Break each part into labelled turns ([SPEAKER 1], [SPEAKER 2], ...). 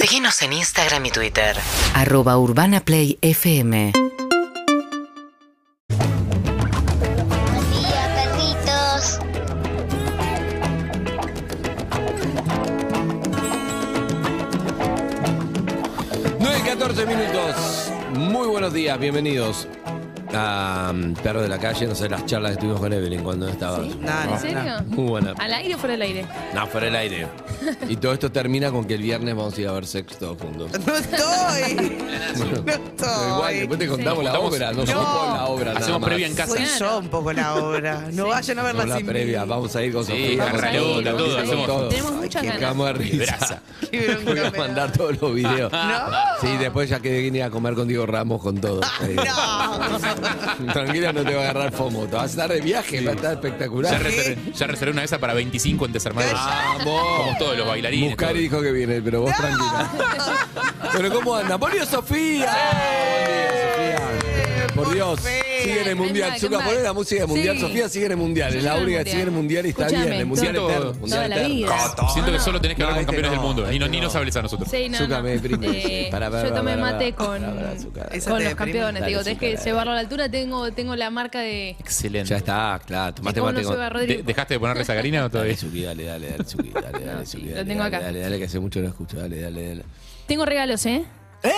[SPEAKER 1] Seguinos en Instagram y Twitter.
[SPEAKER 2] Arroba Urbana Play FM.
[SPEAKER 3] Buen día, perritos.
[SPEAKER 4] y 14 minutos. Muy buenos días, bienvenidos a mm, Perros de la Calle. No sé, las charlas que tuvimos con Evelyn cuando no estaba.
[SPEAKER 5] Ah.
[SPEAKER 6] ¿En serio?
[SPEAKER 4] Muy buena.
[SPEAKER 6] ¿Al aire o fuera del aire?
[SPEAKER 4] No, fuera el aire. Y todo esto termina con que el viernes vamos a ir a ver sexo todos juntos.
[SPEAKER 5] No estoy. No
[SPEAKER 4] Pero igual,
[SPEAKER 5] estoy.
[SPEAKER 4] después te contamos la
[SPEAKER 7] Contamos-
[SPEAKER 4] obra. No,
[SPEAKER 7] No.
[SPEAKER 4] somos por la obra. nada
[SPEAKER 7] Hacemos
[SPEAKER 4] más.
[SPEAKER 7] previa en casa.
[SPEAKER 5] Soy yo un poco la obra. No vayan a
[SPEAKER 4] No
[SPEAKER 5] verla
[SPEAKER 4] la
[SPEAKER 5] sin mí.
[SPEAKER 4] previa, vamos a ir con
[SPEAKER 7] Sí,
[SPEAKER 4] Sofía,
[SPEAKER 7] vamos
[SPEAKER 4] con
[SPEAKER 7] a ir,
[SPEAKER 4] Lola,
[SPEAKER 7] vamos
[SPEAKER 4] con
[SPEAKER 7] a ir.
[SPEAKER 4] todo.
[SPEAKER 6] Tenemos muchas
[SPEAKER 4] que
[SPEAKER 6] ganas.
[SPEAKER 4] cagamos de risa.
[SPEAKER 7] Brasa.
[SPEAKER 5] Qué bronca
[SPEAKER 4] Voy a
[SPEAKER 5] me da.
[SPEAKER 4] mandar todos los videos.
[SPEAKER 5] No.
[SPEAKER 4] Sí, después ya que vine a comer con Diego Ramos con todo. Eh,
[SPEAKER 5] No.
[SPEAKER 4] Tranquila, no te va a agarrar FOMO. Te vas a estar de viaje, va a estar espectacular.
[SPEAKER 7] Ya reservé, ya reservé una de esas para 25 en desarmado. Como todos los bailarines.
[SPEAKER 4] Muscari
[SPEAKER 7] todo.
[SPEAKER 4] dijo que viene, pero vos tranquila. Pero ¿cómo anda? ¡Ponio Sofía! ¡Eh! Por
[SPEAKER 5] Por
[SPEAKER 4] Dios,
[SPEAKER 5] fe.
[SPEAKER 4] sigue en el
[SPEAKER 6] Qué
[SPEAKER 4] Mundial.
[SPEAKER 6] mal, qué
[SPEAKER 4] Zucca,
[SPEAKER 6] mal.
[SPEAKER 4] poné la música de Mundial.
[SPEAKER 6] Sí.
[SPEAKER 4] Sofía sigue en el Mundial. Es
[SPEAKER 6] Yo
[SPEAKER 4] la
[SPEAKER 6] sigo en el
[SPEAKER 4] única que sigue en el Mundial y está
[SPEAKER 6] Escuchame,
[SPEAKER 4] bien. El Mundial
[SPEAKER 7] todo-
[SPEAKER 4] eterno. Mundial
[SPEAKER 6] toda la
[SPEAKER 4] eterno.
[SPEAKER 6] vida.
[SPEAKER 7] Siento que solo tenés que
[SPEAKER 4] No,
[SPEAKER 7] hablar con
[SPEAKER 4] este
[SPEAKER 7] campeones
[SPEAKER 4] no,
[SPEAKER 7] del mundo.
[SPEAKER 4] este
[SPEAKER 7] Y no, ni
[SPEAKER 4] no.
[SPEAKER 7] nos hables a nosotros.
[SPEAKER 6] Sí, no,
[SPEAKER 4] Azúcar
[SPEAKER 6] no.
[SPEAKER 4] me deprime.
[SPEAKER 6] Eh,
[SPEAKER 4] Pará, pará,
[SPEAKER 6] yo
[SPEAKER 4] pará,
[SPEAKER 6] tomé
[SPEAKER 4] pará.
[SPEAKER 6] mate con,
[SPEAKER 4] Pará, pará, azúcar.
[SPEAKER 5] Esa
[SPEAKER 6] con
[SPEAKER 5] te
[SPEAKER 6] los
[SPEAKER 5] deprime.
[SPEAKER 6] campeones.
[SPEAKER 4] Dale,
[SPEAKER 6] Digo, tenés que
[SPEAKER 4] azúcar,
[SPEAKER 6] llevarlo a la altura. Tengo, tengo la marca de...
[SPEAKER 7] Excelente.
[SPEAKER 4] Ya está, claro. Tomaste
[SPEAKER 6] ¿Cómo no
[SPEAKER 4] mate
[SPEAKER 6] se
[SPEAKER 4] con.
[SPEAKER 6] va a
[SPEAKER 7] De- ¿Dejaste de ponerle sacarina o
[SPEAKER 4] Dale,
[SPEAKER 7] todavía?
[SPEAKER 4] Zucchi, dale, dale, dale, Zucchi, dale, dale,
[SPEAKER 6] No, sí,
[SPEAKER 4] Zucchi,
[SPEAKER 6] lo
[SPEAKER 4] dale,
[SPEAKER 6] tengo
[SPEAKER 4] dale,
[SPEAKER 6] acá.
[SPEAKER 4] Dale, dale, que hace mucho no escucho, dale, dale, dale.
[SPEAKER 6] Tengo regalos, ¿eh?
[SPEAKER 4] ¿Eh?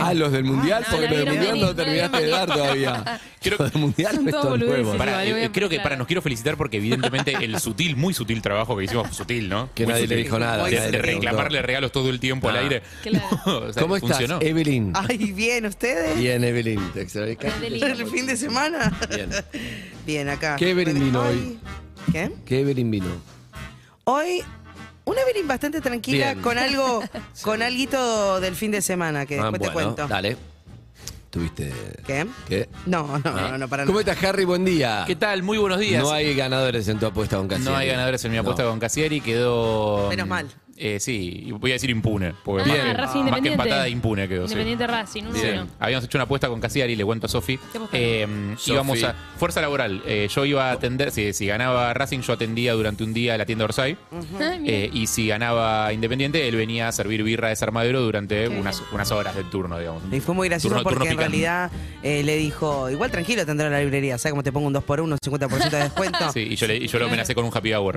[SPEAKER 4] Ah, los del mundial,
[SPEAKER 6] no,
[SPEAKER 4] porque
[SPEAKER 6] la
[SPEAKER 4] los del
[SPEAKER 6] vieron
[SPEAKER 4] mundial no
[SPEAKER 6] venir, la
[SPEAKER 4] terminaste de
[SPEAKER 6] vieron
[SPEAKER 4] dar todavía.
[SPEAKER 7] Creo-
[SPEAKER 4] Los del mundial
[SPEAKER 6] Son
[SPEAKER 4] no es
[SPEAKER 6] todos
[SPEAKER 4] todo
[SPEAKER 6] boludeces.
[SPEAKER 4] nuevo.
[SPEAKER 6] Igual,
[SPEAKER 7] Para,
[SPEAKER 6] voy
[SPEAKER 7] eh,
[SPEAKER 6] a
[SPEAKER 7] creo que
[SPEAKER 6] aplicar.
[SPEAKER 7] para nos quiero felicitar porque evidentemente el sutil, muy sutil trabajo que hicimos, sutil, ¿no?
[SPEAKER 4] Que
[SPEAKER 7] Muy
[SPEAKER 4] nadie le
[SPEAKER 7] sutil.
[SPEAKER 4] dijo nada,
[SPEAKER 7] De-
[SPEAKER 4] nadie
[SPEAKER 7] De,
[SPEAKER 4] le preguntó.
[SPEAKER 7] reclamarle regalos todo el tiempo
[SPEAKER 4] Ah.
[SPEAKER 7] al aire.
[SPEAKER 6] Claro.
[SPEAKER 7] O sea,
[SPEAKER 4] ¿Cómo estás,
[SPEAKER 7] funcionó.
[SPEAKER 4] Evelyn?
[SPEAKER 5] Ay, bien, ¿ustedes?
[SPEAKER 4] Bien, Evelyn, te extrañé casi.
[SPEAKER 5] ¿El fin de semana?
[SPEAKER 4] Bien.
[SPEAKER 5] Bien, acá.
[SPEAKER 4] ¿Qué Evelyn vino
[SPEAKER 5] Ay.
[SPEAKER 4] hoy?
[SPEAKER 5] ¿Qué?
[SPEAKER 4] ¿Qué Evelyn vino?
[SPEAKER 5] Hoy, una Evelyn bastante tranquila
[SPEAKER 4] Bien.
[SPEAKER 5] con algo, con alguito del fin de semana que
[SPEAKER 4] Ah,
[SPEAKER 5] después te
[SPEAKER 4] bueno,
[SPEAKER 5] cuento.
[SPEAKER 4] Dale. ¿Tuviste
[SPEAKER 5] ¿Qué?
[SPEAKER 4] qué?
[SPEAKER 5] No, no, no, no, para
[SPEAKER 4] Ah. ¿Cómo
[SPEAKER 5] nada.
[SPEAKER 4] estás, Harry? Buen día.
[SPEAKER 7] ¿Qué tal? Muy buenos días.
[SPEAKER 4] No hay ganadores en tu apuesta con Casieri.
[SPEAKER 7] No hay ganadores en mi apuesta
[SPEAKER 4] No.
[SPEAKER 7] con Casieri, quedó.
[SPEAKER 5] Menos
[SPEAKER 7] mm,
[SPEAKER 5] mal.
[SPEAKER 7] eh, sí, y voy a decir impune. Porque
[SPEAKER 6] Ah,
[SPEAKER 7] más, que,
[SPEAKER 6] Racing
[SPEAKER 7] más que
[SPEAKER 6] Independiente.
[SPEAKER 7] empatada, impune quedó. sí.
[SPEAKER 6] Independiente Racing, uno
[SPEAKER 7] Bien.
[SPEAKER 6] a uno.
[SPEAKER 7] Habíamos hecho una apuesta con Casiari, le cuento a Sofi.
[SPEAKER 6] ¿Qué apostaron?
[SPEAKER 7] Eh,
[SPEAKER 4] Sofi.
[SPEAKER 7] íbamos a. Fuerza laboral. eh, yo iba a atender. Si, si ganaba Racing, yo atendía durante un día la tienda Orsay.
[SPEAKER 6] Ay, mira.
[SPEAKER 7] Eh, y si ganaba Independiente, él venía a servir birra de Sarmadero durante
[SPEAKER 6] Qué
[SPEAKER 7] unas, unas horas del turno, digamos.
[SPEAKER 5] Y fue muy gracioso
[SPEAKER 7] Turno-
[SPEAKER 5] porque
[SPEAKER 7] turno
[SPEAKER 5] en
[SPEAKER 7] picante.
[SPEAKER 5] realidad eh, le dijo, igual tranquilo tendrá la librería, ¿sabes cómo te pongo un 2x1, un 50% de descuento?
[SPEAKER 7] Sí, y yo, le- y yo lo amenacé con un happy hour.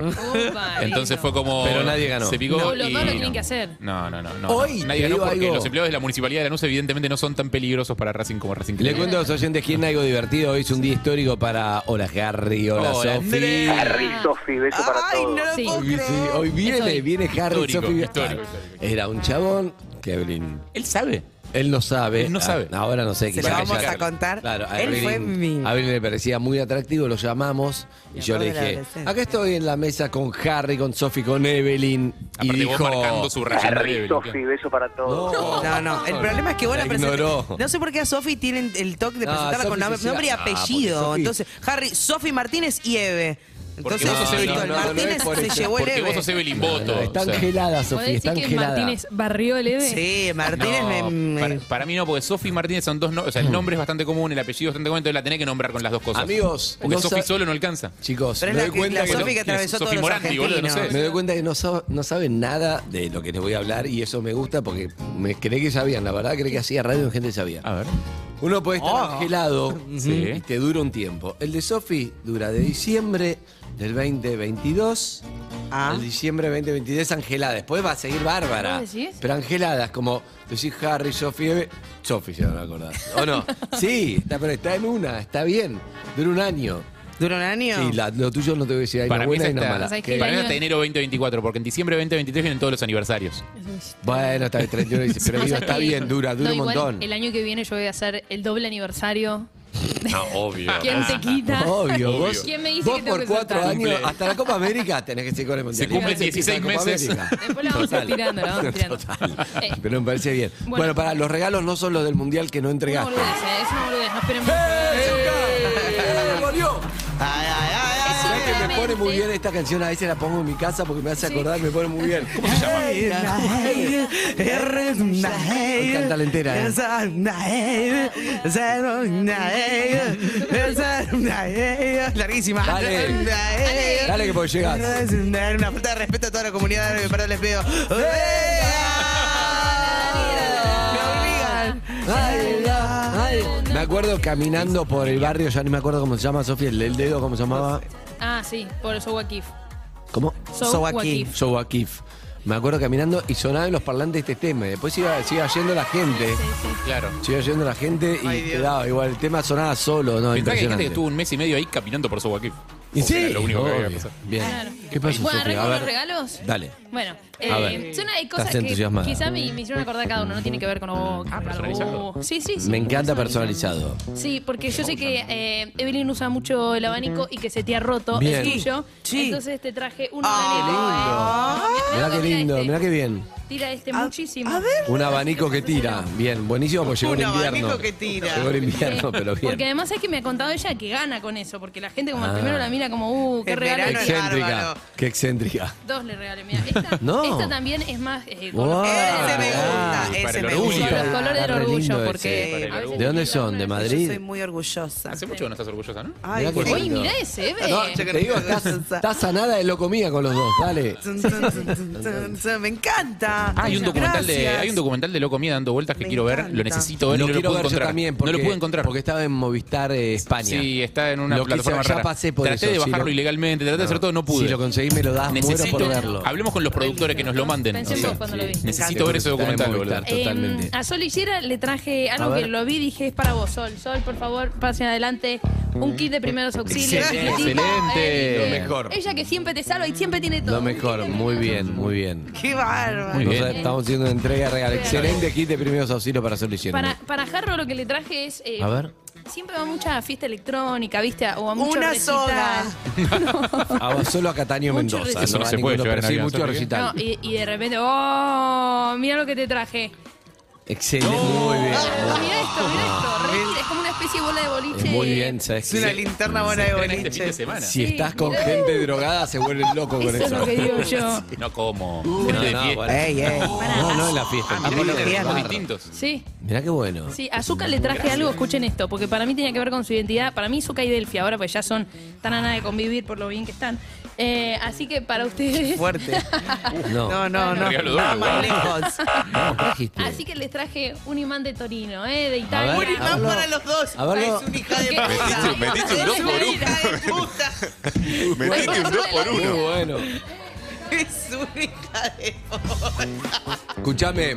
[SPEAKER 6] Upa,
[SPEAKER 7] Entonces
[SPEAKER 6] lindo.
[SPEAKER 7] fue como.
[SPEAKER 4] Pero nadie ganó.
[SPEAKER 7] Se picó.
[SPEAKER 6] No, los
[SPEAKER 7] y
[SPEAKER 6] dos lo tienen
[SPEAKER 7] no.
[SPEAKER 6] que hacer.
[SPEAKER 7] No, no, no. no
[SPEAKER 4] Hoy,
[SPEAKER 7] nadie
[SPEAKER 4] te
[SPEAKER 7] ganó
[SPEAKER 4] digo
[SPEAKER 7] porque
[SPEAKER 4] algo.
[SPEAKER 7] los empleados de la municipalidad de Lanús, evidentemente, no son tan peligrosos para Racing como Racing
[SPEAKER 4] Le
[SPEAKER 7] cree.
[SPEAKER 4] cuento a los oyentes quién algo divertido. Hoy es un día histórico para. Hola, Harry. Hola,
[SPEAKER 7] Hola,
[SPEAKER 4] Sofi.
[SPEAKER 7] Andrés.
[SPEAKER 8] Harry, Sofi, beso para
[SPEAKER 5] Ay,
[SPEAKER 8] todos.
[SPEAKER 5] no lo
[SPEAKER 6] Sí.
[SPEAKER 5] puedo
[SPEAKER 4] Hoy, vi-
[SPEAKER 5] creer.
[SPEAKER 4] sí, hoy viene,
[SPEAKER 6] Estoy-
[SPEAKER 4] viene Harry.
[SPEAKER 7] Histórico,
[SPEAKER 4] Sofi.
[SPEAKER 7] histórico, histórico.
[SPEAKER 4] Era un chabón que Evelyn.
[SPEAKER 7] Él sabe.
[SPEAKER 4] Él no sabe.
[SPEAKER 7] Él no
[SPEAKER 4] Ah,
[SPEAKER 7] sabe.
[SPEAKER 4] ahora no sé.
[SPEAKER 5] Se
[SPEAKER 4] quizás
[SPEAKER 5] lo
[SPEAKER 7] Para
[SPEAKER 5] vamos a
[SPEAKER 4] ya-
[SPEAKER 7] llegar.
[SPEAKER 5] contar.
[SPEAKER 4] Claro, a
[SPEAKER 5] Él
[SPEAKER 4] Evelyn,
[SPEAKER 5] fue mi...
[SPEAKER 4] a Evelyn le parecía muy atractivo, lo llamamos y
[SPEAKER 5] Me
[SPEAKER 4] yo le
[SPEAKER 5] acuerdo de la
[SPEAKER 4] dije,
[SPEAKER 5] adolescencia.
[SPEAKER 4] acá estoy en la mesa con Harry, con Sofi, con Evelyn.
[SPEAKER 7] Aparte,
[SPEAKER 4] y
[SPEAKER 7] vos
[SPEAKER 4] dijo,
[SPEAKER 7] marcando su rayando
[SPEAKER 8] Harry,
[SPEAKER 7] débil,
[SPEAKER 8] Sofi,
[SPEAKER 7] claro.
[SPEAKER 8] beso para todos.
[SPEAKER 4] "No".
[SPEAKER 5] No, no, el problema es que vos
[SPEAKER 4] La
[SPEAKER 5] la presentás-
[SPEAKER 4] ignoró.
[SPEAKER 5] No sé por qué a Sofi tienen el toque de
[SPEAKER 4] No,
[SPEAKER 5] presentarla
[SPEAKER 4] Sofi
[SPEAKER 5] con nom-
[SPEAKER 4] se
[SPEAKER 5] nombre y
[SPEAKER 4] lleva- no,
[SPEAKER 5] apellido.
[SPEAKER 4] porque Sofi-
[SPEAKER 5] Entonces, Harry, Sofi Martínez y Eve.
[SPEAKER 7] Porque
[SPEAKER 5] Entonces,
[SPEAKER 7] vos sos
[SPEAKER 5] listo,
[SPEAKER 7] Evelyn.
[SPEAKER 5] el
[SPEAKER 7] No, no, no es
[SPEAKER 5] Martínez
[SPEAKER 4] por
[SPEAKER 5] se
[SPEAKER 4] eso.
[SPEAKER 5] llevó el
[SPEAKER 7] Porque vos sos
[SPEAKER 5] Eve.
[SPEAKER 7] Evelyn
[SPEAKER 4] No, no,
[SPEAKER 7] Voto.
[SPEAKER 4] está
[SPEAKER 7] o sea.
[SPEAKER 4] angelada, Sofi,
[SPEAKER 6] ¿Podés
[SPEAKER 4] está
[SPEAKER 6] decir que
[SPEAKER 4] angelada.
[SPEAKER 6] Martínez barrió el EVE?
[SPEAKER 5] Sí, Martínez
[SPEAKER 7] No,
[SPEAKER 5] me- me-
[SPEAKER 7] para, para mí no, porque Sofi y Martínez son dos. no- o sea, el
[SPEAKER 4] Mm.
[SPEAKER 7] nombre es bastante común, el apellido es bastante común, entonces la tenés que nombrar con las dos cosas.
[SPEAKER 4] Amigos,
[SPEAKER 7] Porque
[SPEAKER 4] no
[SPEAKER 7] Sofi
[SPEAKER 4] sab-
[SPEAKER 7] solo no alcanza.
[SPEAKER 4] Chicos,
[SPEAKER 5] Pero es
[SPEAKER 4] me
[SPEAKER 5] la
[SPEAKER 4] doy
[SPEAKER 5] que-
[SPEAKER 4] cuenta
[SPEAKER 5] la
[SPEAKER 4] que,
[SPEAKER 5] Sofi que
[SPEAKER 4] no,
[SPEAKER 5] atravesó
[SPEAKER 7] Sofi
[SPEAKER 5] todos los
[SPEAKER 7] Morandi, boludo, no
[SPEAKER 5] argentinos.
[SPEAKER 7] sé.
[SPEAKER 4] me doy cuenta que no, sab- no saben nada de lo que les voy a hablar y eso me gusta porque me creí que sabían, la verdad creí que hacía radio y gente que sabía.
[SPEAKER 7] A ver.
[SPEAKER 4] Uno puede estar angelado
[SPEAKER 7] Ah. Sí.
[SPEAKER 4] y te dura un tiempo. El de Sofi dura de diciembre del 2022
[SPEAKER 5] Ah.
[SPEAKER 4] al diciembre 2023 angelada. Después va a seguir Bárbara.
[SPEAKER 6] ¿Vos decís?
[SPEAKER 4] Pero angeladas, como decís Harry, Sofi, Eve. Sofi se van a acordar. ¿O no? sí, está, pero está en una, está bien. Dura un año.
[SPEAKER 5] ¿Dura un año?
[SPEAKER 4] Sí, la- lo tuyo no te voy a decir, hay
[SPEAKER 7] Para
[SPEAKER 4] una
[SPEAKER 7] mí
[SPEAKER 4] buena
[SPEAKER 7] esa
[SPEAKER 4] y una
[SPEAKER 7] está-
[SPEAKER 4] mala.
[SPEAKER 6] Pensá que
[SPEAKER 4] Que-
[SPEAKER 7] Para mí hasta enero 2024, porque en diciembre 2023 vienen todos los aniversarios.
[SPEAKER 4] Bueno, está bien, 31 dice, pero
[SPEAKER 6] O
[SPEAKER 4] digo,
[SPEAKER 6] sea
[SPEAKER 4] está
[SPEAKER 6] que-
[SPEAKER 4] bien, dura, dura
[SPEAKER 6] No,
[SPEAKER 4] un
[SPEAKER 6] igual
[SPEAKER 4] montón.
[SPEAKER 6] El año que viene yo voy a hacer el doble aniversario.
[SPEAKER 7] No, obvio.
[SPEAKER 6] ¿Quién te quita?
[SPEAKER 4] Obvio,
[SPEAKER 7] Obvio.
[SPEAKER 4] vos,
[SPEAKER 6] ¿Quién me dice
[SPEAKER 4] vos
[SPEAKER 6] que tengo
[SPEAKER 4] por
[SPEAKER 6] que
[SPEAKER 4] cuatro
[SPEAKER 6] soltar?
[SPEAKER 4] años,
[SPEAKER 7] Cumple.
[SPEAKER 4] hasta la Copa América tenés que seguir con el Mundial.
[SPEAKER 7] cumplen
[SPEAKER 4] Igual empieza
[SPEAKER 7] 16
[SPEAKER 4] la Copa
[SPEAKER 7] meses.
[SPEAKER 4] América.
[SPEAKER 6] Después la vamos a ir tirando, la vamos a ir tirando.
[SPEAKER 4] Total.
[SPEAKER 6] Eh,
[SPEAKER 4] Pero me parece bien. Bueno,
[SPEAKER 6] Bueno.
[SPEAKER 4] para los regalos no son los del Mundial que no
[SPEAKER 6] una
[SPEAKER 4] entregaste.
[SPEAKER 6] boludez, eh, es una boludez, no esperemos.
[SPEAKER 4] ¡Eh, volvió!
[SPEAKER 5] Ay, ay, ay, ay.
[SPEAKER 4] ¿Sabés que me pone muy bien esta canción? A veces la pongo en mi casa porque me hace acordar, me pone muy bien. ¿Cómo se llama? Cántala entera, eh.
[SPEAKER 5] Larguísima.
[SPEAKER 4] Dale. Dale que podés llegar.
[SPEAKER 7] eh,
[SPEAKER 5] Una falta de respeto a toda la comunidad, de verdad les veo.
[SPEAKER 4] acuerdo caminando por el barrio, ya ni me acuerdo cómo se llama, Sofía, el del dedo, ¿cómo se llamaba?
[SPEAKER 6] Ah, sí, por el Sowakif.
[SPEAKER 4] ¿Cómo?
[SPEAKER 5] Sowakif.
[SPEAKER 4] Sowakif. Me acuerdo caminando y sonaba en los parlantes este tema. y Después iba, sigue yendo la gente.
[SPEAKER 7] Claro.
[SPEAKER 4] Sigue yendo la gente y te daba igual. El tema sonaba solo,
[SPEAKER 7] Pensá que
[SPEAKER 4] ¿no?
[SPEAKER 7] hay gente
[SPEAKER 4] Impresionante.
[SPEAKER 7] que estuvo un mes y medio ahí caminando por Sowakif.
[SPEAKER 4] ¿Y sí?
[SPEAKER 7] Era lo único que había
[SPEAKER 4] Obvio.
[SPEAKER 7] pasado.
[SPEAKER 4] Bien.
[SPEAKER 6] Claro.
[SPEAKER 4] ¿Qué pasó,
[SPEAKER 6] Bueno,
[SPEAKER 4] Sofía?
[SPEAKER 6] ¿arranco
[SPEAKER 4] A
[SPEAKER 6] con
[SPEAKER 4] ver.
[SPEAKER 6] los regalos?
[SPEAKER 4] Dale.
[SPEAKER 6] Bueno,
[SPEAKER 4] A
[SPEAKER 6] eh,
[SPEAKER 4] ver.
[SPEAKER 6] son hay
[SPEAKER 4] Estás
[SPEAKER 6] cosas que
[SPEAKER 4] entusiasmada. Mm.
[SPEAKER 6] quizá me, me hicieron acordar cada uno, no tiene que ver con vos.
[SPEAKER 7] Ah, personalizado.
[SPEAKER 6] Sí, sí, sí.
[SPEAKER 4] Me encanta personalizado.
[SPEAKER 6] Sí, porque yo sé que eh, Evelyn usa mucho el abanico y que se te ha roto
[SPEAKER 4] Bien.
[SPEAKER 6] el tuyo.
[SPEAKER 5] Sí.
[SPEAKER 6] Entonces te traje un
[SPEAKER 5] Ah,
[SPEAKER 6] abanico. eh.
[SPEAKER 4] Mirá
[SPEAKER 6] Mira,
[SPEAKER 4] qué
[SPEAKER 6] mira
[SPEAKER 4] lindo,
[SPEAKER 6] este.
[SPEAKER 4] mirá qué bien.
[SPEAKER 6] Tira este muchísimo.
[SPEAKER 5] a ver.
[SPEAKER 4] Un abanico que tira. Bien, buenísimo porque llegó el
[SPEAKER 5] Un abanico
[SPEAKER 4] invierno.
[SPEAKER 5] que tira.
[SPEAKER 4] Llegó el
[SPEAKER 6] Sí,
[SPEAKER 4] invierno, pero
[SPEAKER 6] Porque
[SPEAKER 4] bien.
[SPEAKER 6] además es que me ha contado ella que gana con eso, porque la gente como
[SPEAKER 4] Ah.
[SPEAKER 6] el primero la mira como, uh, qué
[SPEAKER 5] El
[SPEAKER 6] regalo.
[SPEAKER 5] verano
[SPEAKER 6] que-
[SPEAKER 5] es-
[SPEAKER 4] Excéntrica.
[SPEAKER 5] bárbaro.
[SPEAKER 4] Qué excéntrica.
[SPEAKER 6] Dos le regalé, mira. Esta,
[SPEAKER 4] No.
[SPEAKER 6] esta también es más... eh,
[SPEAKER 4] Wow.
[SPEAKER 6] con los colores
[SPEAKER 5] Ese me
[SPEAKER 6] del
[SPEAKER 5] gusta,
[SPEAKER 4] Ah,
[SPEAKER 7] para
[SPEAKER 5] ese
[SPEAKER 7] el
[SPEAKER 5] me
[SPEAKER 7] orgullo.
[SPEAKER 6] orgullo.
[SPEAKER 5] gusta.
[SPEAKER 6] Los colores del
[SPEAKER 4] Está re lindo
[SPEAKER 6] orgullo,
[SPEAKER 4] ese.
[SPEAKER 6] porque...
[SPEAKER 7] Para el
[SPEAKER 6] a veces
[SPEAKER 7] orgullo.
[SPEAKER 4] ¿De dónde
[SPEAKER 6] te
[SPEAKER 4] son?
[SPEAKER 6] tira
[SPEAKER 4] ¿De
[SPEAKER 6] una-
[SPEAKER 5] Yo
[SPEAKER 4] Madrid?
[SPEAKER 5] soy muy orgullosa.
[SPEAKER 7] Hace mucho que no estás orgullosa, ¿no?
[SPEAKER 5] Ay,
[SPEAKER 4] Mirá qué
[SPEAKER 6] Uy,
[SPEAKER 4] lindo.
[SPEAKER 6] mirá ese, eh. Eve.
[SPEAKER 5] No, che,
[SPEAKER 4] Te digo, estás, estás sanada de locomía con los dos. Dale.
[SPEAKER 5] Tun, tun, tun, tun, tun, tun. Me encanta.
[SPEAKER 7] Ah, hay un documental de
[SPEAKER 5] Gracias.
[SPEAKER 7] hay un documental de loco mía dando vueltas que
[SPEAKER 5] Me
[SPEAKER 7] quiero ver,
[SPEAKER 5] encanta.
[SPEAKER 7] lo necesito ver, no lo,
[SPEAKER 4] quiero
[SPEAKER 7] puedo
[SPEAKER 4] ver yo
[SPEAKER 7] encontrar.
[SPEAKER 4] también.
[SPEAKER 7] no
[SPEAKER 4] Porque,
[SPEAKER 7] lo puedo encontrar.
[SPEAKER 4] Porque estaba en Movistar eh, España.
[SPEAKER 7] Sí, está en una
[SPEAKER 4] Lo quise,
[SPEAKER 7] plataforma
[SPEAKER 4] ya
[SPEAKER 7] rara.
[SPEAKER 4] pasé por
[SPEAKER 7] traté
[SPEAKER 4] eso,
[SPEAKER 7] de
[SPEAKER 4] si
[SPEAKER 7] bajarlo
[SPEAKER 4] lo-
[SPEAKER 7] ilegalmente, traté de hacer todo, no pude.
[SPEAKER 4] Si lo conseguís, me lo das.
[SPEAKER 7] necesito
[SPEAKER 4] Muero por verlo.
[SPEAKER 7] Hablemos con los productores que nos lo manden.
[SPEAKER 6] Pensé en vos cuando lo vi.
[SPEAKER 7] necesito ver ese
[SPEAKER 4] Está en
[SPEAKER 7] documental, boludo.
[SPEAKER 4] Movistar. Totalmente.
[SPEAKER 6] Eh, a Sol Higuera le traje algo
[SPEAKER 4] A ver.
[SPEAKER 6] que lo vi y dije, es para vos, Sol. Sol, por favor, pasen adelante. Un kit de primeros auxilios.
[SPEAKER 7] Excelente,
[SPEAKER 6] Un kit,
[SPEAKER 7] excelente.
[SPEAKER 6] eh,
[SPEAKER 4] Lo mejor.
[SPEAKER 6] Ella que siempre te salva y siempre tiene todo.
[SPEAKER 4] Lo mejor. Muy bien, muy bien.
[SPEAKER 5] Qué bárbaro.
[SPEAKER 7] Muy
[SPEAKER 4] Nos-
[SPEAKER 7] bien.
[SPEAKER 4] estamos haciendo una entrega real. Excelente kit de primeros auxilios para hacerlo hicieron.
[SPEAKER 6] Para, para Jarro lo que le traje es... eh,
[SPEAKER 4] A ver.
[SPEAKER 6] Siempre va a mucha fiesta electrónica, ¿viste? O a mucho
[SPEAKER 5] Una
[SPEAKER 6] recital.
[SPEAKER 5] soga.
[SPEAKER 4] A vos solo a Cataño
[SPEAKER 6] Mucho
[SPEAKER 4] Mendoza.
[SPEAKER 6] recital.
[SPEAKER 7] Eso no
[SPEAKER 4] a
[SPEAKER 7] se puede
[SPEAKER 4] ninguno,
[SPEAKER 7] llevar en
[SPEAKER 4] pero sí,
[SPEAKER 7] avión,
[SPEAKER 4] mucho
[SPEAKER 7] ¿sabes?
[SPEAKER 4] recital.
[SPEAKER 6] No, y, y de repente, ¡oh! Mira lo que te traje.
[SPEAKER 4] Excelente, muy bien.
[SPEAKER 6] Ah, mira esto, mira esto. Re- es como una especie de bola de boliche.
[SPEAKER 4] Muy bien, ¿sabes
[SPEAKER 5] Es
[SPEAKER 4] qué?
[SPEAKER 5] una linterna buena de
[SPEAKER 7] Estrena este fin de
[SPEAKER 5] boliche.
[SPEAKER 7] semana.
[SPEAKER 4] Si
[SPEAKER 6] Sí,
[SPEAKER 4] estás con
[SPEAKER 6] mirá.
[SPEAKER 4] gente drogada, se vuelven locos con
[SPEAKER 6] Eso
[SPEAKER 4] eso.
[SPEAKER 6] es lo que digo yo.
[SPEAKER 7] No como.
[SPEAKER 4] No,
[SPEAKER 7] Gente de
[SPEAKER 4] Uh, no,
[SPEAKER 7] fiesta.
[SPEAKER 4] bueno.
[SPEAKER 5] Ey, ey.
[SPEAKER 4] No, no en la fiesta.
[SPEAKER 7] Ah, mirá,
[SPEAKER 5] Vamos,
[SPEAKER 7] mirá,
[SPEAKER 5] los
[SPEAKER 7] son
[SPEAKER 5] días.
[SPEAKER 7] distintos.
[SPEAKER 6] Sí.
[SPEAKER 4] Mirá qué bueno.
[SPEAKER 6] Sí, a Zucca le traje algo, escuchen esto, porque para mí tenía que ver con su identidad. Para mí Zucca y Delphi, ahora pues ya son tan a nada de convivir por lo bien que están. Eh, así que para ustedes...
[SPEAKER 5] Fuerte.
[SPEAKER 4] No.
[SPEAKER 5] No, no, no.
[SPEAKER 7] Regalo
[SPEAKER 5] Nada
[SPEAKER 7] doble,
[SPEAKER 5] más
[SPEAKER 7] guau.
[SPEAKER 5] lejos.
[SPEAKER 4] No, trajiste.
[SPEAKER 6] Así que les traje un imán de Torino, ¿eh? De
[SPEAKER 4] A ver,
[SPEAKER 6] Italia.
[SPEAKER 4] Un imán
[SPEAKER 5] Más para los dos.
[SPEAKER 4] A verlo.
[SPEAKER 5] Es una hija de
[SPEAKER 6] ¿Qué?
[SPEAKER 5] puta.
[SPEAKER 6] Metiste- metiste un dos por uno.
[SPEAKER 5] Es una hija de puta.
[SPEAKER 6] Metiste un dos por
[SPEAKER 4] Muy bueno.
[SPEAKER 5] Es una hija de puta.
[SPEAKER 4] Escuchame.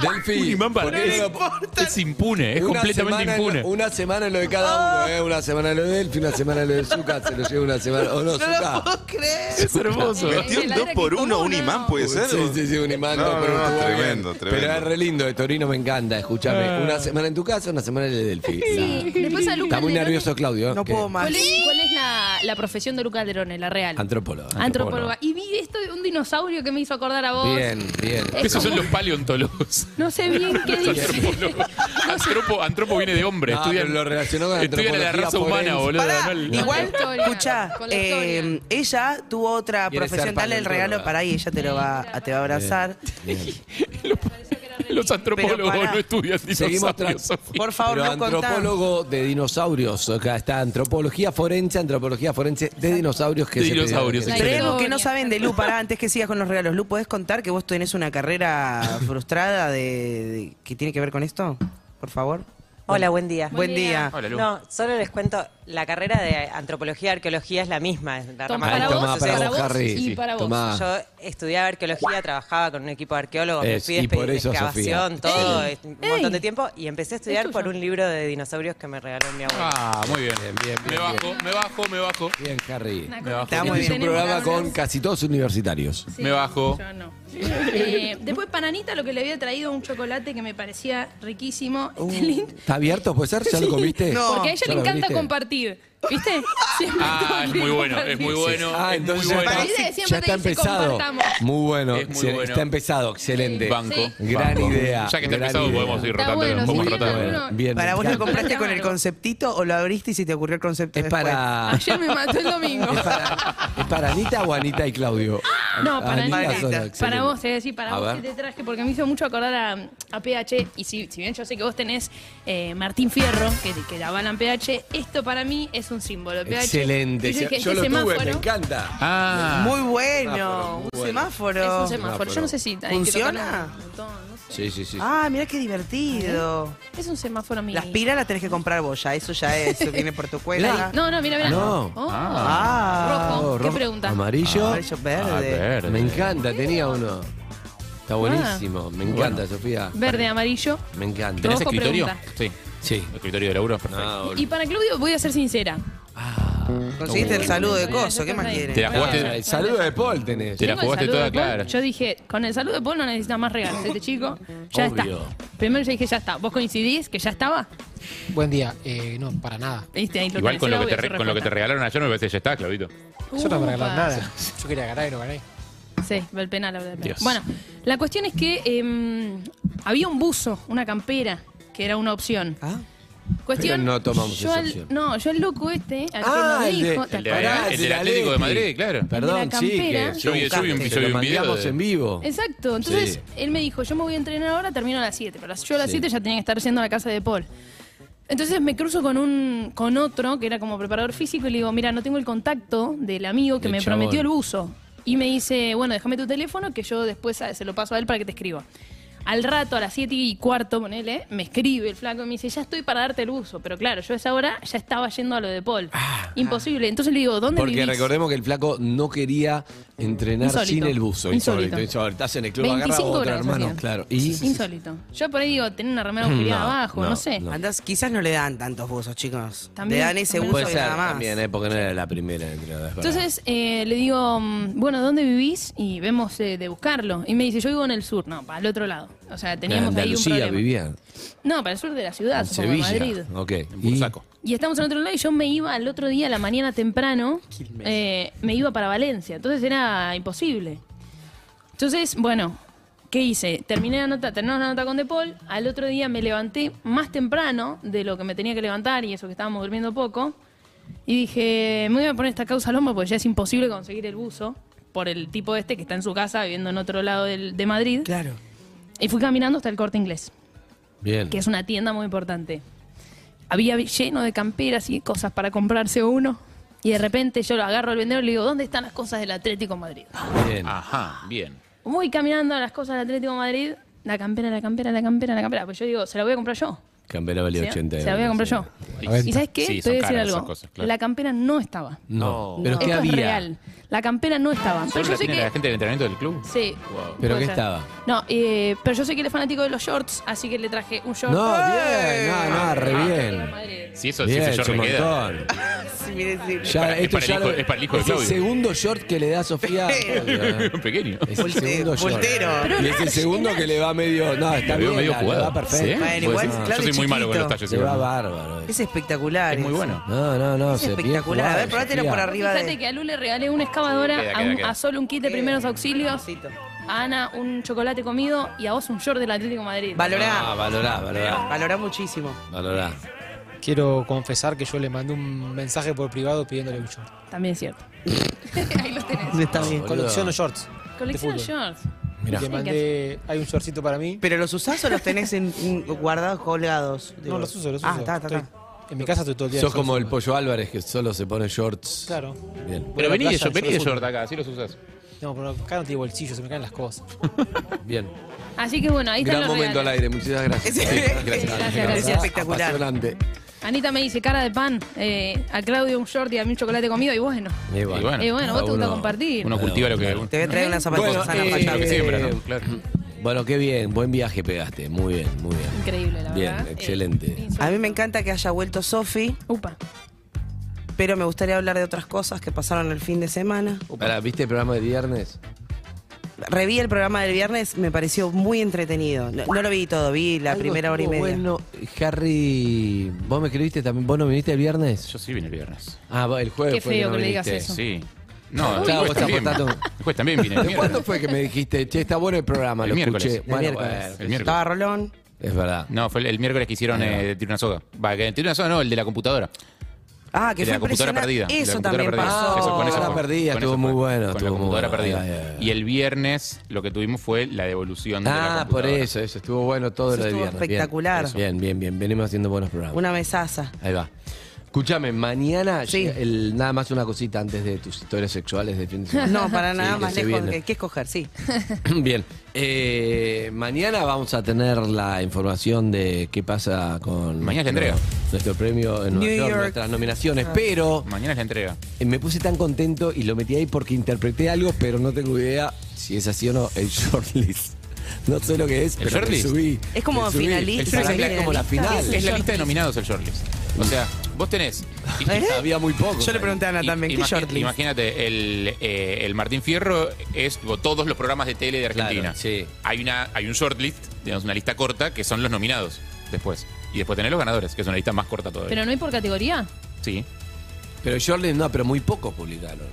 [SPEAKER 4] Delphi.
[SPEAKER 7] para
[SPEAKER 4] ¿por qué
[SPEAKER 7] es,
[SPEAKER 4] no lo-
[SPEAKER 7] es impune, es
[SPEAKER 4] una
[SPEAKER 7] completamente
[SPEAKER 4] semana en
[SPEAKER 7] impune.
[SPEAKER 4] lo- una semana en lo de cada uno, ¿eh? Una semana en lo de Delphi, una semana en lo de Zucca, se lo lleva una semana. ¿O no,
[SPEAKER 5] No lo
[SPEAKER 4] Zucca?
[SPEAKER 5] puedo creer.
[SPEAKER 7] Es hermoso.
[SPEAKER 6] Eh,
[SPEAKER 9] Metió un
[SPEAKER 6] la
[SPEAKER 9] 2
[SPEAKER 6] hora
[SPEAKER 9] por
[SPEAKER 6] que
[SPEAKER 9] 1
[SPEAKER 6] como,
[SPEAKER 9] un
[SPEAKER 6] no.
[SPEAKER 9] imán, puede ser.
[SPEAKER 4] Sí, sí, sí, un imán.
[SPEAKER 9] No, no,
[SPEAKER 4] pero
[SPEAKER 9] no,
[SPEAKER 4] estuvo bien.
[SPEAKER 9] tremendo, tremendo.
[SPEAKER 4] Pero es re lindo, de Torino me encanta, escuchame. Una semana en tu casa, una semana en el de Delphi.
[SPEAKER 6] Sí, después a Luca
[SPEAKER 4] Está muy
[SPEAKER 6] Alderone.
[SPEAKER 4] nervioso Claudio.
[SPEAKER 5] No
[SPEAKER 4] que-
[SPEAKER 5] puedo más.
[SPEAKER 6] ¿Cuál es, cuál es la, la profesión de Luca Alderone, la real?
[SPEAKER 4] Antropólogo.
[SPEAKER 6] Antropóloga. Y vi esto de un dinosaurio que me hizo acordar a vos.
[SPEAKER 4] Bien, bien.
[SPEAKER 6] Es
[SPEAKER 7] Esos son
[SPEAKER 6] como-
[SPEAKER 7] los paleontólogos.
[SPEAKER 6] No sé bien qué dice.
[SPEAKER 7] Antropólogos. Antropo, antropo viene de hombre.
[SPEAKER 4] Ah,
[SPEAKER 7] estudian,
[SPEAKER 4] pero lo relacionó con
[SPEAKER 7] estudian a la
[SPEAKER 4] antropología
[SPEAKER 7] raza humana,
[SPEAKER 4] forense.
[SPEAKER 7] boludo.
[SPEAKER 5] Pará,
[SPEAKER 7] no el-
[SPEAKER 5] igual,
[SPEAKER 6] Con la historia,
[SPEAKER 5] escuchá,
[SPEAKER 6] con la
[SPEAKER 5] eh,
[SPEAKER 6] historia.
[SPEAKER 5] ella tuvo otra
[SPEAKER 4] Quiere ser
[SPEAKER 5] profesión, dale el regalo
[SPEAKER 4] paleontóloga.
[SPEAKER 5] para ahí, ella te lo va, a- te va a abrazar.
[SPEAKER 7] Los antropólogos
[SPEAKER 5] pará.
[SPEAKER 7] no estudian
[SPEAKER 4] Seguimos tra-
[SPEAKER 7] dinosaurios. Sofía.
[SPEAKER 5] Por favor,
[SPEAKER 4] Pero
[SPEAKER 5] no contá.
[SPEAKER 4] antropólogo de dinosaurios. Acá está antropología forense, antropología forense de dinosaurios que se
[SPEAKER 7] Dinosaurios,
[SPEAKER 4] pidieron.
[SPEAKER 6] La
[SPEAKER 5] Pero hay
[SPEAKER 6] historia.
[SPEAKER 5] algo que no saben de Lu, pará, antes que sigas con los regalos. Lu, ¿podés contar que vos tenés una carrera frustrada de, de- que tiene que ver con esto? Por favor.
[SPEAKER 10] Hola, buen día.
[SPEAKER 5] Buen,
[SPEAKER 6] Buen
[SPEAKER 5] día.
[SPEAKER 6] día.
[SPEAKER 7] Hola, Lu.
[SPEAKER 10] No, solo les cuento, la carrera de antropología y arqueología es la misma, es la
[SPEAKER 6] Tom,
[SPEAKER 10] rama
[SPEAKER 4] Ahí
[SPEAKER 6] para
[SPEAKER 10] que
[SPEAKER 6] vos,
[SPEAKER 4] tomá, para
[SPEAKER 6] para
[SPEAKER 4] vos,
[SPEAKER 6] vos
[SPEAKER 4] Harry.
[SPEAKER 6] y para vos.
[SPEAKER 4] Tomá.
[SPEAKER 10] Yo estudiaba arqueología, trabajaba con un equipo de arqueólogos,
[SPEAKER 4] Es,
[SPEAKER 10] me
[SPEAKER 4] y
[SPEAKER 10] fui de,
[SPEAKER 4] por eso,
[SPEAKER 10] excavación,
[SPEAKER 4] Sofía.
[SPEAKER 10] todo,
[SPEAKER 6] Ey,
[SPEAKER 10] es- un
[SPEAKER 6] ey.
[SPEAKER 10] montón de tiempo, y empecé a estudiar
[SPEAKER 6] tuyo.
[SPEAKER 10] por un libro de dinosaurios que me regaló mi abuelo.
[SPEAKER 7] Ah, muy bien.
[SPEAKER 4] Bien, bien,
[SPEAKER 7] Me
[SPEAKER 4] bien,
[SPEAKER 7] bajo, me bajo, me bajo.
[SPEAKER 4] Bien, Harry.
[SPEAKER 6] Una
[SPEAKER 7] Me
[SPEAKER 6] cosa
[SPEAKER 7] bajo.
[SPEAKER 6] que
[SPEAKER 5] Está
[SPEAKER 4] Este
[SPEAKER 5] muy
[SPEAKER 4] es un
[SPEAKER 6] tenemos
[SPEAKER 4] programa
[SPEAKER 6] que
[SPEAKER 4] con
[SPEAKER 6] hablar.
[SPEAKER 4] casi todos universitarios.
[SPEAKER 6] Sí,
[SPEAKER 7] Me bajo.
[SPEAKER 6] yo no. Eh, después para Anita lo que le había traído un chocolate que me parecía riquísimo. este lindo.
[SPEAKER 4] ¿Está abierto? ¿Puede ser? ¿Ya lo comiste?
[SPEAKER 5] No.
[SPEAKER 6] Porque a ella
[SPEAKER 4] ¿Ya
[SPEAKER 6] le
[SPEAKER 4] Uh. lo
[SPEAKER 6] encanta
[SPEAKER 4] abriste?
[SPEAKER 6] compartir. ¿Viste? Siempre
[SPEAKER 7] Ah, es
[SPEAKER 6] todo
[SPEAKER 7] muy
[SPEAKER 6] quiere
[SPEAKER 7] bueno, es
[SPEAKER 6] compartir.
[SPEAKER 7] muy bueno.
[SPEAKER 4] Ah,
[SPEAKER 7] es muy
[SPEAKER 4] entonces
[SPEAKER 7] bueno.
[SPEAKER 4] ya
[SPEAKER 6] Parece que
[SPEAKER 4] está,
[SPEAKER 6] siempre
[SPEAKER 4] ya
[SPEAKER 6] te
[SPEAKER 4] está
[SPEAKER 6] dice,
[SPEAKER 4] empezado.
[SPEAKER 6] compartamos.
[SPEAKER 4] Muy bueno,
[SPEAKER 7] Es muy
[SPEAKER 4] se-
[SPEAKER 7] bueno.
[SPEAKER 4] está empezado, excelente.
[SPEAKER 7] Banco.
[SPEAKER 6] Sí.
[SPEAKER 4] Gran
[SPEAKER 7] banco.
[SPEAKER 4] idea,
[SPEAKER 7] Ya que está
[SPEAKER 4] gran
[SPEAKER 7] empezado,
[SPEAKER 4] idea.
[SPEAKER 7] podemos ir
[SPEAKER 6] Está
[SPEAKER 7] rotando.
[SPEAKER 6] bueno,
[SPEAKER 7] vamos
[SPEAKER 6] sí,
[SPEAKER 7] rotando.
[SPEAKER 6] bueno.
[SPEAKER 4] bien,
[SPEAKER 5] ¿Para
[SPEAKER 4] me
[SPEAKER 5] vos lo
[SPEAKER 4] encanta.
[SPEAKER 5] compraste con el
[SPEAKER 6] Algo.
[SPEAKER 5] conceptito o lo abriste y se te ocurrió el concepto
[SPEAKER 4] Es
[SPEAKER 5] después?
[SPEAKER 4] para, es
[SPEAKER 6] Ayer me mató el domingo.
[SPEAKER 4] para, ¿es para Anita o Anita y Claudio.
[SPEAKER 6] No, para
[SPEAKER 4] Anita
[SPEAKER 6] Anita.
[SPEAKER 4] sola,
[SPEAKER 6] Para
[SPEAKER 4] excelente.
[SPEAKER 6] vos, eh, te voy a decir, para
[SPEAKER 4] A
[SPEAKER 6] vos
[SPEAKER 4] ver.
[SPEAKER 6] que te traje, porque me hizo mucho acordar a, a PH. Y si, si bien yo sé que vos tenés eh, Martín Fierro, que, que avalan PH, esto para mí es es un símbolo. PH.
[SPEAKER 4] Excelente.
[SPEAKER 6] Y yo dije,
[SPEAKER 4] Yo lo
[SPEAKER 6] este
[SPEAKER 4] tuve, me
[SPEAKER 6] semáforo
[SPEAKER 4] encanta.
[SPEAKER 7] Ah,
[SPEAKER 5] Muy
[SPEAKER 4] Semáforo,
[SPEAKER 5] bueno,
[SPEAKER 4] muy
[SPEAKER 5] un
[SPEAKER 4] bueno.
[SPEAKER 5] semáforo.
[SPEAKER 6] Es un semáforo. Yo no sé si hay que
[SPEAKER 5] ¿Funciona?
[SPEAKER 6] tocarlo un montón, no sé.
[SPEAKER 4] Sí, sí, sí.
[SPEAKER 5] Ah, mira qué divertido.
[SPEAKER 6] Es un semáforo mío.
[SPEAKER 5] Las pilas las tenés que comprar vos ya, eso ya es, eso viene por tu cuenta.
[SPEAKER 6] No, no, mira, mira.
[SPEAKER 4] No.
[SPEAKER 6] Oh.
[SPEAKER 5] Ah,
[SPEAKER 6] Rojo. ¿Qué
[SPEAKER 4] rojo,
[SPEAKER 6] pregunta?
[SPEAKER 4] Amarillo.
[SPEAKER 5] amarillo
[SPEAKER 7] ah,
[SPEAKER 5] verde.
[SPEAKER 7] verde.
[SPEAKER 4] Me encanta, tenía uno.
[SPEAKER 6] Ah.
[SPEAKER 4] Está buenísimo. Me encanta, Sofía.
[SPEAKER 6] Verde, amarillo.
[SPEAKER 4] Me encanta.
[SPEAKER 7] ¿Tenés
[SPEAKER 6] Rojo,
[SPEAKER 7] escritorio?
[SPEAKER 6] pregunta.
[SPEAKER 7] Sí.
[SPEAKER 4] Sí.
[SPEAKER 7] Escritorio de laburo, perfecto.
[SPEAKER 4] No,
[SPEAKER 6] Y para Claudio voy a ser sincera.
[SPEAKER 5] Conseguiste el saludo de coso, ¿qué más
[SPEAKER 7] Te
[SPEAKER 5] quieres?
[SPEAKER 7] la jugaste-
[SPEAKER 4] el saludo de Paul tenés.
[SPEAKER 7] Te la
[SPEAKER 6] Tengo el
[SPEAKER 7] jugaste
[SPEAKER 6] saludo
[SPEAKER 7] toda,
[SPEAKER 6] de Paul.
[SPEAKER 7] claro.
[SPEAKER 6] Yo dije, con el saludo de Paul no necesita más regalos este chico.
[SPEAKER 4] Obvio.
[SPEAKER 6] Ya está. Primero yo dije, ya está. ¿Vos coincidís que ya estaba?
[SPEAKER 9] Buen día. Eh, no, para nada.
[SPEAKER 6] ¿Viste? Ahí lo
[SPEAKER 7] Igual con
[SPEAKER 6] tenés,
[SPEAKER 7] lo, que
[SPEAKER 6] era
[SPEAKER 7] te,
[SPEAKER 6] obvio
[SPEAKER 7] re-
[SPEAKER 6] su
[SPEAKER 7] con lo que te
[SPEAKER 6] respuesta.
[SPEAKER 7] regalaron ayer me parece que ya está, Claudito.
[SPEAKER 9] Yo no me regalaba
[SPEAKER 6] Upa.
[SPEAKER 9] nada. Yo quería ganar y no gané.
[SPEAKER 6] Sí, el penal, el penal.
[SPEAKER 7] Dios.
[SPEAKER 6] Bueno, la cuestión es que em, había un buzo, una campera, que era una opción.
[SPEAKER 5] Ah.
[SPEAKER 6] Cuestión,
[SPEAKER 4] Pero no tomamos
[SPEAKER 6] yo
[SPEAKER 4] esa
[SPEAKER 6] al-
[SPEAKER 4] opción.
[SPEAKER 6] No, yo el loco este, al
[SPEAKER 9] Ah,
[SPEAKER 4] Ah,
[SPEAKER 6] que nos dijo, ¿te
[SPEAKER 7] el de-
[SPEAKER 6] acordás?
[SPEAKER 7] el del Atlético de Madrid, claro.
[SPEAKER 4] Perdón,
[SPEAKER 6] De la
[SPEAKER 4] sí,
[SPEAKER 6] campera.
[SPEAKER 4] que
[SPEAKER 7] Yo vi- yo vi un-
[SPEAKER 4] que
[SPEAKER 7] yo
[SPEAKER 4] lo
[SPEAKER 7] vi un video
[SPEAKER 4] mandamos
[SPEAKER 7] de-
[SPEAKER 4] en vivo.
[SPEAKER 6] Exacto, entonces
[SPEAKER 4] Sí.
[SPEAKER 6] él me dijo, yo me voy a entrenar ahora, termino a las 7, pero yo a las
[SPEAKER 4] Sí.
[SPEAKER 6] 7 ya tenía que estar yendo a la casa de Paul. Entonces me cruzo con un con otro que era como preparador físico y le digo, mira, no tengo el contacto del amigo que
[SPEAKER 4] Del
[SPEAKER 6] me
[SPEAKER 4] chabón.
[SPEAKER 6] prometió el buzo. Y me dice, bueno, déjame tu teléfono que yo después ah, se lo paso a él para que te escriba. Al rato, a las 7 y cuarto, ponele, me escribe el flaco y me dice, ya estoy para darte el buzo. Pero claro, yo a esa hora ya estaba yendo a lo de Paul. Imposible. Entonces le digo, ¿dónde
[SPEAKER 4] Ah. Porque
[SPEAKER 6] vivís?
[SPEAKER 4] recordemos que el flaco no quería entrenar
[SPEAKER 6] Insólito.
[SPEAKER 4] sin el buzo.
[SPEAKER 6] Insólito.
[SPEAKER 4] Insólito, insólito. Estás en el club, agarra
[SPEAKER 6] 25
[SPEAKER 4] otro
[SPEAKER 6] grados
[SPEAKER 4] hermano.
[SPEAKER 6] hacían.
[SPEAKER 4] Claro. Y Mm,
[SPEAKER 6] Insólito. Yo por ahí digo, tener una remera oscuridad
[SPEAKER 4] No,
[SPEAKER 6] abajo, no,
[SPEAKER 4] no,
[SPEAKER 6] sé.
[SPEAKER 4] no.
[SPEAKER 5] Andás, quizás no le dan tantos buzos, chicos.
[SPEAKER 6] También-
[SPEAKER 5] le dan ese
[SPEAKER 6] también
[SPEAKER 5] buzo
[SPEAKER 4] puede
[SPEAKER 5] y
[SPEAKER 4] ser
[SPEAKER 5] nada más.
[SPEAKER 4] también, ¿eh? porque no era la primera entrenadora. es verdad.
[SPEAKER 6] Entonces eh, le digo, mm, bueno, ¿dónde vivís? Y vemos eh, de buscarlo. Y me dice, yo vivo en el sur. No, para el otro lado. O sea, teníamos
[SPEAKER 4] en
[SPEAKER 6] ahí un
[SPEAKER 4] Andalucía
[SPEAKER 6] problema.
[SPEAKER 4] vivían.
[SPEAKER 6] No, para el sur de la ciudad,
[SPEAKER 4] En
[SPEAKER 6] supongo, en
[SPEAKER 4] Sevilla.
[SPEAKER 6] Madrid.
[SPEAKER 4] Ok.
[SPEAKER 7] En
[SPEAKER 4] Y-
[SPEAKER 7] Bursaco.
[SPEAKER 6] Y estamos en otro lado y yo me iba al otro día, a la mañana temprano, eh, me iba para Valencia. Entonces era imposible. Entonces, bueno, ¿qué hice? Terminé la nota, terminamos la nota con De Paul. Al otro día me levanté más temprano de lo que me tenía que levantar y eso que estábamos durmiendo poco. Y dije, me voy a poner esta causa al hombro porque ya es imposible conseguir el buzo por el tipo este que está en su casa viviendo en otro lado del- de Madrid.
[SPEAKER 5] Claro.
[SPEAKER 6] Y fui caminando hasta el corte inglés
[SPEAKER 4] Bien.
[SPEAKER 6] que es una tienda muy importante. Había lleno de camperas y cosas para comprarse uno. Y de repente yo lo agarro al vendedor y le digo, ¿dónde están las cosas del Atlético de Madrid?
[SPEAKER 4] Bien.
[SPEAKER 7] Ajá, bien.
[SPEAKER 6] Voy caminando a las cosas del Atlético de Madrid, la campera, la campera, la campera, la campera. Pues yo digo, se la voy a comprar yo.
[SPEAKER 4] Campera valía
[SPEAKER 6] ¿sí?
[SPEAKER 4] 80
[SPEAKER 6] Se la voy a comprar yo.
[SPEAKER 4] euros.
[SPEAKER 6] ¿Y sabes qué?
[SPEAKER 7] Sí,
[SPEAKER 6] Te
[SPEAKER 7] son
[SPEAKER 6] voy a decir
[SPEAKER 7] caras
[SPEAKER 6] algo.
[SPEAKER 7] esas cosas, claro.
[SPEAKER 6] La campera no estaba.
[SPEAKER 4] No. Pero
[SPEAKER 6] Esto
[SPEAKER 4] ¿qué
[SPEAKER 6] es
[SPEAKER 4] había?
[SPEAKER 6] real. La campera no estaba. Pero
[SPEAKER 7] ¿Solo
[SPEAKER 6] yo
[SPEAKER 7] la
[SPEAKER 6] sé
[SPEAKER 7] tiene
[SPEAKER 6] que...
[SPEAKER 7] la gente del entrenamiento del club?
[SPEAKER 6] Sí.
[SPEAKER 4] ¿Pero
[SPEAKER 6] puede
[SPEAKER 4] qué
[SPEAKER 6] ser.
[SPEAKER 4] estaba?
[SPEAKER 6] No, eh, pero yo sé que él es fanático de los shorts, así que le traje un short.
[SPEAKER 4] No, bien. No, no, Ah, re
[SPEAKER 6] Atlético Ah, de
[SPEAKER 4] bien.
[SPEAKER 6] Madrid.
[SPEAKER 7] Si eso, si
[SPEAKER 4] Bien,
[SPEAKER 7] ese short
[SPEAKER 4] es un
[SPEAKER 7] me queda.
[SPEAKER 4] montón.
[SPEAKER 5] Sí, mire, sí.
[SPEAKER 4] Ya,
[SPEAKER 7] para- es
[SPEAKER 4] esto
[SPEAKER 7] para el
[SPEAKER 4] ya
[SPEAKER 7] hijo-
[SPEAKER 4] lo-
[SPEAKER 7] es para el hijo de
[SPEAKER 4] Es el
[SPEAKER 7] Claudio.
[SPEAKER 4] segundo short que le da Sofía. Es
[SPEAKER 7] Pequeño.
[SPEAKER 4] el segundo short.
[SPEAKER 5] Voltero.
[SPEAKER 4] Y es el segundo que le va medio. No, está
[SPEAKER 7] Lo veo
[SPEAKER 4] bien,
[SPEAKER 7] medio
[SPEAKER 4] la-
[SPEAKER 7] jugado.
[SPEAKER 4] Le va
[SPEAKER 7] Sí.
[SPEAKER 4] perfecto.
[SPEAKER 5] Bueno,
[SPEAKER 7] Puede
[SPEAKER 5] igual,
[SPEAKER 7] ser.
[SPEAKER 5] claro,
[SPEAKER 7] Yo soy muy
[SPEAKER 5] chiquito.
[SPEAKER 7] malo con los talles.
[SPEAKER 4] Le va
[SPEAKER 7] igual.
[SPEAKER 4] bárbaro.
[SPEAKER 5] Es espectacular.
[SPEAKER 7] Es muy
[SPEAKER 5] eso.
[SPEAKER 7] bueno.
[SPEAKER 4] No, no, no.
[SPEAKER 5] Es
[SPEAKER 4] se- bien
[SPEAKER 5] espectacular. A
[SPEAKER 4] jugado,
[SPEAKER 5] ver, probátelo
[SPEAKER 4] Sofía.
[SPEAKER 5] por arriba
[SPEAKER 6] Fíjate
[SPEAKER 5] de...
[SPEAKER 6] que a Lu le regalé una excavadora,
[SPEAKER 7] Queda,
[SPEAKER 6] a,
[SPEAKER 7] queda,
[SPEAKER 6] un-
[SPEAKER 7] queda.
[SPEAKER 6] a Sol un kit de primeros auxilios, a Ana un chocolate comido y a vos un short del Atlético de Madrid.
[SPEAKER 4] Ah,
[SPEAKER 5] Valorá.
[SPEAKER 4] valorá, valorá.
[SPEAKER 5] Valorá muchísimo.
[SPEAKER 4] Valorá.
[SPEAKER 9] Quiero confesar que yo le mandé un mensaje por privado pidiéndole un short.
[SPEAKER 6] También es cierto. Ahí los tenés.
[SPEAKER 9] Está bien.
[SPEAKER 4] boludo.
[SPEAKER 9] Colecciono shorts.
[SPEAKER 6] Colección de
[SPEAKER 9] fútbol.
[SPEAKER 6] shorts.
[SPEAKER 4] Mirá.
[SPEAKER 9] Le mandé. Hay un shortcito para mí.
[SPEAKER 5] ¿Pero los usás o los tenés en- en- guardados, colgados?
[SPEAKER 9] No, los uso, los uso.
[SPEAKER 5] Ah, está, está,
[SPEAKER 9] Estoy-
[SPEAKER 5] está.
[SPEAKER 9] En mi casa estoy todo el día. en
[SPEAKER 4] Sos como el
[SPEAKER 9] shorts.
[SPEAKER 4] pollo Álvarez que solo se pone shorts.
[SPEAKER 9] Claro.
[SPEAKER 4] Bien,
[SPEAKER 7] Pero vení de
[SPEAKER 9] playa,
[SPEAKER 7] short, vení
[SPEAKER 9] yo
[SPEAKER 7] de
[SPEAKER 9] lo
[SPEAKER 7] short acá, así los usas.
[SPEAKER 9] No, pero acá no tiene bolsillo, se me caen las cosas.
[SPEAKER 4] bien.
[SPEAKER 6] Así que bueno, ahí
[SPEAKER 4] Gran
[SPEAKER 6] están los
[SPEAKER 4] momento al
[SPEAKER 6] regalos.
[SPEAKER 4] aire, muchas gracias.
[SPEAKER 5] Sí.
[SPEAKER 6] Gracias,
[SPEAKER 5] gracias. Espectacular.
[SPEAKER 4] Apasionante.
[SPEAKER 6] Anita me dice, cara de pan, eh, a Claudio un short y a mí un chocolate comido y bueno.
[SPEAKER 4] Y
[SPEAKER 7] Y bueno.
[SPEAKER 6] Eh, bueno,
[SPEAKER 4] a
[SPEAKER 6] vos te gusta
[SPEAKER 4] uno-
[SPEAKER 6] compartir.
[SPEAKER 7] Uno cultiva lo que.
[SPEAKER 5] Te voy a traer unas zapatillas
[SPEAKER 4] Bueno,
[SPEAKER 5] Ana
[SPEAKER 4] eh,
[SPEAKER 7] Lo
[SPEAKER 5] Fallabi.
[SPEAKER 7] que siembra, ¿no? Claro.
[SPEAKER 4] Bueno, qué bien, buen viaje pegaste. Muy bien, muy bien.
[SPEAKER 6] Increíble, la
[SPEAKER 4] Bien,
[SPEAKER 6] verdad. Eh,
[SPEAKER 4] excelente. Ah.
[SPEAKER 6] insólito.
[SPEAKER 5] A mí me encanta que haya vuelto Sofi,
[SPEAKER 6] Upa.
[SPEAKER 5] pero me gustaría hablar de otras cosas que pasaron el fin de semana.
[SPEAKER 4] Pará, ¿viste el programa de viernes?
[SPEAKER 5] Reví el programa del viernes, me pareció muy entretenido. No, no lo vi todo, vi la
[SPEAKER 4] Algo
[SPEAKER 5] primera hora y media.
[SPEAKER 4] estuvo Bueno, Harry, vos me escribiste también, vos no viniste el viernes.
[SPEAKER 7] Yo sí vine el viernes.
[SPEAKER 4] Ah, vos, el jueves.
[SPEAKER 6] Qué
[SPEAKER 4] fue
[SPEAKER 6] feo
[SPEAKER 4] no
[SPEAKER 6] que le digas
[SPEAKER 4] viniste.
[SPEAKER 6] eso.
[SPEAKER 7] Sí. No,
[SPEAKER 4] Claro,
[SPEAKER 7] el
[SPEAKER 4] vos
[SPEAKER 7] juez también.
[SPEAKER 4] estás portando-
[SPEAKER 7] El juez también vine el
[SPEAKER 4] ¿Pero ¿Cuándo
[SPEAKER 7] viernes.
[SPEAKER 4] fue que me dijiste, che, está bueno el programa?
[SPEAKER 7] El
[SPEAKER 4] lo
[SPEAKER 7] miércoles.
[SPEAKER 4] escuché.
[SPEAKER 7] El
[SPEAKER 5] El
[SPEAKER 4] Bueno,
[SPEAKER 5] miércoles.
[SPEAKER 4] bueno,
[SPEAKER 7] el miércoles.
[SPEAKER 5] Estaba Ah, Rolón.
[SPEAKER 4] es verdad.
[SPEAKER 7] No, fue el, el miércoles que hicieron eh, Tira una soga. Va, que Tira una soga no, el de la computadora.
[SPEAKER 5] Ah, que
[SPEAKER 7] El de
[SPEAKER 5] fue
[SPEAKER 7] la computadora perdida.
[SPEAKER 5] impresionante.
[SPEAKER 7] el de la
[SPEAKER 5] Eso
[SPEAKER 7] computadora
[SPEAKER 5] también
[SPEAKER 7] perdida.
[SPEAKER 5] pasó.
[SPEAKER 7] Eso, con eso fue,
[SPEAKER 4] Computadora Ah, perdida,
[SPEAKER 7] con
[SPEAKER 4] estuvo
[SPEAKER 7] eso
[SPEAKER 4] muy
[SPEAKER 7] fue,
[SPEAKER 4] bueno,
[SPEAKER 7] Con la
[SPEAKER 4] estuvo muy
[SPEAKER 7] computadora
[SPEAKER 4] bueno.
[SPEAKER 7] perdida.
[SPEAKER 4] Ay, ay, ay.
[SPEAKER 7] Y el viernes lo que tuvimos fue la devolución de la
[SPEAKER 4] Ah, por
[SPEAKER 7] computadora.
[SPEAKER 4] eso, eso estuvo bueno todo
[SPEAKER 5] Eso
[SPEAKER 4] lo de
[SPEAKER 5] estuvo
[SPEAKER 4] viernes. bien.
[SPEAKER 5] espectacular.
[SPEAKER 4] Bien, bien, bien, venimos haciendo buenos programas.
[SPEAKER 5] Una mesaza.
[SPEAKER 4] Ahí va. Escúchame, mañana
[SPEAKER 5] Sí.
[SPEAKER 4] llega el- nada más una cosita antes de tus historias sexuales de fin de semana.
[SPEAKER 5] No, para
[SPEAKER 4] Sí,
[SPEAKER 5] nada
[SPEAKER 4] que
[SPEAKER 5] más
[SPEAKER 4] se
[SPEAKER 5] lejos.
[SPEAKER 4] viene.
[SPEAKER 5] que- que escoger? Sí.
[SPEAKER 4] Bien, eh, mañana vamos a tener la información de qué pasa con
[SPEAKER 7] Mañana es la entrega.
[SPEAKER 4] nuestro premio en Nueva
[SPEAKER 5] New
[SPEAKER 4] York,
[SPEAKER 5] York.
[SPEAKER 4] nuestras nominaciones, pero
[SPEAKER 7] Mañana es la entrega.
[SPEAKER 4] eh, me puse tan contento y lo metí ahí porque interpreté algo, pero no tengo idea si es así o no, el shortlist. No sé lo que es,
[SPEAKER 7] ¿El
[SPEAKER 4] pero le
[SPEAKER 7] shortlist?
[SPEAKER 4] subí.
[SPEAKER 5] Es como
[SPEAKER 4] le subí.
[SPEAKER 5] finalista,
[SPEAKER 4] El shortlist
[SPEAKER 5] para
[SPEAKER 4] es como la
[SPEAKER 5] finalista.
[SPEAKER 4] final.
[SPEAKER 7] Es la lista de nominados el shortlist. O sea, vos tenés.
[SPEAKER 4] Había muy poco.
[SPEAKER 5] Yo le pregunté ¿Eh? a Ana también, ¿qué
[SPEAKER 7] Imagi-
[SPEAKER 5] shortlist?
[SPEAKER 7] Imagínate, el, eh, el Martín Fierro es tipo, todos los programas de tele de Argentina.
[SPEAKER 4] Claro, sí.
[SPEAKER 7] Hay una, hay un shortlist, digamos, una lista corta, que son los nominados después. Y después tenés los ganadores, que es una lista más corta todavía.
[SPEAKER 6] Pero no hay por categoría.
[SPEAKER 7] sí.
[SPEAKER 4] Pero shortlist no, pero muy poco publicaron.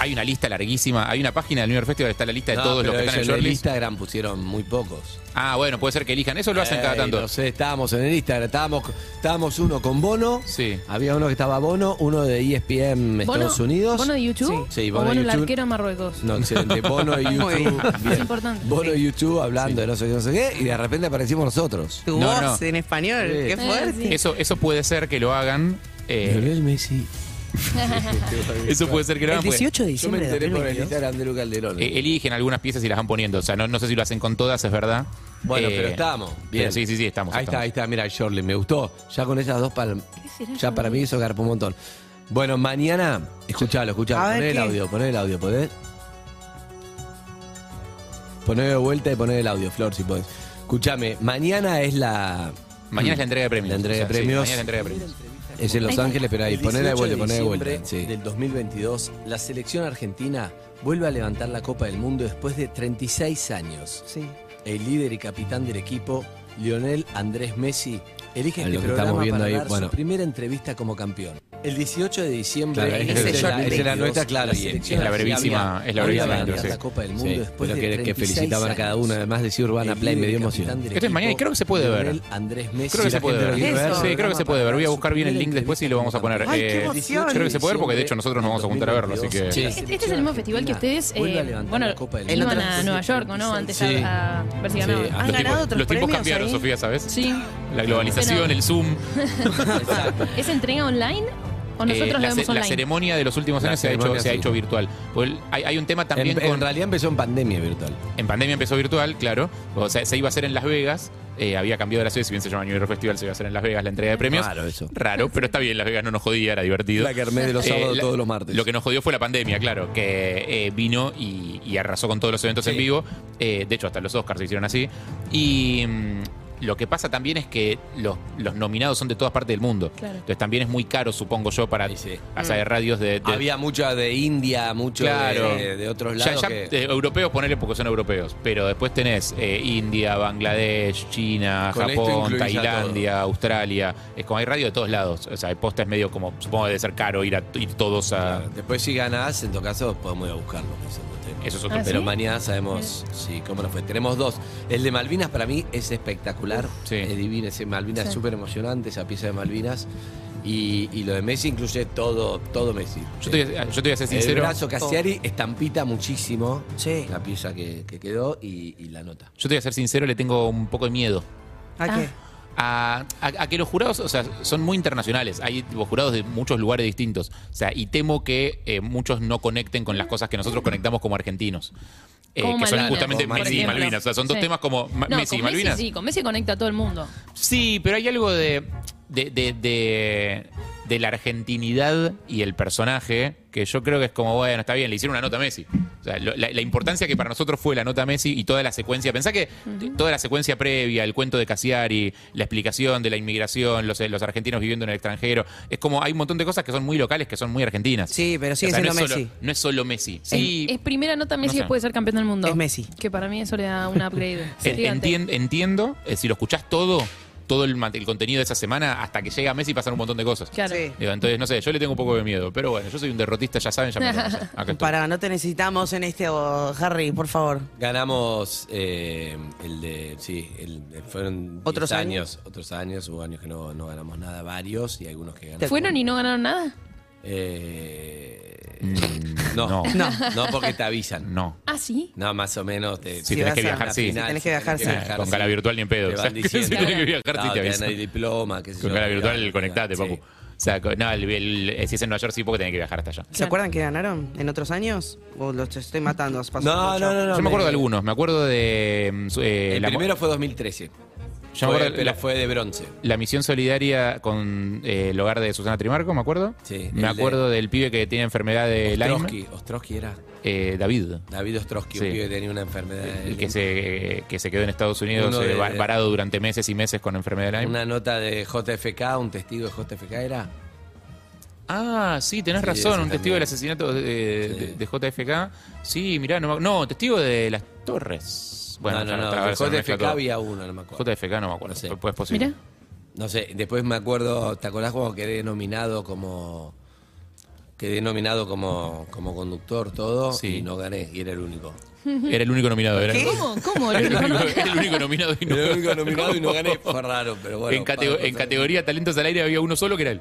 [SPEAKER 7] Hay una lista larguísima. Hay una página del New York Festival donde está la lista de
[SPEAKER 4] No,
[SPEAKER 7] todos los
[SPEAKER 4] Ah, pero
[SPEAKER 7] que están en el
[SPEAKER 4] ellos en el
[SPEAKER 7] shortlist.
[SPEAKER 4] Instagram pusieron muy pocos.
[SPEAKER 7] Ah, bueno, puede ser que elijan. Eso lo hacen cada
[SPEAKER 4] Ey,
[SPEAKER 7] tanto.
[SPEAKER 4] No sé, estábamos en el Instagram, estábamos, estábamos uno con Bono.
[SPEAKER 7] Sí.
[SPEAKER 4] Había uno que estaba Bono, uno de E ESPN Estados Unidos.
[SPEAKER 6] ¿Bono de YouTube?
[SPEAKER 4] Sí,
[SPEAKER 6] ¿O
[SPEAKER 4] Bono, de
[SPEAKER 6] el
[SPEAKER 4] YouTube.
[SPEAKER 6] arquero de Marruecos.
[SPEAKER 4] No, excelente. Bono y
[SPEAKER 5] Muy bien.
[SPEAKER 4] YouTube. Bien.
[SPEAKER 6] Es importante.
[SPEAKER 4] Bono
[SPEAKER 6] Sí.
[SPEAKER 4] y YouTube hablando de no sé qué, no sé qué, y de repente aparecimos nosotros.
[SPEAKER 5] Tu
[SPEAKER 7] No,
[SPEAKER 5] voz
[SPEAKER 7] no.
[SPEAKER 5] en español.
[SPEAKER 4] Sí.
[SPEAKER 5] Qué
[SPEAKER 4] Eh,
[SPEAKER 5] fuerte.
[SPEAKER 6] sí.
[SPEAKER 7] Eso, eso puede ser que lo hagan. eh,
[SPEAKER 4] Messi.
[SPEAKER 7] eso puede ser que lo
[SPEAKER 5] El
[SPEAKER 7] hagan. porque,
[SPEAKER 5] 18 de
[SPEAKER 4] Yo me
[SPEAKER 5] diciembre de
[SPEAKER 4] enteré por el
[SPEAKER 5] 2022.
[SPEAKER 4] Instagram de Luca Calderón.
[SPEAKER 7] eh, eligen algunas piezas y las van poniendo. O sea, no, no sé si lo hacen con todas, es verdad.
[SPEAKER 4] Bueno,
[SPEAKER 7] Eh,
[SPEAKER 4] pero estamos. Bien.
[SPEAKER 7] pero sí, sí, sí, estamos,
[SPEAKER 4] Ahí está,
[SPEAKER 7] estamos.
[SPEAKER 4] ahí está. Mira, Shirley, me gustó. Ya con esas dos, pal-
[SPEAKER 6] será
[SPEAKER 4] ya para mí eso garpó un montón. Bueno, mañana, escuchalo, escuchalo.
[SPEAKER 5] A ver,
[SPEAKER 4] Poné el
[SPEAKER 5] ¿qué?
[SPEAKER 4] audio, poné el audio, ¿podés? Poné de vuelta y poné el audio, Flor, si podés. Escuchame, mañana es la.
[SPEAKER 7] Mañana es la entrega de premios.
[SPEAKER 4] La entrega de
[SPEAKER 7] O sea, sí,
[SPEAKER 4] premios.
[SPEAKER 7] mañana es la entrega de premios.
[SPEAKER 4] Es en Los Ángeles, pero ahí,
[SPEAKER 11] El
[SPEAKER 4] poné de
[SPEAKER 11] 18
[SPEAKER 4] vuelta, poné de vuelta.
[SPEAKER 11] diciembre
[SPEAKER 4] sí. Del 2022, la selección argentina vuelve a levantar la Copa del Mundo después de 36 años.
[SPEAKER 5] Sí.
[SPEAKER 11] el líder y capitán del equipo, Lionel Andrés Messi, elige
[SPEAKER 4] A
[SPEAKER 11] este
[SPEAKER 4] lo que
[SPEAKER 11] programa
[SPEAKER 4] estamos viendo
[SPEAKER 11] para
[SPEAKER 4] ahí,
[SPEAKER 11] dar
[SPEAKER 4] bueno.
[SPEAKER 11] su primera entrevista como campeón. El 18 de diciembre
[SPEAKER 4] Claro,
[SPEAKER 11] del
[SPEAKER 4] es- es la-
[SPEAKER 11] 2022,
[SPEAKER 4] es la nuestra, claro, y-
[SPEAKER 11] selección
[SPEAKER 7] es la
[SPEAKER 11] argentina
[SPEAKER 7] brevísima- es la
[SPEAKER 11] vuelve a
[SPEAKER 7] brevísima
[SPEAKER 11] levantar
[SPEAKER 7] introducción.
[SPEAKER 11] la Copa del
[SPEAKER 4] Sí,
[SPEAKER 11] Mundo después
[SPEAKER 4] pero que,
[SPEAKER 11] de
[SPEAKER 4] que
[SPEAKER 11] 36
[SPEAKER 4] felicitaban a cada uno,
[SPEAKER 11] años.
[SPEAKER 4] además decir Urbana
[SPEAKER 11] El
[SPEAKER 4] Play, me
[SPEAKER 11] líder
[SPEAKER 4] dio
[SPEAKER 11] y capitán
[SPEAKER 4] emoción.
[SPEAKER 11] del
[SPEAKER 7] Esto es mañana y
[SPEAKER 11] equipo,
[SPEAKER 7] creo que se puede ver.
[SPEAKER 11] Lionel Andrés Messi.
[SPEAKER 7] Creo que
[SPEAKER 11] Si
[SPEAKER 7] se
[SPEAKER 11] la
[SPEAKER 7] puede
[SPEAKER 11] gente
[SPEAKER 7] ver.
[SPEAKER 11] lo quiere
[SPEAKER 5] Eso.
[SPEAKER 7] Sí, creo que se puede ver. Voy a buscar bien el link después y lo vamos a poner.
[SPEAKER 5] Ay, qué
[SPEAKER 7] Eh,
[SPEAKER 5] emoción.
[SPEAKER 7] creo que se puede porque de hecho nosotros nos vamos a juntar a verlo, así que.
[SPEAKER 4] Sí.
[SPEAKER 6] Este este es el mismo festival que ustedes, eh,
[SPEAKER 11] Vuelve a levantar
[SPEAKER 6] bueno,
[SPEAKER 11] la Copa del
[SPEAKER 5] Mundo.
[SPEAKER 6] iban a
[SPEAKER 5] El otro-
[SPEAKER 6] Nueva York, ¿o ¿no? Antes
[SPEAKER 4] Sí.
[SPEAKER 6] a, a ver si
[SPEAKER 4] Sí, a-
[SPEAKER 6] ganaban.
[SPEAKER 5] ¿Han
[SPEAKER 7] Ah, Los
[SPEAKER 5] ganado
[SPEAKER 7] tipos,
[SPEAKER 5] otros
[SPEAKER 7] los tipos
[SPEAKER 5] premios
[SPEAKER 7] cambiaron,
[SPEAKER 5] ahí?
[SPEAKER 7] Sofía, ¿sabes?
[SPEAKER 6] Sí.
[SPEAKER 7] La globalización,
[SPEAKER 6] Pero-
[SPEAKER 7] el Zoom.
[SPEAKER 6] ¿Es entrega online o nosotros
[SPEAKER 7] Eh,
[SPEAKER 6] lo
[SPEAKER 7] la,
[SPEAKER 6] vemos
[SPEAKER 7] ce- la
[SPEAKER 6] online?
[SPEAKER 7] ceremonia de los últimos
[SPEAKER 4] La
[SPEAKER 7] años se ha, hecho,
[SPEAKER 4] ceremonia,
[SPEAKER 7] se ha
[SPEAKER 4] sí.
[SPEAKER 7] hecho virtual. Pues el- hay, hay un tema también
[SPEAKER 4] en, en
[SPEAKER 7] con.
[SPEAKER 4] realidad empezó en pandemia virtual.
[SPEAKER 7] En pandemia empezó virtual, claro. O sea, se iba a hacer en Las Vegas. eh, había cambiado la sede, si bien se llama New York Festival, se iba a hacer en Las Vegas la entrega de premios.
[SPEAKER 4] Claro, eso.
[SPEAKER 7] Raro, pero está bien, Las Vegas no nos jodía, era divertido.
[SPEAKER 4] Mm, La que armé de los
[SPEAKER 7] Eh,
[SPEAKER 4] sábados
[SPEAKER 7] la-
[SPEAKER 4] todos los martes.
[SPEAKER 7] Lo que nos jodió fue la pandemia, claro, que eh, vino y, y arrasó con todos los eventos en vivo. Eh, de hecho, hasta los Oscars se hicieron así. Y mm, lo que pasa también es que los, los nominados son de todas partes del mundo.
[SPEAKER 6] Claro. Mm.
[SPEAKER 7] Entonces también es muy caro, supongo yo, para
[SPEAKER 4] Sí, sí.
[SPEAKER 7] hacer radios de... de-
[SPEAKER 4] Había mucha de India, mucho
[SPEAKER 7] Eh. Claro.
[SPEAKER 4] de, de otros
[SPEAKER 7] ya,
[SPEAKER 4] lados.
[SPEAKER 7] ya,
[SPEAKER 4] que-
[SPEAKER 7] eh, europeos, ponele porque son europeos. Pero después tenés eh, India, Bangladesh, China,
[SPEAKER 4] Con esto
[SPEAKER 7] Japón,
[SPEAKER 4] incluís a
[SPEAKER 7] Tailandia, Australia. Es como hay radio de todos lados. O sea, el posta es medio como, supongo que debe ser caro ir, a, ir todos a...
[SPEAKER 4] Claro, Después si ganás, en tu caso, podemos ir a buscarlo. por supuesto.
[SPEAKER 7] Eso es otro
[SPEAKER 6] Ah,
[SPEAKER 4] Pero
[SPEAKER 6] ¿sí?
[SPEAKER 4] mañana sabemos sí, cómo nos fue. Tenemos dos. El de Malvinas para mí es espectacular.
[SPEAKER 7] sí.
[SPEAKER 4] Es divino ese Malvinas,
[SPEAKER 6] Sí.
[SPEAKER 4] es súper emocionante esa pieza de Malvinas. Y, y lo de Messi incluye todo, todo Messi.
[SPEAKER 7] Yo te, voy a- yo te voy a ser
[SPEAKER 4] El
[SPEAKER 7] sincero.
[SPEAKER 4] brazo Cassiari estampita muchísimo
[SPEAKER 5] Sí.
[SPEAKER 4] la pieza que, que quedó y, y la nota.
[SPEAKER 7] Yo te voy a ser sincero, le tengo un poco de miedo.
[SPEAKER 5] ¿A qué?
[SPEAKER 7] Ah. A, a- a que los jurados, o sea, son muy internacionales. Hay tipo, jurados de muchos lugares distintos. O sea, y temo que eh, muchos no conecten con las cosas que nosotros conectamos como argentinos. Eh,
[SPEAKER 6] Como
[SPEAKER 7] que son
[SPEAKER 6] Malvinas,
[SPEAKER 7] justamente
[SPEAKER 4] por
[SPEAKER 7] Messi y
[SPEAKER 4] ejemplo.
[SPEAKER 7] Malvinas. O sea, son dos
[SPEAKER 6] Sí.
[SPEAKER 7] temas como Ma-
[SPEAKER 6] No,
[SPEAKER 7] Messi y
[SPEAKER 6] con Messi
[SPEAKER 7] Malvinas.
[SPEAKER 6] sí, con Messi conecta a todo el mundo.
[SPEAKER 7] Sí, pero hay algo de, de, de- de- de la argentinidad y el personaje que yo creo que es como, bueno, está bien, le hicieron una nota a Messi. O sea, lo- la, la importancia que para nosotros fue la nota a Messi y toda la secuencia. Pensá que toda la secuencia previa, el cuento de Cassiari, la explicación de la inmigración, los, los argentinos viviendo en el extranjero, es como hay un montón de cosas que son muy locales, que son muy argentinas.
[SPEAKER 5] Sí, pero sigue
[SPEAKER 7] no
[SPEAKER 5] siendo
[SPEAKER 7] es solo-
[SPEAKER 5] Messi.
[SPEAKER 7] no es solo Messi. Sí,
[SPEAKER 6] Es primera nota Messi
[SPEAKER 7] sé.
[SPEAKER 6] después de ser campeón del mundo.
[SPEAKER 5] Es Messi.
[SPEAKER 6] Que para mí eso le da un upgrade.
[SPEAKER 7] En-
[SPEAKER 6] gigante.
[SPEAKER 7] entien- entiendo, eh, si lo escuchás todo, todo el, mate- el contenido de esa semana, hasta que llega Messi pasan un montón de cosas.
[SPEAKER 6] Claro.
[SPEAKER 5] Sí.
[SPEAKER 7] Digo, entonces, no sé, yo le tengo un poco de miedo, pero bueno, yo soy un derrotista, ya saben, ya me conocen. Acá estoy.
[SPEAKER 5] Para, no te necesitamos en este, oh, Harry, por favor.
[SPEAKER 4] Ganamos eh, el de. Sí, el- el- fueron
[SPEAKER 5] ¿Otros
[SPEAKER 4] 10
[SPEAKER 5] años?
[SPEAKER 4] Otros años, hubo años que no, no ganamos nada, varios y algunos que ganamos.
[SPEAKER 6] ¿Fueron y no ganaron nada?
[SPEAKER 4] Eh, no,
[SPEAKER 7] Mm, no.
[SPEAKER 4] no, porque te avisan.
[SPEAKER 7] No.
[SPEAKER 6] Ah, sí.
[SPEAKER 4] No, más o menos. Te,
[SPEAKER 7] Si tenés que viajar, sí.
[SPEAKER 5] Si tenés que viajar, sí.
[SPEAKER 7] Con cara virtual ni en pedo.
[SPEAKER 4] Te
[SPEAKER 7] O
[SPEAKER 4] van
[SPEAKER 7] sea, que si
[SPEAKER 4] diciendo.
[SPEAKER 7] tenés que viajar, sí
[SPEAKER 4] No,
[SPEAKER 7] te
[SPEAKER 4] tenés
[SPEAKER 7] avisan.
[SPEAKER 4] el diploma, qué sé
[SPEAKER 7] Con
[SPEAKER 4] yo,
[SPEAKER 7] cara
[SPEAKER 4] mirá,
[SPEAKER 7] virtual,
[SPEAKER 4] mirá,
[SPEAKER 7] conectate,
[SPEAKER 4] sí.
[SPEAKER 7] papu. O sea, co- no, el- el- si es en Nueva York sí, porque tenés que viajar hasta allá.
[SPEAKER 5] ¿Se acuerdan que ganaron en otros años? ¿O los estoy matando? os paso
[SPEAKER 4] No,
[SPEAKER 5] mucho.
[SPEAKER 4] no, no, no.
[SPEAKER 7] Yo me acuerdo de algunos, me acuerdo de... mm, su- eh,
[SPEAKER 4] El
[SPEAKER 7] la-
[SPEAKER 4] primero fue 2013.
[SPEAKER 7] Yo me
[SPEAKER 4] Fue-
[SPEAKER 7] acuerdo-
[SPEAKER 4] pero
[SPEAKER 7] la-
[SPEAKER 4] fue de bronce.
[SPEAKER 7] La misión solidaria con eh, el hogar de Susana Trimarco, me acuerdo.
[SPEAKER 4] Sí, el
[SPEAKER 7] Me acuerdo del pibe que tiene enfermedad de Lyme.
[SPEAKER 4] Ostrowski, Ostrowski era.
[SPEAKER 7] eh, David.
[SPEAKER 4] David Ostrowski, un
[SPEAKER 7] Sí.
[SPEAKER 4] pibe que tenía una enfermedad.
[SPEAKER 7] El que se, eh, que se quedó en Estados Unidos
[SPEAKER 4] Uno
[SPEAKER 7] eh,
[SPEAKER 4] de-
[SPEAKER 7] va- varado durante meses y meses con enfermedad de Lyme.
[SPEAKER 4] Una nota de JFK, un testigo de JFK era.
[SPEAKER 7] Ah, sí, tenés
[SPEAKER 4] Sí, ese
[SPEAKER 7] razón, un testigo
[SPEAKER 4] también.
[SPEAKER 7] del asesinato eh,
[SPEAKER 4] Sí.
[SPEAKER 7] de, de JFK. Sí, mirá, no, me ac- no, testigo de las torres. Bueno,
[SPEAKER 4] no, no,
[SPEAKER 7] ya
[SPEAKER 4] no.
[SPEAKER 7] está,
[SPEAKER 4] de
[SPEAKER 7] eso me mezcla
[SPEAKER 4] JFK
[SPEAKER 7] todo.
[SPEAKER 4] había uno, no me acuerdo.
[SPEAKER 7] JFK no me acuerdo,
[SPEAKER 4] No sé.
[SPEAKER 7] pues es posible.
[SPEAKER 6] Mira.
[SPEAKER 4] No sé, después me acuerdo, ¿te acordás cuando quedé nominado como quedé nominado como, como conductor todo
[SPEAKER 7] Sí.
[SPEAKER 4] y no gané y era el único.
[SPEAKER 7] Era el único nominado. Era, el-
[SPEAKER 6] ¿Cómo? ¿Cómo?
[SPEAKER 7] era el único, era el único nominado y no,
[SPEAKER 4] Era el único nominado y no gané, fue raro, pero bueno.
[SPEAKER 7] en, catego-
[SPEAKER 4] para-
[SPEAKER 7] en categoría Talentos al Aire había uno solo que era él.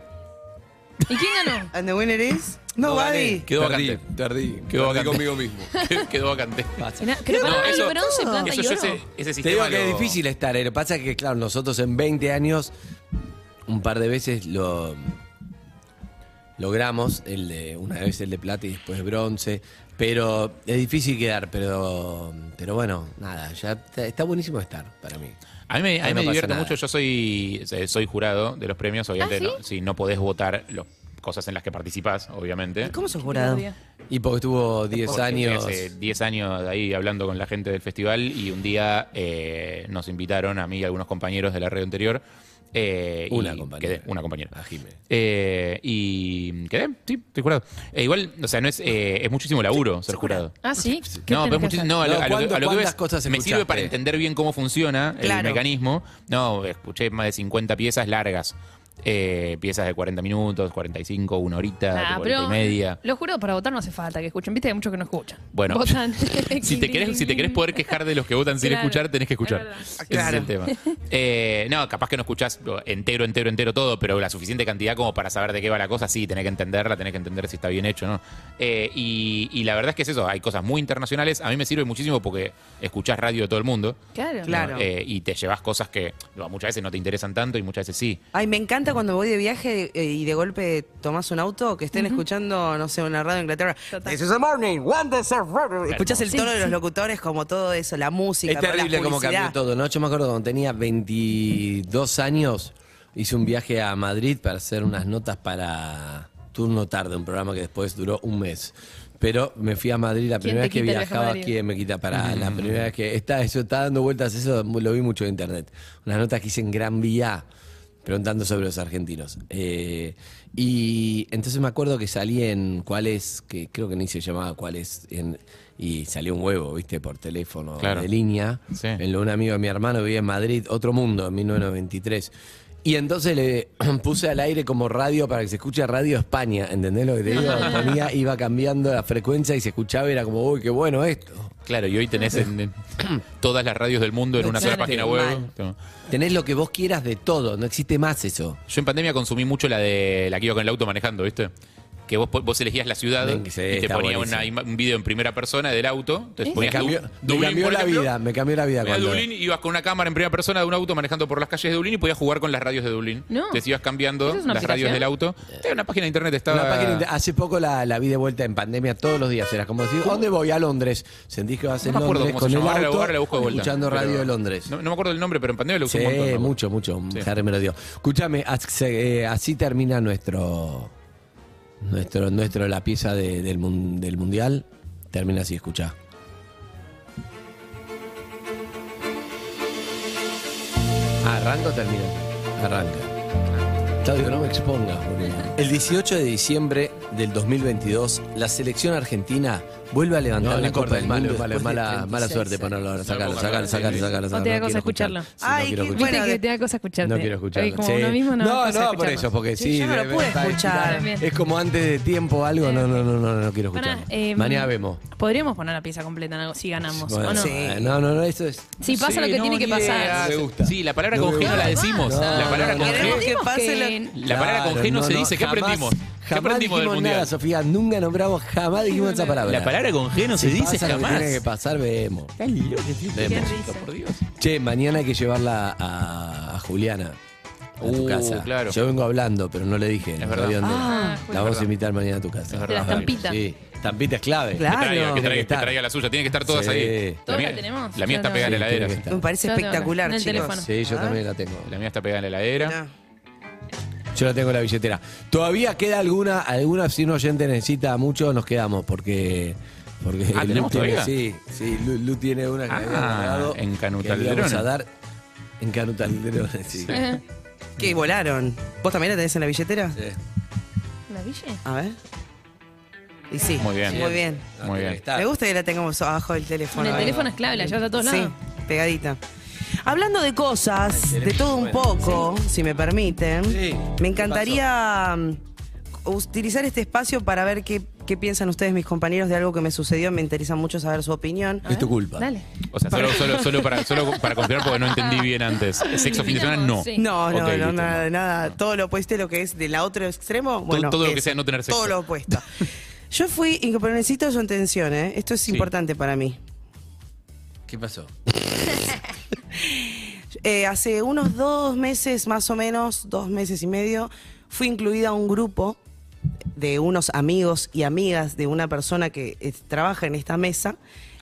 [SPEAKER 6] ¿Y quién ganó?
[SPEAKER 5] And the winner is
[SPEAKER 4] No
[SPEAKER 5] nobody.
[SPEAKER 4] gané, quedó
[SPEAKER 7] Perdí,
[SPEAKER 4] vacante. Perdí,
[SPEAKER 7] Quedó
[SPEAKER 4] quedó perdí
[SPEAKER 7] vacante.
[SPEAKER 4] conmigo mismo.
[SPEAKER 7] Quedó vacante.
[SPEAKER 6] Mirá, pero
[SPEAKER 7] No,
[SPEAKER 6] pará, el
[SPEAKER 7] eso-
[SPEAKER 6] bronce, plata
[SPEAKER 7] Eso
[SPEAKER 6] y
[SPEAKER 7] yo
[SPEAKER 6] oro.
[SPEAKER 7] ese, ese
[SPEAKER 4] Te digo
[SPEAKER 7] sistema
[SPEAKER 4] que
[SPEAKER 7] lo-
[SPEAKER 4] es difícil estar, eh, lo que pasa es que claro, nosotros en 20 años un par de veces lo logramos, el de, una vez el de plata y después bronce, pero es difícil quedar, pero pero bueno, nada, ya está, está buenísimo estar para mí.
[SPEAKER 7] A mí me, a mí
[SPEAKER 4] No
[SPEAKER 7] me
[SPEAKER 4] pasa
[SPEAKER 7] divierte
[SPEAKER 4] nada.
[SPEAKER 7] mucho. Yo soy, eh, soy jurado de los premios, obviamente.
[SPEAKER 6] ¿Ah, sí?
[SPEAKER 7] no, sí, no podés votar las cosas en las que participás, obviamente.
[SPEAKER 5] ¿Cómo sos jurado?
[SPEAKER 4] Y porque estuvo 10
[SPEAKER 7] Porque
[SPEAKER 4] años.
[SPEAKER 7] Hace 10 años ahí hablando con la gente del festival y un día eh, nos invitaron a mí y a algunos compañeros de la red anterior. eh,
[SPEAKER 4] Una
[SPEAKER 7] y
[SPEAKER 4] compañera. Ah,
[SPEAKER 7] quedé, una compañera.
[SPEAKER 4] A Jime.
[SPEAKER 7] Eh, y quedé, sí, estoy jurado. E igual, o sea, no es, eh, es muchísimo laburo ser jurado.
[SPEAKER 6] Ah, sí. ¿Qué
[SPEAKER 7] No, pero es
[SPEAKER 6] tenés que
[SPEAKER 7] muchísimo.
[SPEAKER 6] hacer?
[SPEAKER 7] No, a
[SPEAKER 4] No,
[SPEAKER 7] lo, a lo que- a lo que
[SPEAKER 4] ¿cuántas
[SPEAKER 7] ves,
[SPEAKER 4] cosas
[SPEAKER 7] me sirve para
[SPEAKER 4] escuchaste?
[SPEAKER 7] entender bien cómo funciona
[SPEAKER 5] Claro.
[SPEAKER 7] el mecanismo. No, escuché más de 50 piezas largas. Eh, piezas de 40 minutos, 45, una horita,
[SPEAKER 6] Ah,
[SPEAKER 7] tipo horita
[SPEAKER 6] pero
[SPEAKER 7] y media.
[SPEAKER 6] los jurados para votar no hace falta que escuchen. Viste, hay muchos que no escuchan.
[SPEAKER 7] Bueno,
[SPEAKER 6] Votan.
[SPEAKER 7] si te querés, si te querés poder quejar de los que votan sin
[SPEAKER 6] Claro,
[SPEAKER 7] escuchar, tenés que escuchar.
[SPEAKER 6] es verdad.
[SPEAKER 7] Ese
[SPEAKER 5] Claro.
[SPEAKER 7] es el tema. Eh, no, capaz que no escuchás lo entero, entero, entero todo, pero la suficiente cantidad como para saber de qué va la cosa, sí, tenés que entenderla, tenés que entender si está bien hecho, ¿no? Eh, y, y la verdad es que es eso, hay cosas muy internacionales. A mí me sirve muchísimo porque escuchás radio de todo el mundo.
[SPEAKER 6] Claro.
[SPEAKER 5] Claro.
[SPEAKER 7] ¿no? Eh, y te llevas cosas que no, muchas veces no te interesan tanto y muchas veces sí.
[SPEAKER 5] Ay, me encanta cuando voy de viaje eh, y de golpe tomás un auto que estén escuchando, no sé, una radio de Inglaterra.
[SPEAKER 6] Total.
[SPEAKER 5] This is the morning, one day, sir. Escuchás el
[SPEAKER 6] Sí,
[SPEAKER 5] tono de los
[SPEAKER 6] sí.
[SPEAKER 5] locutores, como todo eso, la música,
[SPEAKER 4] Es terrible
[SPEAKER 5] como
[SPEAKER 4] cómo cambió todo, ¿no? Yo me acuerdo cuando tenía 22 años, hice un viaje a Madrid para hacer unas notas para Turno Tarde, un programa que después duró un mes. Pero me fui a Madrid la
[SPEAKER 6] ¿Quién
[SPEAKER 4] primera
[SPEAKER 6] te
[SPEAKER 4] vez que
[SPEAKER 6] quita el viaje a
[SPEAKER 4] viajaba
[SPEAKER 6] Madrid? Mm.
[SPEAKER 4] aquí, me quita para la primera vez que está, eso está dando vueltas, eso lo vi mucho en internet. Unas notas que hice en Gran Vía preguntando sobre los argentinos. Eh, y entonces me acuerdo que salí en cuál es, que creo que ni se llamaba cuál es, en- y salió un huevo, viste, por teléfono
[SPEAKER 7] Claro.
[SPEAKER 4] de línea.
[SPEAKER 7] Sí.
[SPEAKER 4] En lo- un amigo de mi hermano vivía en Madrid, otro mundo, en 1993. Y entonces le puse al aire como radio para que se escuche Radio España, ¿entendés lo que te digo? Ponía, iba cambiando la frecuencia y se escuchaba y era como, uy, qué bueno esto.
[SPEAKER 7] Claro, y hoy tenés en, en todas las radios del mundo en
[SPEAKER 4] No
[SPEAKER 7] una sola
[SPEAKER 4] existe,
[SPEAKER 7] página web.
[SPEAKER 5] mal.
[SPEAKER 7] Toma.
[SPEAKER 4] Tenés lo que vos quieras de todo, no existe más eso.
[SPEAKER 7] Yo en pandemia consumí mucho la de la que iba con el auto manejando, ¿viste? Que vos, po- vos elegías la ciudad
[SPEAKER 4] Ven
[SPEAKER 7] y
[SPEAKER 4] que sí,
[SPEAKER 7] te
[SPEAKER 4] está
[SPEAKER 7] ponía
[SPEAKER 4] buenísimo.
[SPEAKER 7] una ima- un video en primera persona del auto. Entonces
[SPEAKER 4] Me
[SPEAKER 7] ponías
[SPEAKER 4] cambió,
[SPEAKER 7] Du-
[SPEAKER 4] me
[SPEAKER 7] ¿Eh? Dublín,
[SPEAKER 4] cambió
[SPEAKER 7] por
[SPEAKER 4] la
[SPEAKER 7] ejemplo.
[SPEAKER 4] vida, me cambió la vida.
[SPEAKER 7] Venías a
[SPEAKER 4] cuando-
[SPEAKER 7] Dublín, ibas con una cámara en primera persona de un auto manejando por las calles de Dublín y podías jugar con las radios de Dublín.
[SPEAKER 6] No.
[SPEAKER 7] Entonces ibas cambiando
[SPEAKER 6] ¿Eso es una
[SPEAKER 7] las radios
[SPEAKER 6] aplicación?
[SPEAKER 7] del auto. Era una página de internet, estaba.
[SPEAKER 4] Eh. Una página inter- hace poco la, la vi de vuelta en pandemia todos los días. Era como decir, ¿dónde voy? A Londres. Sentís que vas en
[SPEAKER 7] No me acuerdo
[SPEAKER 4] Londres
[SPEAKER 7] cómo
[SPEAKER 4] con
[SPEAKER 7] se
[SPEAKER 4] el
[SPEAKER 7] llamaba, ahora la-
[SPEAKER 4] auto,
[SPEAKER 7] ahora la busco de vuelta.
[SPEAKER 4] escuchando radio
[SPEAKER 7] Pero-
[SPEAKER 4] de Londres.
[SPEAKER 7] No, no me acuerdo el nombre, pero en pandemia lo usé
[SPEAKER 4] Sí,
[SPEAKER 7] un montón. ¿no?
[SPEAKER 4] mucho, mucho.
[SPEAKER 7] Sí.
[SPEAKER 4] Harry me lo dio. Escúchame, as- eh, así termina nuestro, nuestro, nuestro la pieza de- del, mun- del mundial. Termina así, escuchá. ¿Arranca o termina? Arranca. Claudio, no me expongas, boludo. El 18 de diciembre del 2022, la selección argentina Vuelve a levantar
[SPEAKER 11] No, no
[SPEAKER 4] la
[SPEAKER 11] importa,
[SPEAKER 4] copa
[SPEAKER 11] es
[SPEAKER 4] del
[SPEAKER 11] malo,
[SPEAKER 4] mundo.
[SPEAKER 11] es malo, es
[SPEAKER 4] después de
[SPEAKER 11] mala-
[SPEAKER 4] 36
[SPEAKER 11] mala suerte ponerlo ahora,
[SPEAKER 4] años.
[SPEAKER 11] sacalo,
[SPEAKER 4] No,
[SPEAKER 11] sacalo, sacalo,
[SPEAKER 4] sí,
[SPEAKER 11] sacalo,
[SPEAKER 4] sí.
[SPEAKER 11] sacalo,
[SPEAKER 6] O te da
[SPEAKER 11] no
[SPEAKER 6] cosa
[SPEAKER 11] quiero
[SPEAKER 6] escucharlo.
[SPEAKER 11] escuchar. Sí, no quiero
[SPEAKER 6] Viste
[SPEAKER 11] escuchar.
[SPEAKER 6] que te da cosa escucharte.
[SPEAKER 4] No quiero escucharlo.
[SPEAKER 6] Hoy como
[SPEAKER 4] Sí.
[SPEAKER 6] uno mismo no da
[SPEAKER 4] no,
[SPEAKER 6] cosa
[SPEAKER 4] por
[SPEAKER 6] escucharlo.
[SPEAKER 4] eso, porque sí.
[SPEAKER 5] yo no
[SPEAKER 4] de
[SPEAKER 5] lo pude
[SPEAKER 4] verdad,
[SPEAKER 5] escuchar.
[SPEAKER 4] es- Es como antes de tiempo algo. No, no, no, no, no, no quiero
[SPEAKER 6] Pará,
[SPEAKER 4] escuchar.
[SPEAKER 6] eh,
[SPEAKER 4] Mañana vemos.
[SPEAKER 6] Podríamos poner la pieza completa en algo, si ganamos,
[SPEAKER 4] Bueno,
[SPEAKER 6] ¿o no?
[SPEAKER 5] sí.
[SPEAKER 4] eh, No, no, no, eso es.
[SPEAKER 6] Si pasa
[SPEAKER 7] Sí,
[SPEAKER 6] lo que
[SPEAKER 7] no,
[SPEAKER 6] tiene que
[SPEAKER 7] ni
[SPEAKER 6] pasar.
[SPEAKER 7] idea.
[SPEAKER 4] No me gusta.
[SPEAKER 7] Sí, la palabra
[SPEAKER 4] No
[SPEAKER 7] con
[SPEAKER 4] me
[SPEAKER 7] G no
[SPEAKER 4] gusta.
[SPEAKER 7] la decimos.
[SPEAKER 4] No,
[SPEAKER 7] la palabra
[SPEAKER 4] no,
[SPEAKER 7] con
[SPEAKER 4] no.
[SPEAKER 5] Queremos
[SPEAKER 7] G.
[SPEAKER 5] que
[SPEAKER 6] Dijimos
[SPEAKER 5] pase
[SPEAKER 6] que-
[SPEAKER 5] lo-
[SPEAKER 7] La palabra con G no, se dice. ¿Qué
[SPEAKER 4] jamás-
[SPEAKER 7] aprendimos? ¿Qué
[SPEAKER 4] Jamás
[SPEAKER 7] aprendimos del
[SPEAKER 4] dijimos
[SPEAKER 7] mundial?
[SPEAKER 4] nada, Sofía. Nunca nombramos jamás dijimos esa palabra.
[SPEAKER 7] la palabra con G no se
[SPEAKER 4] Si
[SPEAKER 7] dice
[SPEAKER 4] pasa lo que
[SPEAKER 7] jamás.
[SPEAKER 4] Tiene que pasar, vemos.
[SPEAKER 6] Qué
[SPEAKER 4] Vemos.
[SPEAKER 6] risa.
[SPEAKER 7] Por Dios.
[SPEAKER 4] Che, mañana hay que llevarla a, a Juliana. A tu
[SPEAKER 7] Uh,
[SPEAKER 4] casa.
[SPEAKER 7] claro.
[SPEAKER 4] Yo vengo hablando, pero no le dije. no
[SPEAKER 7] verdad.
[SPEAKER 4] sabía dónde.
[SPEAKER 6] Ah,
[SPEAKER 4] la vamos a invitar mañana a tu casa.
[SPEAKER 7] Es verdad.
[SPEAKER 6] Las tampitas.
[SPEAKER 4] Sí, tampita es clave.
[SPEAKER 5] Claro.
[SPEAKER 7] Que traiga, que
[SPEAKER 4] Tiene que
[SPEAKER 7] traiga, que
[SPEAKER 4] estar.
[SPEAKER 7] traiga la suya. Tienen que estar todas
[SPEAKER 4] Sí.
[SPEAKER 7] ahí.
[SPEAKER 6] ¿Todas
[SPEAKER 7] mía,
[SPEAKER 6] la tenemos?
[SPEAKER 7] mía está
[SPEAKER 6] Yo
[SPEAKER 7] pegada en la
[SPEAKER 6] no.
[SPEAKER 4] Sí,
[SPEAKER 7] heladera.
[SPEAKER 4] tiene que
[SPEAKER 5] Me parece
[SPEAKER 6] Yo tengo
[SPEAKER 5] espectacular,
[SPEAKER 6] en el
[SPEAKER 5] chicos.
[SPEAKER 6] teléfono.
[SPEAKER 4] Sí, yo
[SPEAKER 5] Ah.
[SPEAKER 4] también la tengo.
[SPEAKER 7] La mía está pegada en la heladera.
[SPEAKER 5] No.
[SPEAKER 4] Yo la tengo en la billetera. Todavía queda alguna, alguna si un oyente necesita mucho, nos quedamos porque. Porque
[SPEAKER 7] Ah,
[SPEAKER 4] Lu
[SPEAKER 7] ¿tenemos
[SPEAKER 4] tiene,
[SPEAKER 7] todavía?
[SPEAKER 4] sí, sí, Lu, Lu tiene una que
[SPEAKER 7] Ah,
[SPEAKER 4] había guardado,
[SPEAKER 7] en
[SPEAKER 4] que le íbamos
[SPEAKER 7] Canutalderone.
[SPEAKER 4] a dar en Canutalderone, sí.
[SPEAKER 6] Ajá.
[SPEAKER 5] Que volaron. ¿Vos también la tenés en la billetera?
[SPEAKER 4] Mm. Sí.
[SPEAKER 6] ¿La Ville?
[SPEAKER 5] A ver. Y sí.
[SPEAKER 7] Muy bien.
[SPEAKER 5] Muy bien.
[SPEAKER 7] Muy
[SPEAKER 4] Ah, tiene
[SPEAKER 7] bien.
[SPEAKER 4] que estar.
[SPEAKER 5] Me gusta que la tengamos abajo del teléfono.
[SPEAKER 6] En el
[SPEAKER 5] Ahí.
[SPEAKER 6] teléfono es clave, la llevas a todos lados.
[SPEAKER 5] Sí, pegadita. Hablando de cosas, de todo un poco, si me permiten,
[SPEAKER 4] Sí,
[SPEAKER 5] me
[SPEAKER 4] ¿qué
[SPEAKER 5] encantaría um, utilizar este espacio para ver qué, qué piensan ustedes, mis compañeros, de algo que me sucedió. Me interesa mucho saber su opinión.
[SPEAKER 4] Es tu culpa.
[SPEAKER 6] Dale.
[SPEAKER 7] O sea, solo, solo, solo para, solo para confirmar porque no entendí bien antes. Sexo fin de semana no.
[SPEAKER 6] Sí.
[SPEAKER 5] No, no,
[SPEAKER 7] Ok, listo,
[SPEAKER 5] no, nada,
[SPEAKER 7] no.
[SPEAKER 5] nada. Todo lo opuesto a lo que es del otro extremo. Bueno,
[SPEAKER 7] todo lo que
[SPEAKER 5] es
[SPEAKER 7] sea no tener sexo.
[SPEAKER 5] Todo lo opuesto. Yo fui, y pero necesito su atención, ¿eh? Esto es importante para mí.
[SPEAKER 4] ¿Qué pasó?
[SPEAKER 5] Eh, hace unos dos meses más o menos, dos meses y medio, fui incluida a un grupo de unos amigos y amigas de una persona que eh, trabaja en esta mesa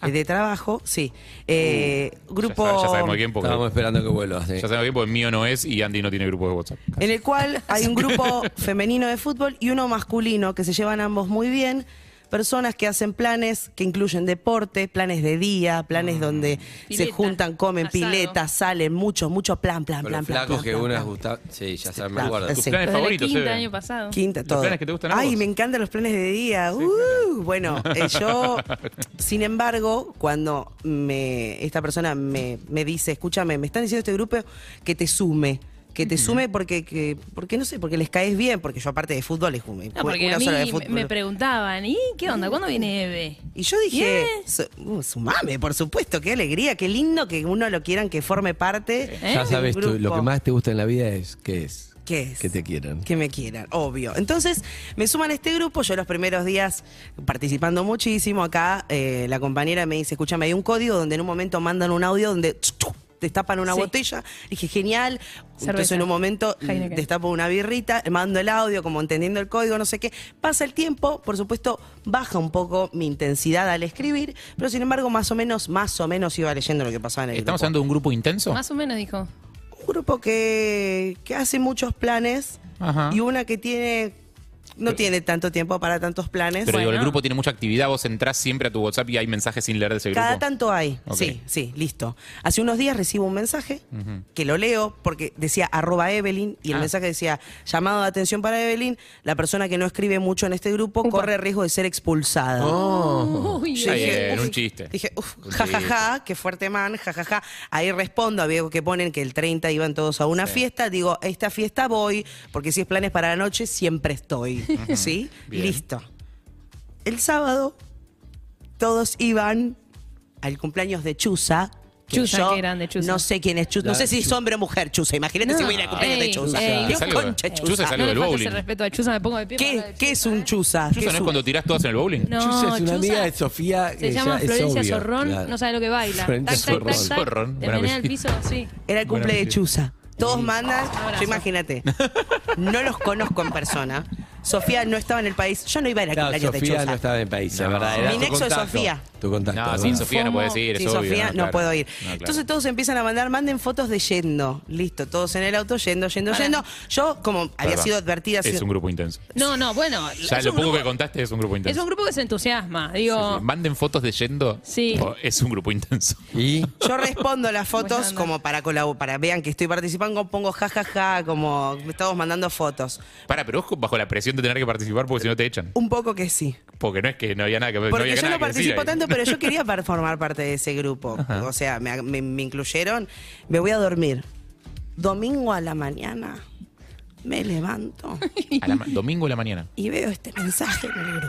[SPEAKER 5] eh, de trabajo, sí. Eh, grupo
[SPEAKER 7] Ah. Uh, Ya, sabe- ya sabemos quién porque.
[SPEAKER 4] Estábamos esperando que vuelvas. sí.
[SPEAKER 7] Ya sabemos quién porque mío no es y Andy no tiene grupo de WhatsApp.
[SPEAKER 5] en el cual hay un grupo femenino de fútbol y uno masculino que se llevan ambos muy bien. Personas que hacen planes que incluyen deporte, planes de día,
[SPEAKER 4] Mm.
[SPEAKER 5] planes donde se
[SPEAKER 6] Pileta,
[SPEAKER 5] juntan, comen
[SPEAKER 6] asado.
[SPEAKER 5] piletas, salen, mucho, mucho plan, plan,
[SPEAKER 4] Con
[SPEAKER 5] plan,
[SPEAKER 4] los
[SPEAKER 5] plan.
[SPEAKER 4] flacos
[SPEAKER 5] plan,
[SPEAKER 4] que
[SPEAKER 5] plan,
[SPEAKER 4] una
[SPEAKER 5] plan.
[SPEAKER 4] gusta. Sí, ya sabemos.
[SPEAKER 5] Claro,
[SPEAKER 4] guarda.
[SPEAKER 7] Tus
[SPEAKER 5] sí.
[SPEAKER 7] planes
[SPEAKER 6] Los de la
[SPEAKER 7] favoritos,
[SPEAKER 6] quinta
[SPEAKER 7] Eve.
[SPEAKER 6] año pasado.
[SPEAKER 5] Quinta,
[SPEAKER 7] ¿Los
[SPEAKER 5] todo.
[SPEAKER 7] planes que te gustan a
[SPEAKER 5] Ay,
[SPEAKER 7] vos?
[SPEAKER 5] me encantan los planes de día. Uh, Bueno, eh, yo, sin embargo, cuando me, esta persona me, me dice, escúchame, me están diciendo este grupo que te sume. Que te sume porque, que, porque, no sé, porque les caes bien, porque yo aparte de fútbol, les jugué
[SPEAKER 6] No, porque
[SPEAKER 5] una
[SPEAKER 6] a
[SPEAKER 5] sola de
[SPEAKER 6] mí me-
[SPEAKER 5] fútbol.
[SPEAKER 6] me preguntaban, ¿y qué onda? ¿Cuándo viene Eve?
[SPEAKER 5] Y yo dije, su- uh, sumame, por supuesto, qué alegría, qué lindo que uno lo quieran que forme parte.
[SPEAKER 6] ¿Eh?
[SPEAKER 4] Ya
[SPEAKER 5] del
[SPEAKER 4] sabes tú, lo
[SPEAKER 5] grupo".
[SPEAKER 4] que más te gusta en la vida es qué es.
[SPEAKER 5] ¿Qué es?
[SPEAKER 4] Que te quieran.
[SPEAKER 5] que me quieran, obvio. Entonces me suman a este grupo, yo los primeros días participando muchísimo, acá eh, la compañera me dice, escúchame, hay un código donde en un momento mandan un audio donde te tapan una
[SPEAKER 6] Sí.
[SPEAKER 5] botella, dije, genial, entonces
[SPEAKER 6] Cerveza.
[SPEAKER 5] en un momento mm,
[SPEAKER 6] Heineken.
[SPEAKER 5] destapo una birrita, mando el audio, como entendiendo el código, no sé qué, pasa el tiempo, por supuesto, baja un poco mi intensidad al escribir, pero sin embargo, más o menos, más o menos iba leyendo lo que pasaba en el
[SPEAKER 7] ¿Estamos
[SPEAKER 5] grupo
[SPEAKER 7] hablando de un grupo intenso?
[SPEAKER 6] Más o menos dijo.
[SPEAKER 5] un grupo que, que hace muchos planes
[SPEAKER 7] Ajá.
[SPEAKER 5] y una que tiene no tiene tanto tiempo para tantos planes.
[SPEAKER 7] Pero digo, el
[SPEAKER 6] Bueno.
[SPEAKER 7] grupo tiene mucha actividad, vos entrás siempre a tu WhatsApp y hay mensajes sin leer de ese grupo.
[SPEAKER 5] Cada tanto hay.
[SPEAKER 7] Ok.
[SPEAKER 5] Sí, sí, listo. Hace unos días recibo un mensaje que lo leo porque decía arroba Evelyn y el
[SPEAKER 7] Ah.
[SPEAKER 5] mensaje decía llamado de atención para Evelyn, la persona que no escribe mucho en este grupo
[SPEAKER 6] Upa.
[SPEAKER 5] corre riesgo de ser
[SPEAKER 7] Oh,
[SPEAKER 5] expulsada. Oh.
[SPEAKER 6] Uy,
[SPEAKER 7] Está
[SPEAKER 6] Eve.
[SPEAKER 7] bien, eh, un chiste.
[SPEAKER 5] eh, Dije, uff,
[SPEAKER 7] Un
[SPEAKER 5] jajaja,
[SPEAKER 7] chiste.
[SPEAKER 5] qué fuerte man, jajaja. Ahí respondo, había que ponen que el 30 iban todos a una fiesta. Digo, a esta fiesta voy, porque si es planes para la noche, siempre estoy. ¿Sí?
[SPEAKER 7] Bien.
[SPEAKER 5] Listo. El sábado, todos iban al cumpleaños de Chuza. Que
[SPEAKER 6] Chuza,
[SPEAKER 5] yo
[SPEAKER 6] qué grande, Chuza.
[SPEAKER 5] No sé quién es Chuza. No sé si es hombre o mujer Chuza. Imagínate si
[SPEAKER 6] No.
[SPEAKER 5] voy a ir al cumpleaños
[SPEAKER 6] Ey,
[SPEAKER 5] de Chuza.
[SPEAKER 6] ey.
[SPEAKER 5] Dios,
[SPEAKER 7] Es algo de-
[SPEAKER 5] concha,
[SPEAKER 7] Chuza
[SPEAKER 5] Chuza.
[SPEAKER 7] es algo
[SPEAKER 6] No le
[SPEAKER 7] del
[SPEAKER 6] faltes el
[SPEAKER 7] bowling.
[SPEAKER 6] respeto a Chuza, me pongo de pie. para hablar
[SPEAKER 5] ¿Qué,
[SPEAKER 6] de
[SPEAKER 5] qué es
[SPEAKER 6] Chuza,
[SPEAKER 5] un
[SPEAKER 6] eh?
[SPEAKER 5] Chuza? ¿Qué
[SPEAKER 7] Chusa no es
[SPEAKER 5] un-
[SPEAKER 7] cuando tirás todas en el bowling.
[SPEAKER 6] No,
[SPEAKER 4] Chusa es una
[SPEAKER 6] Chusa
[SPEAKER 4] amiga de Sofía.
[SPEAKER 6] Se
[SPEAKER 4] que
[SPEAKER 6] llama
[SPEAKER 4] ya es
[SPEAKER 6] Florencia
[SPEAKER 4] obvio,
[SPEAKER 6] Zorrón,
[SPEAKER 4] claro.
[SPEAKER 6] no sabe lo que baila. Tac,
[SPEAKER 4] Florencia
[SPEAKER 6] tac, tac,
[SPEAKER 4] Zorrón.
[SPEAKER 6] tac.
[SPEAKER 7] Zorrón,
[SPEAKER 6] Te
[SPEAKER 7] buena
[SPEAKER 6] menea al
[SPEAKER 7] apellido.
[SPEAKER 6] piso, sí.
[SPEAKER 5] Era el cumple de
[SPEAKER 7] Buena
[SPEAKER 5] Chuza. Todos mandan,
[SPEAKER 6] abrazo.
[SPEAKER 5] yo imagínate, no los conozco en persona. Sofía no estaba en el país, yo no iba a ir al
[SPEAKER 4] Claro,
[SPEAKER 5] cumpleaños de
[SPEAKER 4] Sofía
[SPEAKER 5] Chuza.
[SPEAKER 4] no estaba en el país, la verdad. era
[SPEAKER 5] Mi
[SPEAKER 4] tu
[SPEAKER 5] nexo es
[SPEAKER 4] contacto.
[SPEAKER 5] Sofía.
[SPEAKER 4] Tu contacto.
[SPEAKER 7] No,
[SPEAKER 4] ¿verdad?
[SPEAKER 7] sin Sofía no
[SPEAKER 6] Fomo.
[SPEAKER 7] puedes ir, es
[SPEAKER 5] Sin
[SPEAKER 7] obvio,
[SPEAKER 5] Sofía no,
[SPEAKER 7] claro.
[SPEAKER 5] puedo ir.
[SPEAKER 7] No, claro.
[SPEAKER 5] Entonces todos empiezan a mandar, manden fotos de yendo. Listo, todos en el auto yendo, yendo, yendo. Yo, como había
[SPEAKER 7] Perdón.
[SPEAKER 5] sido advertida,
[SPEAKER 7] Es
[SPEAKER 5] si-
[SPEAKER 7] un grupo intenso.
[SPEAKER 6] No, no, bueno.
[SPEAKER 7] Ya
[SPEAKER 6] es
[SPEAKER 7] lo
[SPEAKER 6] un
[SPEAKER 7] poco
[SPEAKER 6] grupo-
[SPEAKER 7] que contaste es un grupo intenso.
[SPEAKER 6] Es un grupo que se entusiasma. Digo,
[SPEAKER 7] Sí, sí. Manden fotos de yendo.
[SPEAKER 6] Sí.
[SPEAKER 7] tipo, Es un grupo intenso.
[SPEAKER 4] Y
[SPEAKER 5] yo respondo las fotos
[SPEAKER 6] Buena onda.
[SPEAKER 5] como para colab- para vean que estoy participando, pongo jajaja, como estamos mandando fotos.
[SPEAKER 7] Para, pero ojo, bajo la presión de tener que participar porque si no te echan.
[SPEAKER 5] Un poco que sí.
[SPEAKER 7] Porque no es que no había nada que no
[SPEAKER 5] Porque
[SPEAKER 7] había
[SPEAKER 5] yo
[SPEAKER 7] nada
[SPEAKER 5] no
[SPEAKER 7] que decir
[SPEAKER 5] participo
[SPEAKER 7] ahí.
[SPEAKER 5] tanto, pero yo quería par- formar parte de ese grupo. O sea, me, me- me incluyeron. Me voy a dormir. Domingo a la mañana me levanto
[SPEAKER 7] A la ma- domingo de la mañana.
[SPEAKER 5] y veo este mensaje en el grupo.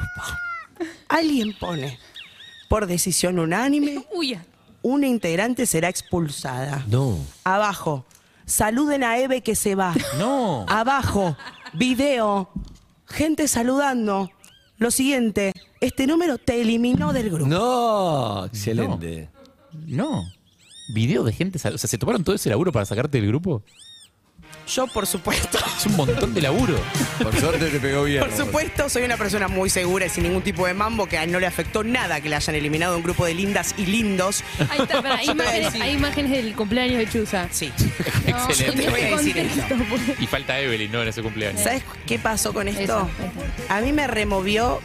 [SPEAKER 5] Alguien pone, por decisión unánime,
[SPEAKER 6] Uy,
[SPEAKER 5] una integrante será expulsada.
[SPEAKER 4] No.
[SPEAKER 5] Abajo, saluden a Eve que se va.
[SPEAKER 7] No.
[SPEAKER 5] Ah. Abajo, video, gente saludando. Lo siguiente, este número te eliminó del grupo.
[SPEAKER 4] No, excelente.
[SPEAKER 7] No. Video de gente. sal- O sea, se tomaron todo ese laburo para sacarte del grupo.
[SPEAKER 5] Yo, por supuesto.
[SPEAKER 7] Es un montón de laburo.
[SPEAKER 4] Por suerte te pegó bien.
[SPEAKER 5] Por
[SPEAKER 4] Robert.
[SPEAKER 5] supuesto, soy una persona muy segura y sin ningún tipo de mambo que a él no le afectó nada que le hayan eliminado a un grupo de lindas y lindos.
[SPEAKER 6] ahí está, pará, hay,
[SPEAKER 5] Yo te voy a
[SPEAKER 6] imágenes,
[SPEAKER 5] decir.
[SPEAKER 6] hay imágenes del cumpleaños de Chuza.
[SPEAKER 5] Sí.
[SPEAKER 6] No,
[SPEAKER 7] Excelente.
[SPEAKER 6] en
[SPEAKER 5] Te voy a
[SPEAKER 6] este
[SPEAKER 5] decir
[SPEAKER 6] contexto, porque-
[SPEAKER 7] Y falta Evelyn, ¿no? En ese cumpleaños.
[SPEAKER 5] ¿Sabes qué pasó con esto?
[SPEAKER 6] Eso, ahí
[SPEAKER 5] A mí me removió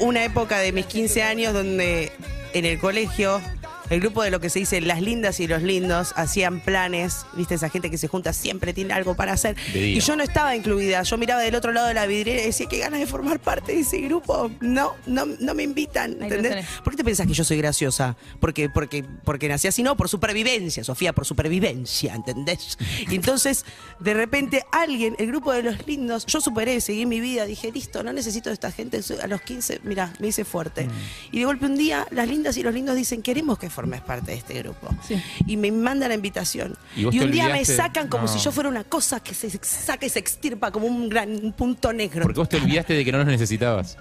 [SPEAKER 5] una época de mis 15 años donde en el colegio el grupo de lo que se dice las lindas y los lindos hacían planes, viste esa gente que se junta siempre tiene algo para hacer
[SPEAKER 7] De día.
[SPEAKER 5] y yo no estaba incluida, yo miraba del otro lado de la vidriera y decía qué ganas de formar parte de ese grupo, no no, no me invitan,
[SPEAKER 6] lo
[SPEAKER 5] ¿entendés?
[SPEAKER 6] tenés.
[SPEAKER 5] ¿Por qué te pensás que yo soy graciosa? Porque, porque, porque nací así, no, por supervivencia, Sofía, por supervivencia, ¿entendés? Y entonces, de repente, alguien, el grupo de los lindos, yo superé, seguí mi vida, dije, listo, no necesito de esta gente, soy- a los 15, mira, me hice fuerte. Y de golpe un día, las lindas y los lindos dicen, queremos que formes parte de este grupo.
[SPEAKER 6] Sí.
[SPEAKER 5] Y me mandan la invitación.
[SPEAKER 7] Y
[SPEAKER 5] Y,
[SPEAKER 7] vos te
[SPEAKER 5] un día me
[SPEAKER 7] olvidaste-
[SPEAKER 5] sacan como
[SPEAKER 7] no.
[SPEAKER 5] si yo fuera una cosa que se saca y se extirpa como un gran un punto negro.
[SPEAKER 7] Porque vos te olvidaste de que no los necesitabas.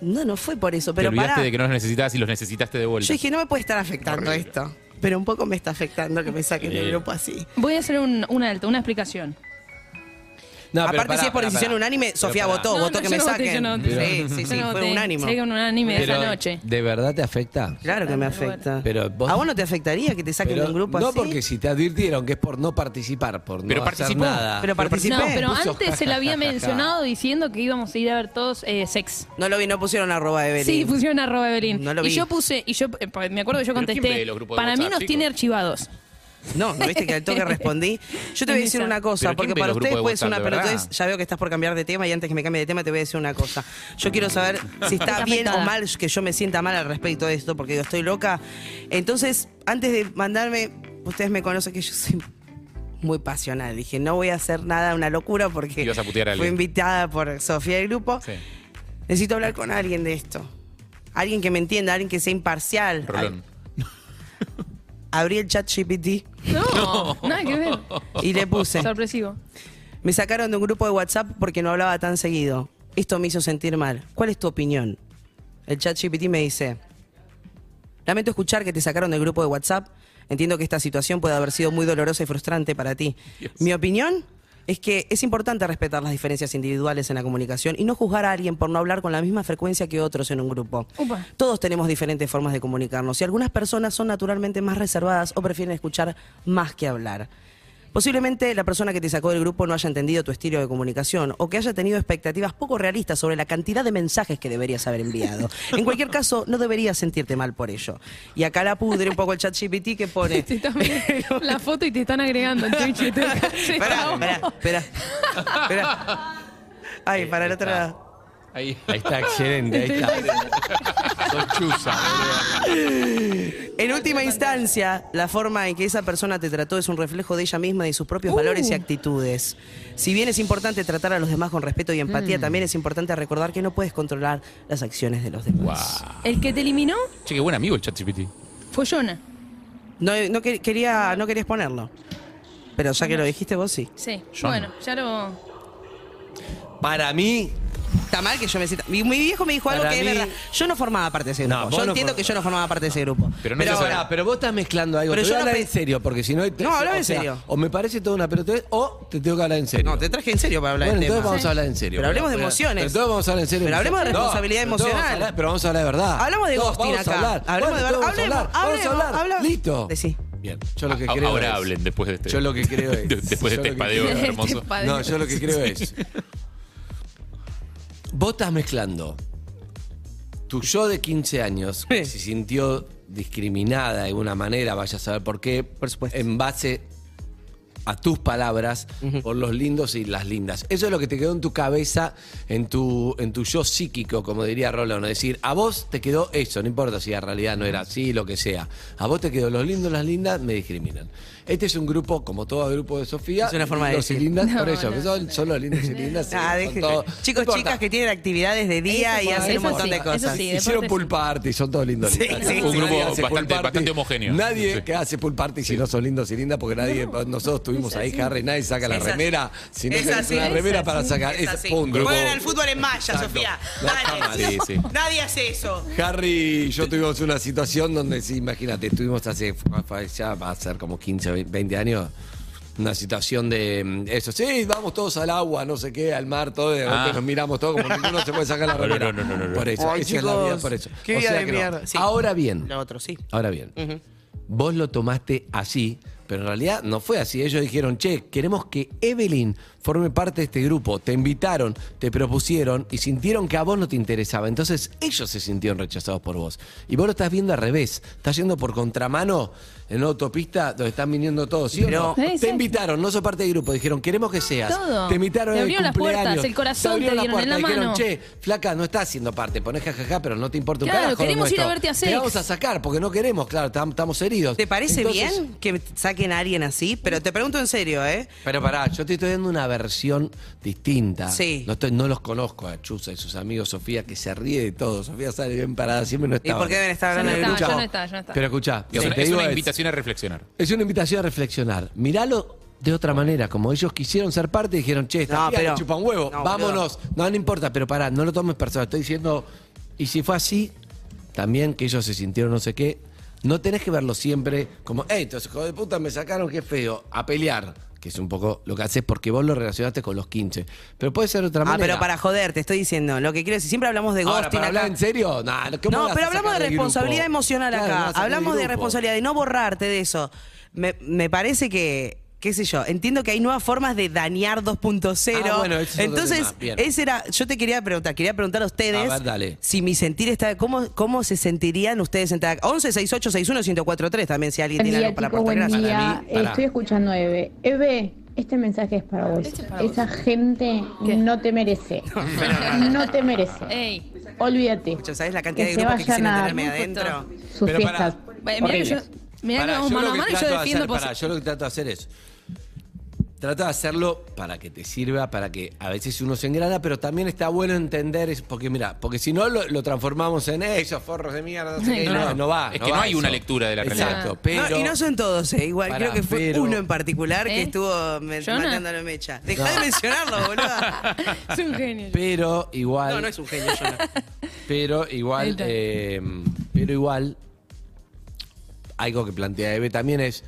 [SPEAKER 5] No, no fue por eso, pero
[SPEAKER 7] te olvidaste
[SPEAKER 5] pará.
[SPEAKER 7] de que no los necesitabas y los necesitaste de vuelta.
[SPEAKER 5] Yo dije, no me puede estar afectando esto. Pero un poco me está afectando que me saquen del
[SPEAKER 7] Sí.
[SPEAKER 5] grupo así.
[SPEAKER 6] Voy a hacer un, un alto, una explicación.
[SPEAKER 4] No, pero
[SPEAKER 5] Aparte,
[SPEAKER 4] pará,
[SPEAKER 5] si es por
[SPEAKER 4] pará,
[SPEAKER 5] decisión
[SPEAKER 4] pará.
[SPEAKER 5] unánime,
[SPEAKER 4] Pero
[SPEAKER 5] Sofía
[SPEAKER 4] pará.
[SPEAKER 5] votó,
[SPEAKER 6] No,
[SPEAKER 5] votó
[SPEAKER 6] no,
[SPEAKER 5] que
[SPEAKER 6] yo
[SPEAKER 5] me
[SPEAKER 6] no voté, yo
[SPEAKER 5] saquen.
[SPEAKER 6] no
[SPEAKER 5] sí, sí,
[SPEAKER 6] voté. Yo
[SPEAKER 5] sí,
[SPEAKER 6] no
[SPEAKER 5] fue
[SPEAKER 6] voté. Sé que
[SPEAKER 5] unánime.
[SPEAKER 6] un unánime de esa
[SPEAKER 7] Pero-
[SPEAKER 6] noche.
[SPEAKER 4] ¿De verdad te afecta?
[SPEAKER 5] Claro que me afecta.
[SPEAKER 4] Pero vos-
[SPEAKER 5] ¿A vos no te afectaría que te saquen
[SPEAKER 4] Pero
[SPEAKER 5] de un grupo
[SPEAKER 4] no
[SPEAKER 5] así?
[SPEAKER 4] porque si te advirtieron que es por no participar, por no
[SPEAKER 7] Pero
[SPEAKER 4] hacer
[SPEAKER 7] participó.
[SPEAKER 4] nada.
[SPEAKER 5] Pero participé.
[SPEAKER 6] No, pero
[SPEAKER 4] Puso
[SPEAKER 6] antes se la había
[SPEAKER 4] jajajaja.
[SPEAKER 6] mencionado diciendo que íbamos a ir a ver todos eh, sex.
[SPEAKER 5] No lo vi, no pusieron arroba de Belén.
[SPEAKER 6] Sí, pusieron arroba Evelyn.
[SPEAKER 5] No lo
[SPEAKER 6] Y
[SPEAKER 5] vi.
[SPEAKER 6] yo puse, y yo eh, pa- me acuerdo que yo
[SPEAKER 7] ¿Pero quién
[SPEAKER 6] contesté,
[SPEAKER 7] ve los grupos de
[SPEAKER 6] para mí
[SPEAKER 7] WhatsApp,
[SPEAKER 6] nos
[SPEAKER 7] chicos?
[SPEAKER 6] tiene archivados.
[SPEAKER 5] No, ¿no viste que al toque respondí? Yo te voy a
[SPEAKER 6] En
[SPEAKER 5] decir
[SPEAKER 6] esa.
[SPEAKER 5] una cosa,
[SPEAKER 7] Pero
[SPEAKER 5] porque
[SPEAKER 7] ¿quién ve
[SPEAKER 5] para
[SPEAKER 7] los grupos
[SPEAKER 5] ustedes
[SPEAKER 7] de
[SPEAKER 5] puede ser una
[SPEAKER 7] WhatsApp, de
[SPEAKER 5] pelotudez.
[SPEAKER 7] verdad?
[SPEAKER 5] Ya veo que estás por cambiar de tema y antes que me cambie de tema te voy a decir una cosa. Yo quiero saber si está
[SPEAKER 6] Está
[SPEAKER 5] bien o
[SPEAKER 6] afectada.
[SPEAKER 5] mal que yo me sienta mal al respecto de esto, porque yo estoy loca. Entonces, antes de mandarme, ustedes me conocen que yo soy muy pasional. Dije, no voy a hacer nada, una locura, porque
[SPEAKER 7] Ibas a putear a
[SPEAKER 5] fui
[SPEAKER 7] alguien.
[SPEAKER 5] invitada por Sofía del grupo.
[SPEAKER 7] Sí.
[SPEAKER 5] Necesito hablar con alguien de esto. Alguien que me entienda, alguien que sea imparcial.
[SPEAKER 7] Rolón.
[SPEAKER 5] Abrí el chat GPT
[SPEAKER 6] No, nada que ver.
[SPEAKER 5] y le puse.
[SPEAKER 6] Sorpresivo.
[SPEAKER 5] Me sacaron de un grupo de WhatsApp porque no hablaba tan seguido. Esto me hizo sentir mal. ¿Cuál es tu opinión? El chat GPT me dice, lamento escuchar que te sacaron del grupo de WhatsApp. Entiendo que esta situación puede haber sido muy dolorosa y frustrante para ti. Mi opinión es que es importante respetar las diferencias individuales en la comunicación y no juzgar a alguien por no hablar con la misma frecuencia que otros en un grupo.
[SPEAKER 6] Upa.
[SPEAKER 5] Todos tenemos diferentes formas de comunicarnos y algunas personas son naturalmente más reservadas o prefieren escuchar más que hablar. Posiblemente la persona que te sacó del grupo no haya entendido tu estilo de comunicación o que haya tenido expectativas poco realistas sobre la cantidad de mensajes que deberías haber enviado. En cualquier caso, no deberías sentirte mal por ello. Y acá la pudre un poco el chat GPT que pone...
[SPEAKER 6] Te están mirando la foto y te están agregando en Twitch. y te- se
[SPEAKER 5] Esperá,
[SPEAKER 6] trabó.
[SPEAKER 5] esperá, esperá, esperá. Ay, para el otro lado.
[SPEAKER 7] Ahí.
[SPEAKER 4] Ahí está, excelente, ahí está.
[SPEAKER 7] Sos chusa, boludo.
[SPEAKER 5] En última instancia, la forma en que esa persona te trató es un reflejo de ella misma, de sus propios valores y actitudes. Si bien es importante tratar a los demás con respeto y empatía, también es importante recordar que no puedes controlar las acciones de los demás.
[SPEAKER 6] El que te eliminó
[SPEAKER 7] Che, qué buen amigo el ChatGPT.
[SPEAKER 6] fue Jonah.
[SPEAKER 5] No, no que- quería, no querías ponerlo. Pero ya que lo dijiste vos, sí.
[SPEAKER 6] Sí.
[SPEAKER 7] Jonah.
[SPEAKER 6] Bueno, ya lo.
[SPEAKER 4] Para mí,
[SPEAKER 5] Está mal que yo me sienta. Mi, mi viejo me dijo algo
[SPEAKER 4] Para
[SPEAKER 5] que
[SPEAKER 4] mí-
[SPEAKER 5] es verdad. Yo no formaba parte de ese grupo.
[SPEAKER 4] No, vos
[SPEAKER 5] yo
[SPEAKER 4] no
[SPEAKER 5] entiendo
[SPEAKER 4] form-
[SPEAKER 5] que yo no formaba parte de ese grupo.
[SPEAKER 7] Pero no
[SPEAKER 4] Pero,
[SPEAKER 7] seas-
[SPEAKER 4] pará, pero vos estás mezclando algo.
[SPEAKER 5] Pero
[SPEAKER 4] Pero te
[SPEAKER 5] yo
[SPEAKER 4] voy a
[SPEAKER 5] no
[SPEAKER 4] hablar
[SPEAKER 5] pe-
[SPEAKER 4] en serio, porque si no.
[SPEAKER 5] No, hablá
[SPEAKER 4] o
[SPEAKER 5] en
[SPEAKER 4] sea,
[SPEAKER 5] serio.
[SPEAKER 4] O me parece toda una pelotudez, o te tengo que hablar en serio.
[SPEAKER 5] No, te traje en serio para hablar
[SPEAKER 4] bueno,
[SPEAKER 5] del
[SPEAKER 4] entonces
[SPEAKER 5] tema.
[SPEAKER 4] vamos a hablar en serio.
[SPEAKER 5] Pero hablemos de emociones.
[SPEAKER 4] Pero entonces vamos a hablar en serio.
[SPEAKER 5] Pero hablemos de
[SPEAKER 4] No,
[SPEAKER 5] responsabilidad
[SPEAKER 4] pero entonces
[SPEAKER 5] emocional.
[SPEAKER 4] vamos a hablar- pero vamos a hablar de verdad.
[SPEAKER 5] Hablamos de
[SPEAKER 4] No,
[SPEAKER 5] ghosting
[SPEAKER 4] vamos a
[SPEAKER 5] acá.
[SPEAKER 4] hablar.
[SPEAKER 5] Hablemos de-
[SPEAKER 4] Bueno, entonces vamos a
[SPEAKER 5] hablemos,
[SPEAKER 4] hablar. Vamos a
[SPEAKER 5] hablemos,
[SPEAKER 4] hablar.
[SPEAKER 5] hablamos.
[SPEAKER 4] Listo.
[SPEAKER 5] Decí.
[SPEAKER 4] Bien. Yo lo que
[SPEAKER 7] Ah,
[SPEAKER 4] creo
[SPEAKER 7] Ahora
[SPEAKER 4] es-
[SPEAKER 7] hablen después de este.
[SPEAKER 4] Yo lo que creo es.
[SPEAKER 7] de- Después de este
[SPEAKER 4] yo lo que
[SPEAKER 7] espadeo
[SPEAKER 4] creo-
[SPEAKER 7] hermoso.
[SPEAKER 6] Este pa-
[SPEAKER 4] No, yo lo que creo es. Vos estás mezclando tu yo de 15 años, que se sintió discriminada de alguna manera, vaya a saber por qué,
[SPEAKER 5] Por supuesto.
[SPEAKER 4] en base a tus palabras por los lindos y las lindas. Eso es lo que te quedó en tu cabeza, en tu, en tu yo psíquico, como diría Rolón. Es decir, a vos te quedó eso, no importa si la realidad no era así, lo que sea. A vos te quedó los lindos, las lindas, me discriminan. Este es un grupo, como todo grupo de Sofía.
[SPEAKER 5] Es una forma de
[SPEAKER 4] los y
[SPEAKER 5] decir.
[SPEAKER 4] lindas,
[SPEAKER 6] No,
[SPEAKER 4] por eso,
[SPEAKER 6] no,
[SPEAKER 4] que son,
[SPEAKER 6] no.
[SPEAKER 4] son los lindos y lindas. sí,
[SPEAKER 5] Ah,
[SPEAKER 4] son
[SPEAKER 5] deje-
[SPEAKER 4] todos.
[SPEAKER 5] Chicos,
[SPEAKER 4] No importa.
[SPEAKER 5] chicas que tienen actividades de día y
[SPEAKER 6] Eso
[SPEAKER 5] hacen un
[SPEAKER 6] sí,
[SPEAKER 5] montón de
[SPEAKER 6] eso
[SPEAKER 5] cosas.
[SPEAKER 6] sí. deporte
[SPEAKER 4] Hicieron pool party, son todos lindos.
[SPEAKER 5] Sí,
[SPEAKER 4] lindas.
[SPEAKER 5] sí,
[SPEAKER 4] Nadie
[SPEAKER 5] Un sí.
[SPEAKER 7] grupo
[SPEAKER 4] hace pool
[SPEAKER 7] bastante- bastante homogéneo.
[SPEAKER 4] Nadie
[SPEAKER 7] Sí.
[SPEAKER 4] que hace pool party si no son lindos y lindas, porque nadie, nosotros tuvimos ahí, Harry, nadie saca la
[SPEAKER 5] Es así.
[SPEAKER 4] remera. Si no
[SPEAKER 5] Es
[SPEAKER 4] tenés
[SPEAKER 5] así.
[SPEAKER 4] una
[SPEAKER 5] Es
[SPEAKER 4] remera
[SPEAKER 6] así.
[SPEAKER 4] para sacar,
[SPEAKER 5] Es
[SPEAKER 4] es
[SPEAKER 5] así.
[SPEAKER 4] un grupo.
[SPEAKER 5] Juegan al fútbol en malla,
[SPEAKER 4] Exacto.
[SPEAKER 5] Sofía.
[SPEAKER 4] No, está mal.
[SPEAKER 5] Dale.
[SPEAKER 7] Sí, sí.
[SPEAKER 5] Nadie hace eso.
[SPEAKER 4] Harry y yo tuvimos una situación donde, sí, imagínate, estuvimos hace, ya va a ser como 15, 20 años, una situación de mm, eso, sí, vamos todos al agua, no sé qué, al mar, todo, de repente
[SPEAKER 7] Ah.
[SPEAKER 4] nos miramos todos, como ninguno se puede sacar la
[SPEAKER 7] No, no,
[SPEAKER 4] remera.
[SPEAKER 7] no, no, no, no.
[SPEAKER 4] Por eso,
[SPEAKER 5] Ay,
[SPEAKER 4] esa es la vida,
[SPEAKER 5] chicos,
[SPEAKER 4] por eso.
[SPEAKER 5] qué vida de
[SPEAKER 4] que no.
[SPEAKER 5] mierda. Sí.
[SPEAKER 4] Ahora bien,
[SPEAKER 5] Lo otro, sí.
[SPEAKER 4] Ahora bien, vos lo tomaste así, pero en realidad no fue así. Ellos dijeron, che, queremos que Evelyn forme parte de este grupo. Te invitaron, te propusieron y sintieron que a vos no te interesaba. Entonces ellos se sintieron rechazados por vos. Y vos lo estás viendo al revés. Estás yendo por contramano en una autopista donde están viniendo todos. ¿sí o no?
[SPEAKER 6] Sí, sí.
[SPEAKER 4] Te invitaron, no sos parte del grupo. Dijeron, queremos que seas.
[SPEAKER 6] Todo.
[SPEAKER 4] Te invitaron
[SPEAKER 6] Te
[SPEAKER 4] en
[SPEAKER 6] abrieron
[SPEAKER 4] el
[SPEAKER 6] las puertas,
[SPEAKER 4] cumpleaños.
[SPEAKER 6] el corazón
[SPEAKER 4] abrieron
[SPEAKER 6] te
[SPEAKER 4] las
[SPEAKER 6] dieron en
[SPEAKER 4] puertas.
[SPEAKER 6] la
[SPEAKER 4] Dijeron,
[SPEAKER 6] mano.
[SPEAKER 4] che, flaca, no estás siendo parte. Ponés jajaja, pero no te importa un
[SPEAKER 6] Claro,
[SPEAKER 4] carajo lo
[SPEAKER 6] queremos ir a
[SPEAKER 4] nuestro.
[SPEAKER 6] verte a
[SPEAKER 4] Te
[SPEAKER 6] sex.
[SPEAKER 4] vamos a sacar porque no queremos, claro, estamos heridos.
[SPEAKER 5] ¿Te parece
[SPEAKER 4] Entonces-
[SPEAKER 5] bien que saquen a alguien así? Pero te pregunto en serio, ¿eh?
[SPEAKER 4] Pero pará, yo te estoy dando una versión distinta.
[SPEAKER 5] Sí.
[SPEAKER 4] No, estoy- no los conozco a Chusa y sus amigos, Sofía, que se ríe de todo. Sofía sale bien parada, siempre no
[SPEAKER 5] ¿Y
[SPEAKER 4] está.
[SPEAKER 5] por qué deben estar
[SPEAKER 6] Ya no
[SPEAKER 5] hablando de
[SPEAKER 6] está,
[SPEAKER 5] grupo?
[SPEAKER 6] ya no está, ya no está.
[SPEAKER 4] Pero escuchá,
[SPEAKER 7] Es
[SPEAKER 4] lo
[SPEAKER 7] una,
[SPEAKER 4] que te
[SPEAKER 7] es
[SPEAKER 4] digo
[SPEAKER 7] una
[SPEAKER 4] es-
[SPEAKER 7] invitación a reflexionar.
[SPEAKER 4] es una invitación a reflexionar. Miralo de otra manera, como ellos quisieron ser parte y dijeron, che, esta
[SPEAKER 5] No,
[SPEAKER 4] tía le
[SPEAKER 5] pero-
[SPEAKER 4] chupa un huevo,
[SPEAKER 5] no,
[SPEAKER 4] vámonos. No, no importa, pero pará, no lo tomes personal. Estoy diciendo, y si fue así, también que ellos se sintieron no sé qué, no tenés que verlo siempre como, hey, estos hijos de puta me sacaron, qué feo, a pelear. Que es un poco lo que haces porque vos lo relacionaste con los 15. Pero puede ser de otra
[SPEAKER 5] Ah,
[SPEAKER 4] manera.
[SPEAKER 5] pero para joder, te estoy diciendo. Lo que quiero decir, siempre hablamos de
[SPEAKER 4] Ahora,
[SPEAKER 5] ghosting
[SPEAKER 4] ¿para
[SPEAKER 5] acá.
[SPEAKER 4] hablar en serio? Nah, ¿cómo la
[SPEAKER 5] No,
[SPEAKER 4] vas
[SPEAKER 5] pero
[SPEAKER 4] a
[SPEAKER 5] hablamos de
[SPEAKER 4] sacar del grupo?
[SPEAKER 5] responsabilidad emocional
[SPEAKER 4] Claro, la vas a
[SPEAKER 5] acá.
[SPEAKER 4] sacar del
[SPEAKER 5] Hablamos de
[SPEAKER 4] grupo.
[SPEAKER 5] responsabilidad, de no borrarte de eso. Me, me parece que, qué sé yo, entiendo que hay nuevas formas de dañar 2.0.
[SPEAKER 4] Ah, bueno, ese es otro
[SPEAKER 5] Entonces,
[SPEAKER 4] tema. Bien.
[SPEAKER 5] ese era, yo te quería preguntar, quería preguntar a ustedes
[SPEAKER 4] A ver, dale.
[SPEAKER 5] si mi sentir está, cómo, cómo se sentirían ustedes en 11 68 61 1043 también, si alguien tiene algo para aportar. Gracias.
[SPEAKER 4] Para mí, pará.
[SPEAKER 12] escuchando a Eve. Eve, este mensaje es para vos.
[SPEAKER 6] Este es para
[SPEAKER 12] Esa gente
[SPEAKER 6] ¿Qué?
[SPEAKER 12] no te merece. No te merece.
[SPEAKER 6] Ey,
[SPEAKER 12] Olvídate.
[SPEAKER 5] Escucha, ¿Sabes la cantidad
[SPEAKER 12] Que
[SPEAKER 5] de
[SPEAKER 12] se
[SPEAKER 5] grupos que
[SPEAKER 12] vayan
[SPEAKER 5] quisieron
[SPEAKER 12] a-
[SPEAKER 5] tenerme
[SPEAKER 6] Justo.
[SPEAKER 5] adentro?
[SPEAKER 12] Sus
[SPEAKER 4] Pero pará.
[SPEAKER 12] fiestas
[SPEAKER 6] mirá que yo,
[SPEAKER 12] horribles.
[SPEAKER 6] mirá que
[SPEAKER 4] Pará,
[SPEAKER 6] vamos
[SPEAKER 4] yo
[SPEAKER 6] mano
[SPEAKER 4] lo
[SPEAKER 6] a
[SPEAKER 4] que
[SPEAKER 6] mano y yo
[SPEAKER 4] trato de
[SPEAKER 6] defiendo
[SPEAKER 4] hacer-
[SPEAKER 6] por
[SPEAKER 4] pará, yo lo que trato de hacer es. Trato de hacerlo para que te sirva, para que a veces uno se engrana, pero también está bueno entender, es- porque mira, porque si no lo, lo transformamos en "Eh, esos forros de mierda, no, sé qué", y no,
[SPEAKER 7] No, no.
[SPEAKER 4] no va.
[SPEAKER 7] Es que no
[SPEAKER 4] va
[SPEAKER 7] hay
[SPEAKER 4] eso.
[SPEAKER 7] una lectura de la realidad.
[SPEAKER 4] Exacto,
[SPEAKER 5] No,
[SPEAKER 4] pero.
[SPEAKER 5] y no son todos, eh, igual.
[SPEAKER 4] Pará,
[SPEAKER 5] Creo que fue
[SPEAKER 4] pero-
[SPEAKER 5] uno en particular que
[SPEAKER 6] ¿Eh?
[SPEAKER 5] estuvo me-
[SPEAKER 6] ¿Jonah?
[SPEAKER 5] mandándolo mecha. Dejá de mencionarlo, boludo.
[SPEAKER 6] Es un genio.
[SPEAKER 4] Pero igual.
[SPEAKER 5] No, no es un genio, Jonah.
[SPEAKER 4] Pero
[SPEAKER 6] Ahí
[SPEAKER 4] igual,
[SPEAKER 6] está.
[SPEAKER 4] eh, pero igual, algo que plantea Eve también es,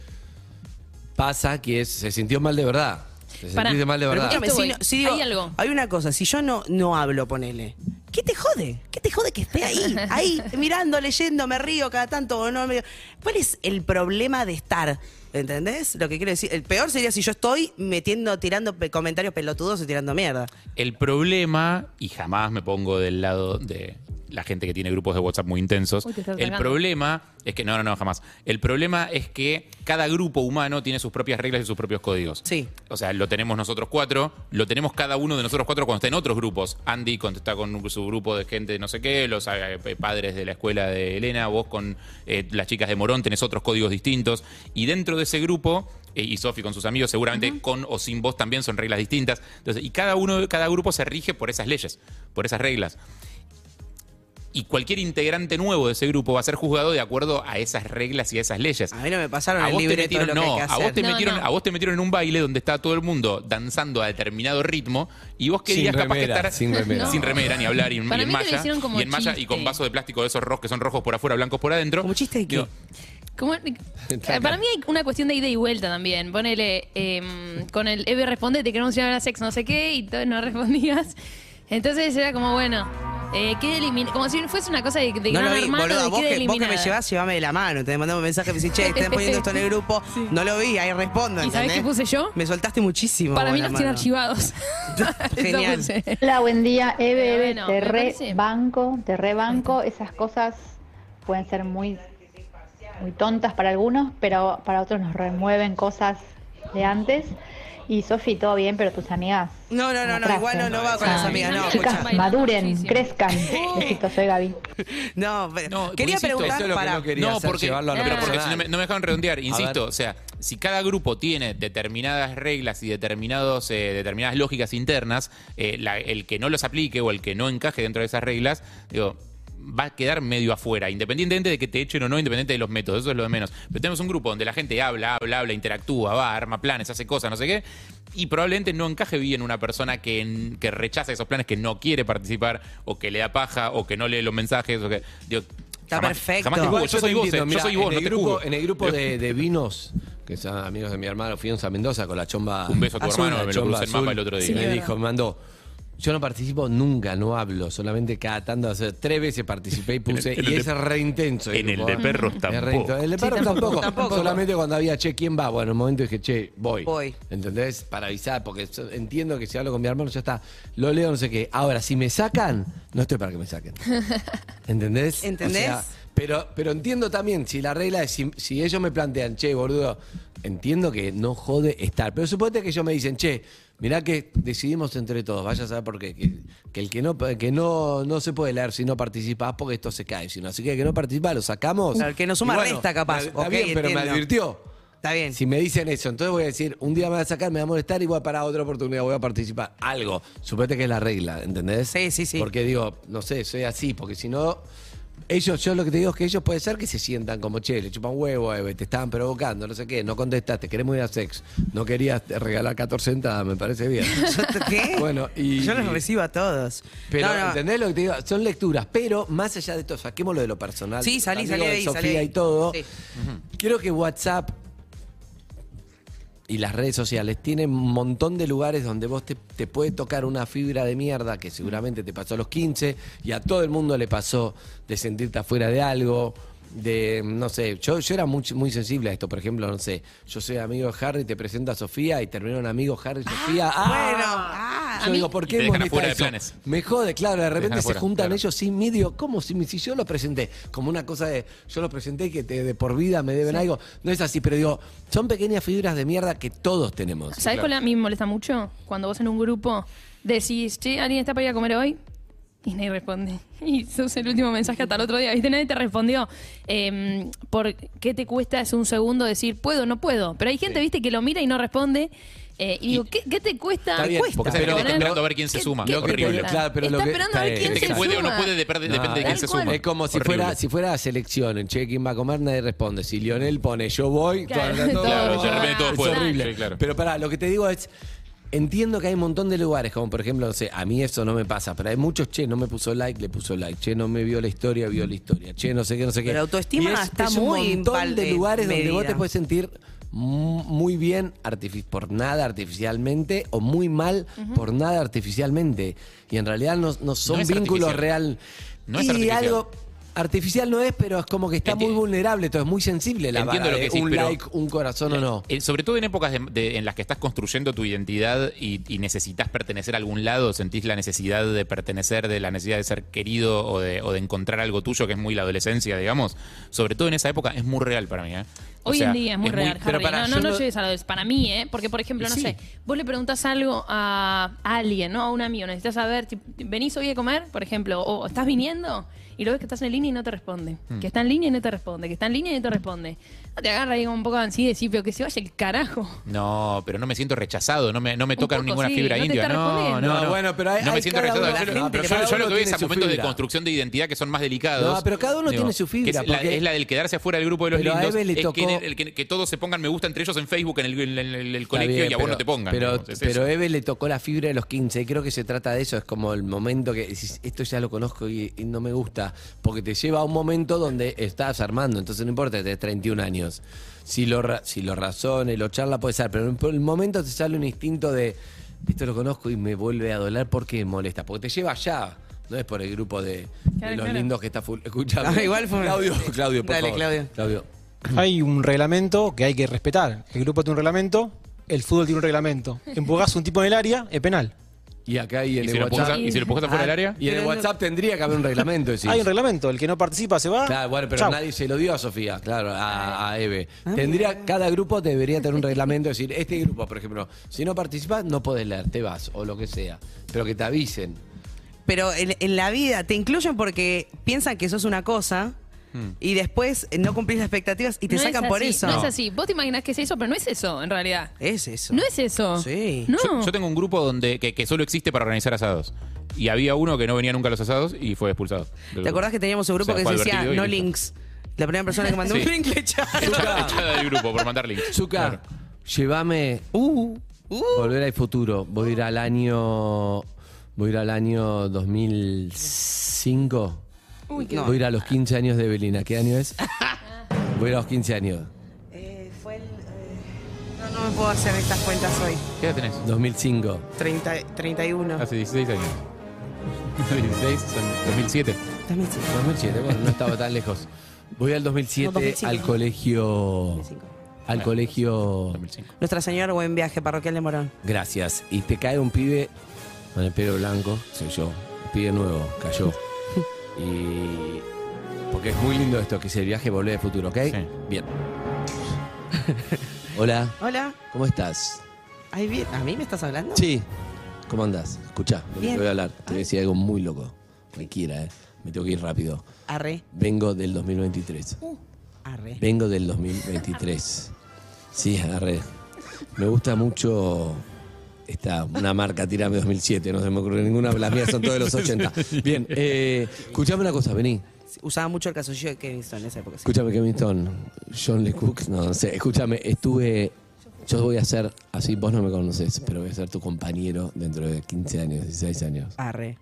[SPEAKER 4] pasa que es- se sintió mal de verdad. Se
[SPEAKER 6] Pará,
[SPEAKER 4] sentiste mal de
[SPEAKER 6] pero
[SPEAKER 4] verdad.
[SPEAKER 6] escúchame,
[SPEAKER 5] Escúchame,
[SPEAKER 6] voy.
[SPEAKER 5] si, no- si digo,
[SPEAKER 6] Hay algo.
[SPEAKER 5] Hay una cosa, si yo no, no hablo, ponele. ¿Qué te jode? ¿Qué te jode que esté ahí? Ahí, mirando, leyendo, me río cada tanto. o No, me- ¿Cuál es el problema de estar? ¿Entendés? Lo que quiero decir. El peor sería si yo estoy metiendo, tirando pe- comentarios pelotudos y tirando mierda.
[SPEAKER 7] El problema, y jamás me pongo del lado de la gente que tiene grupos de WhatsApp muy intensos,
[SPEAKER 6] Uy, te estás
[SPEAKER 7] el
[SPEAKER 6] atacando.
[SPEAKER 7] problema es que, no, no, no, jamás. El problema es que cada grupo humano tiene sus propias reglas y sus propios códigos.
[SPEAKER 5] Sí.
[SPEAKER 7] O sea, lo tenemos nosotros cuatro, lo tenemos cada uno de nosotros cuatro cuando está en otros grupos. Andy cuando está con su grupo de gente de no sé qué, los eh, padres de la escuela de Elena, vos con eh, las chicas de Morón tenés otros códigos distintos. Y dentro de ese grupo, eh, y Sofi con sus amigos, seguramente con o sin vos también son reglas distintas. Entonces, y cada uno, cada grupo se rige por esas leyes, por esas reglas. Y cualquier integrante nuevo de ese grupo va a ser juzgado de acuerdo a esas reglas y a esas leyes.
[SPEAKER 5] A mí no me pasaron
[SPEAKER 7] A
[SPEAKER 5] el
[SPEAKER 7] vos te
[SPEAKER 5] libreto de lo
[SPEAKER 7] metieron-
[SPEAKER 5] que hay
[SPEAKER 7] no,
[SPEAKER 5] que hacer.
[SPEAKER 7] a vos te
[SPEAKER 6] No,
[SPEAKER 7] metieron,
[SPEAKER 6] no.
[SPEAKER 7] a vos te metieron en un baile donde estaba todo el mundo danzando a determinado ritmo y vos querías
[SPEAKER 4] Sin
[SPEAKER 7] capaz que
[SPEAKER 4] remera,
[SPEAKER 7] estar
[SPEAKER 4] sin remera.
[SPEAKER 7] sin remera, ni hablar y, en-
[SPEAKER 6] Para
[SPEAKER 7] y en
[SPEAKER 6] mí te lo
[SPEAKER 7] malla
[SPEAKER 6] hicieron como
[SPEAKER 7] y en malla y
[SPEAKER 6] chiste.
[SPEAKER 7] con vasos de plástico de esos rojos que son rojos por afuera, blancos por adentro.
[SPEAKER 5] ¿Como chiste de qué?
[SPEAKER 7] Digo,
[SPEAKER 6] ¿Cómo- Para mí hay una cuestión de ida y vuelta también. Ponele, em, con el Eve responde, te queremos llevar a sex, no sé qué, y todo, no respondías. Entonces era como, bueno, eh, quede elimin- como si fuese una cosa de, de
[SPEAKER 5] No
[SPEAKER 6] gran
[SPEAKER 5] lo vi,
[SPEAKER 6] hermano,
[SPEAKER 5] boluda,
[SPEAKER 6] de
[SPEAKER 5] vos
[SPEAKER 6] quede
[SPEAKER 5] que, vos que me
[SPEAKER 6] eliminada.
[SPEAKER 5] llevás, llévame de la mano. Te mandamos un mensaje, me decís, che, están poniendo esto en el grupo. No lo vi, ahí respondo.
[SPEAKER 6] ¿Y sabés
[SPEAKER 5] ¿entendés?
[SPEAKER 6] qué puse yo?
[SPEAKER 5] Me soltaste muchísimo.
[SPEAKER 6] Para mí
[SPEAKER 5] buena
[SPEAKER 6] los tiene
[SPEAKER 5] mano.
[SPEAKER 6] archivados.
[SPEAKER 5] Genial.
[SPEAKER 6] Eso puse.
[SPEAKER 12] Hola, buen día, Eve,
[SPEAKER 6] Pero
[SPEAKER 12] Eve,
[SPEAKER 6] bueno, me
[SPEAKER 12] te
[SPEAKER 6] parece-
[SPEAKER 12] re banco, te re banco. Esas cosas pueden ser muy, muy tontas para algunos, pero para otros nos remueven cosas de antes. Y Sofi, todo bien, pero tus amigas.
[SPEAKER 5] No, no, no, no,
[SPEAKER 12] atrás,
[SPEAKER 5] igual no,
[SPEAKER 12] ¿eh?
[SPEAKER 5] no va con las amigas, no,
[SPEAKER 12] Chicas,
[SPEAKER 5] escucha.
[SPEAKER 12] maduren, crezcan. Besito, soy Gaby.
[SPEAKER 5] No, pero
[SPEAKER 7] porque
[SPEAKER 5] quería
[SPEAKER 7] insisto,
[SPEAKER 5] preguntar
[SPEAKER 7] eso es lo que
[SPEAKER 5] para.
[SPEAKER 7] no quería
[SPEAKER 5] No,
[SPEAKER 7] hacer,
[SPEAKER 5] porque-
[SPEAKER 7] llevarlo a lo
[SPEAKER 5] pero
[SPEAKER 7] personal.
[SPEAKER 5] porque si
[SPEAKER 7] no me, no me dejaron redondear, insisto, o sea, si cada grupo tiene determinadas reglas y determinados, eh, determinadas lógicas internas, eh, la- el que no los aplique o el que no encaje dentro de esas reglas, digo, va a quedar medio afuera, independientemente de que te echen o no, independiente de los métodos, eso es lo de menos. Pero tenemos un grupo donde la gente habla, habla, habla, interactúa, va, arma planes, hace cosas, no sé qué, y probablemente no encaje bien una persona que, en- que rechaza esos planes, que no quiere participar, o que le da paja, o que no lee los mensajes, o que... digo,
[SPEAKER 5] Está perfecto.
[SPEAKER 7] Jamás te juzgo,
[SPEAKER 4] Igual
[SPEAKER 7] yo
[SPEAKER 4] te
[SPEAKER 7] soy vos,
[SPEAKER 4] entiendo,
[SPEAKER 7] eh, yo
[SPEAKER 4] mirá,
[SPEAKER 7] soy vos,
[SPEAKER 4] en
[SPEAKER 7] no
[SPEAKER 4] el
[SPEAKER 7] te
[SPEAKER 4] grupo,
[SPEAKER 7] juzgo.
[SPEAKER 4] En el grupo
[SPEAKER 7] Pero-
[SPEAKER 4] de, de vinos, que son amigos de mi hermano, fuimos a Mendoza con la chomba.
[SPEAKER 7] Un beso a tu hermano,
[SPEAKER 4] la
[SPEAKER 7] me lo
[SPEAKER 4] chomba
[SPEAKER 7] crucé en
[SPEAKER 4] azul.
[SPEAKER 7] mapa el otro día.
[SPEAKER 4] Y
[SPEAKER 7] Sí,
[SPEAKER 4] me
[SPEAKER 7] es
[SPEAKER 4] dijo, me mandó. Yo no participo nunca, no hablo, solamente cada tanto, o sea, tres veces participé y puse,
[SPEAKER 7] En el
[SPEAKER 4] y
[SPEAKER 7] de-
[SPEAKER 4] es re intenso.
[SPEAKER 7] en el
[SPEAKER 4] grupo,
[SPEAKER 7] de
[SPEAKER 4] ¿eh?
[SPEAKER 7] perros
[SPEAKER 4] Es re
[SPEAKER 7] tampoco.
[SPEAKER 4] intenso. El de
[SPEAKER 5] Sí,
[SPEAKER 4] perros
[SPEAKER 5] tampoco,
[SPEAKER 4] tampoco,
[SPEAKER 5] tampoco.
[SPEAKER 4] Solamente cuando había, che, ¿quién va? Bueno, en un momento dije, che, voy.
[SPEAKER 5] Voy.
[SPEAKER 4] ¿Entendés? Para avisar, porque so- entiendo que si hablo con mi hermano ya está, lo leo, no sé qué. Ahora, si me sacan, no estoy para que me saquen. ¿Entendés?
[SPEAKER 5] ¿Entendés?
[SPEAKER 4] O sea, pero, pero entiendo también, si la regla es, si, si ellos me plantean, che, boludo, entiendo que no jode estar. Pero suponete que ellos me dicen, che, mirá que decidimos entre todos, vaya a saber por qué. Que, que el que no, que no, no se puede leer si no participás, porque esto se cae. Si no, así que el que no participa, lo sacamos.
[SPEAKER 5] Claro, el que no suma
[SPEAKER 4] Y
[SPEAKER 5] resta, capaz.
[SPEAKER 4] Está
[SPEAKER 5] Ok,
[SPEAKER 4] bien, pero me
[SPEAKER 5] entiendo.
[SPEAKER 4] advirtió.
[SPEAKER 5] Está bien.
[SPEAKER 4] Si me dicen eso, entonces voy a decir, un día me va a sacar, me va a molestar y voy a parar otra oportunidad, voy a participar. Algo. Suponete que es la regla, ¿entendés? Sí, sí, sí. Porque digo, no sé, soy así, porque si no, ellos, yo lo que te digo es que ellos puede ser que se sientan como, che, le chupan huevo, Eve, te estaban provocando, no sé qué, no contestaste, queremos ir a sex, no querías regalar 14 entradas, me parece bien.
[SPEAKER 5] ¿Qué?
[SPEAKER 4] Bueno, y-
[SPEAKER 5] Yo los recibo a todos.
[SPEAKER 4] Pero,
[SPEAKER 5] No, no.
[SPEAKER 4] ¿entendés lo que te digo? Son lecturas, pero más allá de todo, saquémoslo de lo personal.
[SPEAKER 5] Sí,
[SPEAKER 4] amigo
[SPEAKER 5] salí, salí
[SPEAKER 4] de
[SPEAKER 5] de ahí, salí
[SPEAKER 4] Sofía
[SPEAKER 5] de ahí.
[SPEAKER 4] y todo.
[SPEAKER 5] Sí.
[SPEAKER 4] Quiero que WhatsApp y las redes sociales tienen un montón de lugares donde vos te, te puede tocar una fibra de mierda que seguramente te pasó a los 15 y a todo el mundo le pasó de sentirte afuera de algo. De, no sé, yo, yo era muy, muy sensible a esto. Por ejemplo, no sé, yo soy amigo de Harry, te presento a Sofía y terminaron amigos Harry y Sofía. ¡Ah!
[SPEAKER 5] Bueno,
[SPEAKER 4] Yo digo, ¿por
[SPEAKER 7] Y
[SPEAKER 4] qué
[SPEAKER 7] te dejan
[SPEAKER 4] molesta
[SPEAKER 7] afuera de
[SPEAKER 4] eso?
[SPEAKER 7] planes.
[SPEAKER 4] Me jode, claro, de repente
[SPEAKER 7] dejan
[SPEAKER 4] se
[SPEAKER 7] afuera,
[SPEAKER 4] juntan
[SPEAKER 7] claro.
[SPEAKER 4] ellos sin mí, digo, ¿cómo? Si, si yo lo presenté, como una cosa de, yo lo presenté y que te- de por vida me deben algo, no es así, pero digo, son pequeñas fibras de mierda que todos tenemos.
[SPEAKER 6] ¿Sabes cuál a mí me molesta mucho? Cuando vos en un grupo decís, che, ¿alguien está para ir a comer hoy? Y nadie responde. Y sos el último mensaje hasta el otro día, ¿viste? Nadie te respondió. Em, ¿Por qué te cuesta es un segundo decir puedo o no puedo? Pero hay gente, ¿viste? Que lo mira y no responde. Eh, y digo, ¿qué, qué te cuesta?
[SPEAKER 4] Está bien,
[SPEAKER 6] Cuesta.
[SPEAKER 4] porque
[SPEAKER 7] Esa
[SPEAKER 4] Pero-
[SPEAKER 7] gente que está
[SPEAKER 4] pero-
[SPEAKER 7] esperando a ver quién se suma.
[SPEAKER 4] ¿Qué- qué-
[SPEAKER 7] Horrible.
[SPEAKER 4] claro, pero lo
[SPEAKER 6] Está
[SPEAKER 4] que-
[SPEAKER 6] esperando a ver
[SPEAKER 4] está
[SPEAKER 6] quién
[SPEAKER 4] bien,
[SPEAKER 6] se
[SPEAKER 7] Que puede o no
[SPEAKER 6] suma.
[SPEAKER 7] puede, depende, depende de quién se
[SPEAKER 6] Tal cual.
[SPEAKER 7] suma.
[SPEAKER 4] Es como si
[SPEAKER 7] Horrible.
[SPEAKER 4] fuera, si fuera selecciones, che, ¿quién va a comer? Nadie responde. Si Lionel pone yo voy,
[SPEAKER 6] Claro,
[SPEAKER 4] todo- todo-
[SPEAKER 6] Claro,
[SPEAKER 4] todo-
[SPEAKER 6] de repente todos
[SPEAKER 4] es
[SPEAKER 6] pueden.
[SPEAKER 4] horrible.
[SPEAKER 7] Sí, claro.
[SPEAKER 4] Pero pará, lo que te digo es. Entiendo que hay un montón de lugares, como por ejemplo, no sé, a mí eso no me pasa, pero hay muchos, che, no me puso like, le puso like, che, no me vio la historia, vio la historia, che, no sé qué, no sé qué.
[SPEAKER 5] Pero autoestima
[SPEAKER 4] Y
[SPEAKER 5] está
[SPEAKER 4] un
[SPEAKER 5] muy
[SPEAKER 4] montón
[SPEAKER 5] impal-
[SPEAKER 4] de lugares donde vos
[SPEAKER 5] medida.
[SPEAKER 4] te puedes sentir mu- muy bien artifi- por nada artificialmente o muy mal por nada artificialmente. Y en realidad no, no son
[SPEAKER 7] es
[SPEAKER 4] vínculos
[SPEAKER 7] artificial.
[SPEAKER 4] real.
[SPEAKER 7] No es
[SPEAKER 4] y
[SPEAKER 7] artificial.
[SPEAKER 4] algo artificial no es, pero es como que está muy vulnerable, todo es muy sensible la
[SPEAKER 7] Entiendo
[SPEAKER 4] vara
[SPEAKER 7] lo
[SPEAKER 4] de
[SPEAKER 7] que decís,
[SPEAKER 4] un
[SPEAKER 7] pero-
[SPEAKER 4] like, un corazón o no.
[SPEAKER 7] Eh, sobre todo en épocas de- de- en las que estás construyendo tu identidad y, y necesitas pertenecer a algún lado, sentís la necesidad de pertenecer, de la necesidad de ser querido o de, o de encontrar algo tuyo, que es muy la adolescencia, digamos. Sobre todo en esa época es muy real para mí. ¿eh? O
[SPEAKER 6] Hoy
[SPEAKER 7] sea,
[SPEAKER 6] en día es muy real, Harry.
[SPEAKER 4] pero para-
[SPEAKER 6] no, no,
[SPEAKER 4] yo
[SPEAKER 6] no
[SPEAKER 4] no-
[SPEAKER 6] llegues a lo de- Para mí, ¿eh? Porque, por ejemplo, no
[SPEAKER 4] Sí.
[SPEAKER 6] sé, vos le preguntás algo a, a alguien, ¿no? A un amigo, necesitas saber, tipo, ¿venís hoy a comer, por ejemplo? O ¿estás viniendo? Y lo ves que estás en línea y no te responde. Que está en línea y no te responde. Que está en línea y no te responde. No te agarra ahí como un poco así de decir, pero que se vaya el carajo.
[SPEAKER 7] No, pero no me siento rechazado, no me, no me tocan
[SPEAKER 6] poco,
[SPEAKER 7] ninguna
[SPEAKER 6] sí,
[SPEAKER 7] fibra
[SPEAKER 6] no te
[SPEAKER 7] íntima.
[SPEAKER 6] está
[SPEAKER 7] No,
[SPEAKER 6] respondiendo.
[SPEAKER 7] no, no.
[SPEAKER 4] Bueno, pero hay-
[SPEAKER 7] no me
[SPEAKER 4] hay
[SPEAKER 7] siento
[SPEAKER 4] cada
[SPEAKER 7] rechazado.
[SPEAKER 4] uno- la
[SPEAKER 7] pero-
[SPEAKER 4] gente-
[SPEAKER 7] pero
[SPEAKER 4] cada
[SPEAKER 7] yo, yo lo
[SPEAKER 4] uno
[SPEAKER 7] que veo es
[SPEAKER 4] tiene
[SPEAKER 7] esos
[SPEAKER 4] su
[SPEAKER 7] momentos de
[SPEAKER 4] fibra.
[SPEAKER 7] construcción de identidad que son más delicados.
[SPEAKER 4] No, pero cada uno tiene su
[SPEAKER 7] que
[SPEAKER 4] fibra,
[SPEAKER 7] Es la,
[SPEAKER 4] porque-
[SPEAKER 7] es la del quedarse afuera del grupo de los
[SPEAKER 4] Pero a
[SPEAKER 7] lindos.
[SPEAKER 4] Eve le
[SPEAKER 7] es que,
[SPEAKER 4] tocó-
[SPEAKER 7] en el- que- que todos se pongan me gusta entre ellos en Facebook, en el, en el- en el
[SPEAKER 4] Está
[SPEAKER 7] colegio,
[SPEAKER 4] bien,
[SPEAKER 7] y a vos no te pongan.
[SPEAKER 4] Pero,
[SPEAKER 7] digamos, es
[SPEAKER 4] pero
[SPEAKER 7] eso.
[SPEAKER 4] Eve le tocó la fibra de los 15. y Creo que se trata de eso. Es como el momento que decís, esto ya lo conozco y, y no me gusta. Porque te lleva a un momento donde estás armando. Entonces no importa, tenés 31 años. Si lo, ra- si lo razones, lo charla, puede ser. Pero en el momento te sale un instinto de, esto lo conozco y me vuelve a doler porque me molesta. Porque te lleva allá. No es por el grupo de, de
[SPEAKER 6] Claro,
[SPEAKER 4] los
[SPEAKER 6] claro.
[SPEAKER 4] lindos que está full. Escuchame.
[SPEAKER 5] Ah, igual fue-
[SPEAKER 4] Claudio, Claudio, por
[SPEAKER 5] Dale,
[SPEAKER 4] favor.
[SPEAKER 5] Claudio.
[SPEAKER 4] Claudio.
[SPEAKER 9] Hay un reglamento que hay que respetar. El grupo tiene un reglamento, el fútbol tiene un reglamento. Empujás a un tipo en el área, es penal.
[SPEAKER 4] Y acá y en
[SPEAKER 7] ¿Y
[SPEAKER 4] el
[SPEAKER 7] si lo
[SPEAKER 4] WhatsApp.
[SPEAKER 7] pujas a- y si lo pujas afuera
[SPEAKER 5] Ah,
[SPEAKER 7] del área?
[SPEAKER 4] Y en el
[SPEAKER 7] Pero no-
[SPEAKER 4] WhatsApp tendría que haber un reglamento. decís.
[SPEAKER 9] Hay un reglamento, el que no participa se va.
[SPEAKER 4] Claro, bueno, pero
[SPEAKER 9] Chau.
[SPEAKER 4] nadie se lo dio a Sofía, claro, a, a Eve. Tendría, cada grupo debería tener un reglamento, es decir, este grupo, por ejemplo, si no participas, no podés leer, te vas, o lo que sea. Pero que te avisen.
[SPEAKER 5] Pero en, en la vida te incluyen porque piensan que sos una cosa
[SPEAKER 7] Hmm.
[SPEAKER 5] y después no cumplís las expectativas y te
[SPEAKER 6] No es
[SPEAKER 5] sacan por
[SPEAKER 6] así,
[SPEAKER 5] eso.
[SPEAKER 6] No es así. Vos te imaginás que es eso, pero no es eso, en realidad.
[SPEAKER 5] Es eso.
[SPEAKER 6] No es eso.
[SPEAKER 5] Sí.
[SPEAKER 6] No.
[SPEAKER 7] Yo, yo tengo un grupo donde que, que solo existe para organizar asados. Y había uno que no venía nunca a los asados y fue expulsado.
[SPEAKER 5] ¿Te acordás que teníamos un grupo
[SPEAKER 7] O sea,
[SPEAKER 5] que
[SPEAKER 7] fue
[SPEAKER 5] se decía
[SPEAKER 7] advertido y
[SPEAKER 5] no
[SPEAKER 7] listo.
[SPEAKER 5] links? La primera persona que mandó
[SPEAKER 7] Sí.
[SPEAKER 5] un link le echaron.
[SPEAKER 7] Echada echada del grupo por mandar links.
[SPEAKER 4] Zucca, llévame. Uh, Volver al futuro. Voy a ir al año. Voy a ir al año 2005.
[SPEAKER 6] Uy, qué-
[SPEAKER 4] Voy a ir a los 15 años de Belina. ¿Qué año es? Voy a ir a los 15 años.
[SPEAKER 5] Fue el, eh, No, no me puedo hacer estas cuentas hoy.
[SPEAKER 7] ¿Qué edad tenés?
[SPEAKER 4] 2005.
[SPEAKER 5] 30, 31.
[SPEAKER 7] Hace 16 años. 16, son 2007.
[SPEAKER 4] 2007, bueno, no estaba tan lejos. Voy al 2007
[SPEAKER 5] No, 2005.
[SPEAKER 4] al colegio. Al colegio.
[SPEAKER 5] Nuestra Señora Buen Viaje, Parroquial de Morón.
[SPEAKER 4] Gracias. Y te cae un pibe con el pelo blanco, soy yo. Un pibe nuevo, cayó. Y. Porque es muy lindo esto, que es el viaje volver al futuro, ¿ok? Bien. Hola,
[SPEAKER 5] Hola,
[SPEAKER 4] ¿cómo estás?
[SPEAKER 5] ¿ahí vi- ¿a mí me estás hablando?
[SPEAKER 4] Sí. ¿Cómo andás? Escuchá, lo que
[SPEAKER 5] Bien.
[SPEAKER 4] te voy a hablar. Te voy a decir algo muy loco. Cualquiera, ¿eh? Me tengo que ir rápido.
[SPEAKER 5] Arre,
[SPEAKER 4] Vengo del 2023.
[SPEAKER 5] arre.
[SPEAKER 4] Vengo del 2023. Sí, agarré. Me gusta mucho esta, una marca Tirame 2007, no se me ocurre ninguna, las mías son todos los 80. Bien, eh, escuchame una cosa, vení.
[SPEAKER 5] Usaba mucho el caso de Kevinston en esa época. sí.
[SPEAKER 4] Escúchame, Kevington, John Le Cook, no, no sé, escúchame, estuve, yo voy a ser, así vos no me conoces, pero voy a ser tu compañero dentro de 15 años, 16 años.
[SPEAKER 5] Arre.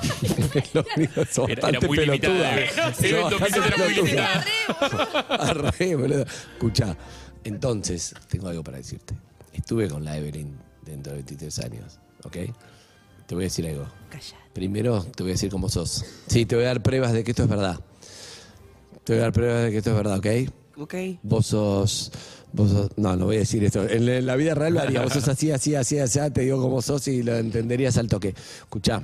[SPEAKER 4] Los míos son
[SPEAKER 7] Era- era
[SPEAKER 4] bastante
[SPEAKER 7] muy
[SPEAKER 4] pelotudos.
[SPEAKER 7] limitada. Sí,
[SPEAKER 4] Son
[SPEAKER 7] en 2007 era
[SPEAKER 4] bastante
[SPEAKER 7] muy
[SPEAKER 4] pelotudos.
[SPEAKER 7] limitada.
[SPEAKER 4] Arre, boludo. Escucha, entonces, tengo algo para decirte. Estuve con la Evelyn dentro de 23 años, ¿ok? Te voy a decir algo. Primero te voy a decir cómo sos. Sí, te voy a dar pruebas de que esto es verdad. Te voy a dar pruebas de que esto es verdad, ¿ok?
[SPEAKER 5] Ok.
[SPEAKER 4] Vos sos, vos sos- No, no voy a decir esto. En la, en la vida real lo haría. Vos sos así, así, así, así. Te digo cómo sos y lo entenderías al toque. Escuchá,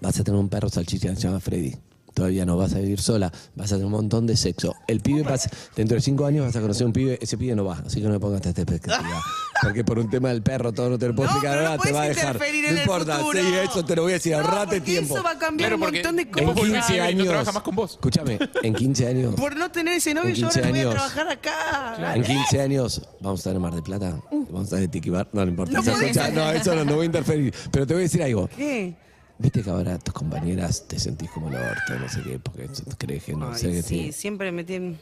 [SPEAKER 4] vas a tener un perro salchicha que se llama Freddy. Todavía no vas a vivir sola, vas a tener un montón de sexo. El pibe vas, dentro de cinco años vas a conocer un pibe, ese pibe no va, así que no me pongas esta expectativa. Porque por un tema del perro todo no te lo puedo
[SPEAKER 5] No,
[SPEAKER 4] explicar
[SPEAKER 5] pero no
[SPEAKER 4] ahora, te
[SPEAKER 5] podés
[SPEAKER 4] va a dejar.
[SPEAKER 5] interferir
[SPEAKER 4] No
[SPEAKER 5] en el
[SPEAKER 4] importa,
[SPEAKER 5] futuro.
[SPEAKER 4] sí, eso te lo voy a decir,
[SPEAKER 5] No,
[SPEAKER 4] ahorrate
[SPEAKER 5] porque
[SPEAKER 4] tiempo.
[SPEAKER 5] Eso va a cambiar
[SPEAKER 7] Claro,
[SPEAKER 5] un
[SPEAKER 7] porque
[SPEAKER 5] montón de
[SPEAKER 4] En
[SPEAKER 7] después
[SPEAKER 5] cosas.
[SPEAKER 7] volvés a
[SPEAKER 4] 15
[SPEAKER 7] Evelyn,
[SPEAKER 4] años.
[SPEAKER 7] Ah, no trabaja más con vos.
[SPEAKER 4] Escúchame, en 15 años.
[SPEAKER 5] Por no tener ese novio,
[SPEAKER 4] En
[SPEAKER 5] yo
[SPEAKER 4] 15
[SPEAKER 5] ahora voy a
[SPEAKER 4] años.
[SPEAKER 5] trabajar acá.
[SPEAKER 4] En 15 años vamos a estar en Mar de Plata, vamos a estar en Tiki Bar, no, no importa.
[SPEAKER 5] No
[SPEAKER 4] esas
[SPEAKER 5] podés.
[SPEAKER 4] cosas, no, eso no, no voy a interferir. Pero te voy a decir algo.
[SPEAKER 5] ¿Qué?
[SPEAKER 4] Viste que ahora tus compañeras te sentís como el orto, no sé qué, porque crees que no
[SPEAKER 5] Ay,
[SPEAKER 4] sé qué
[SPEAKER 5] sí,
[SPEAKER 4] tiene-
[SPEAKER 5] siempre me tienen.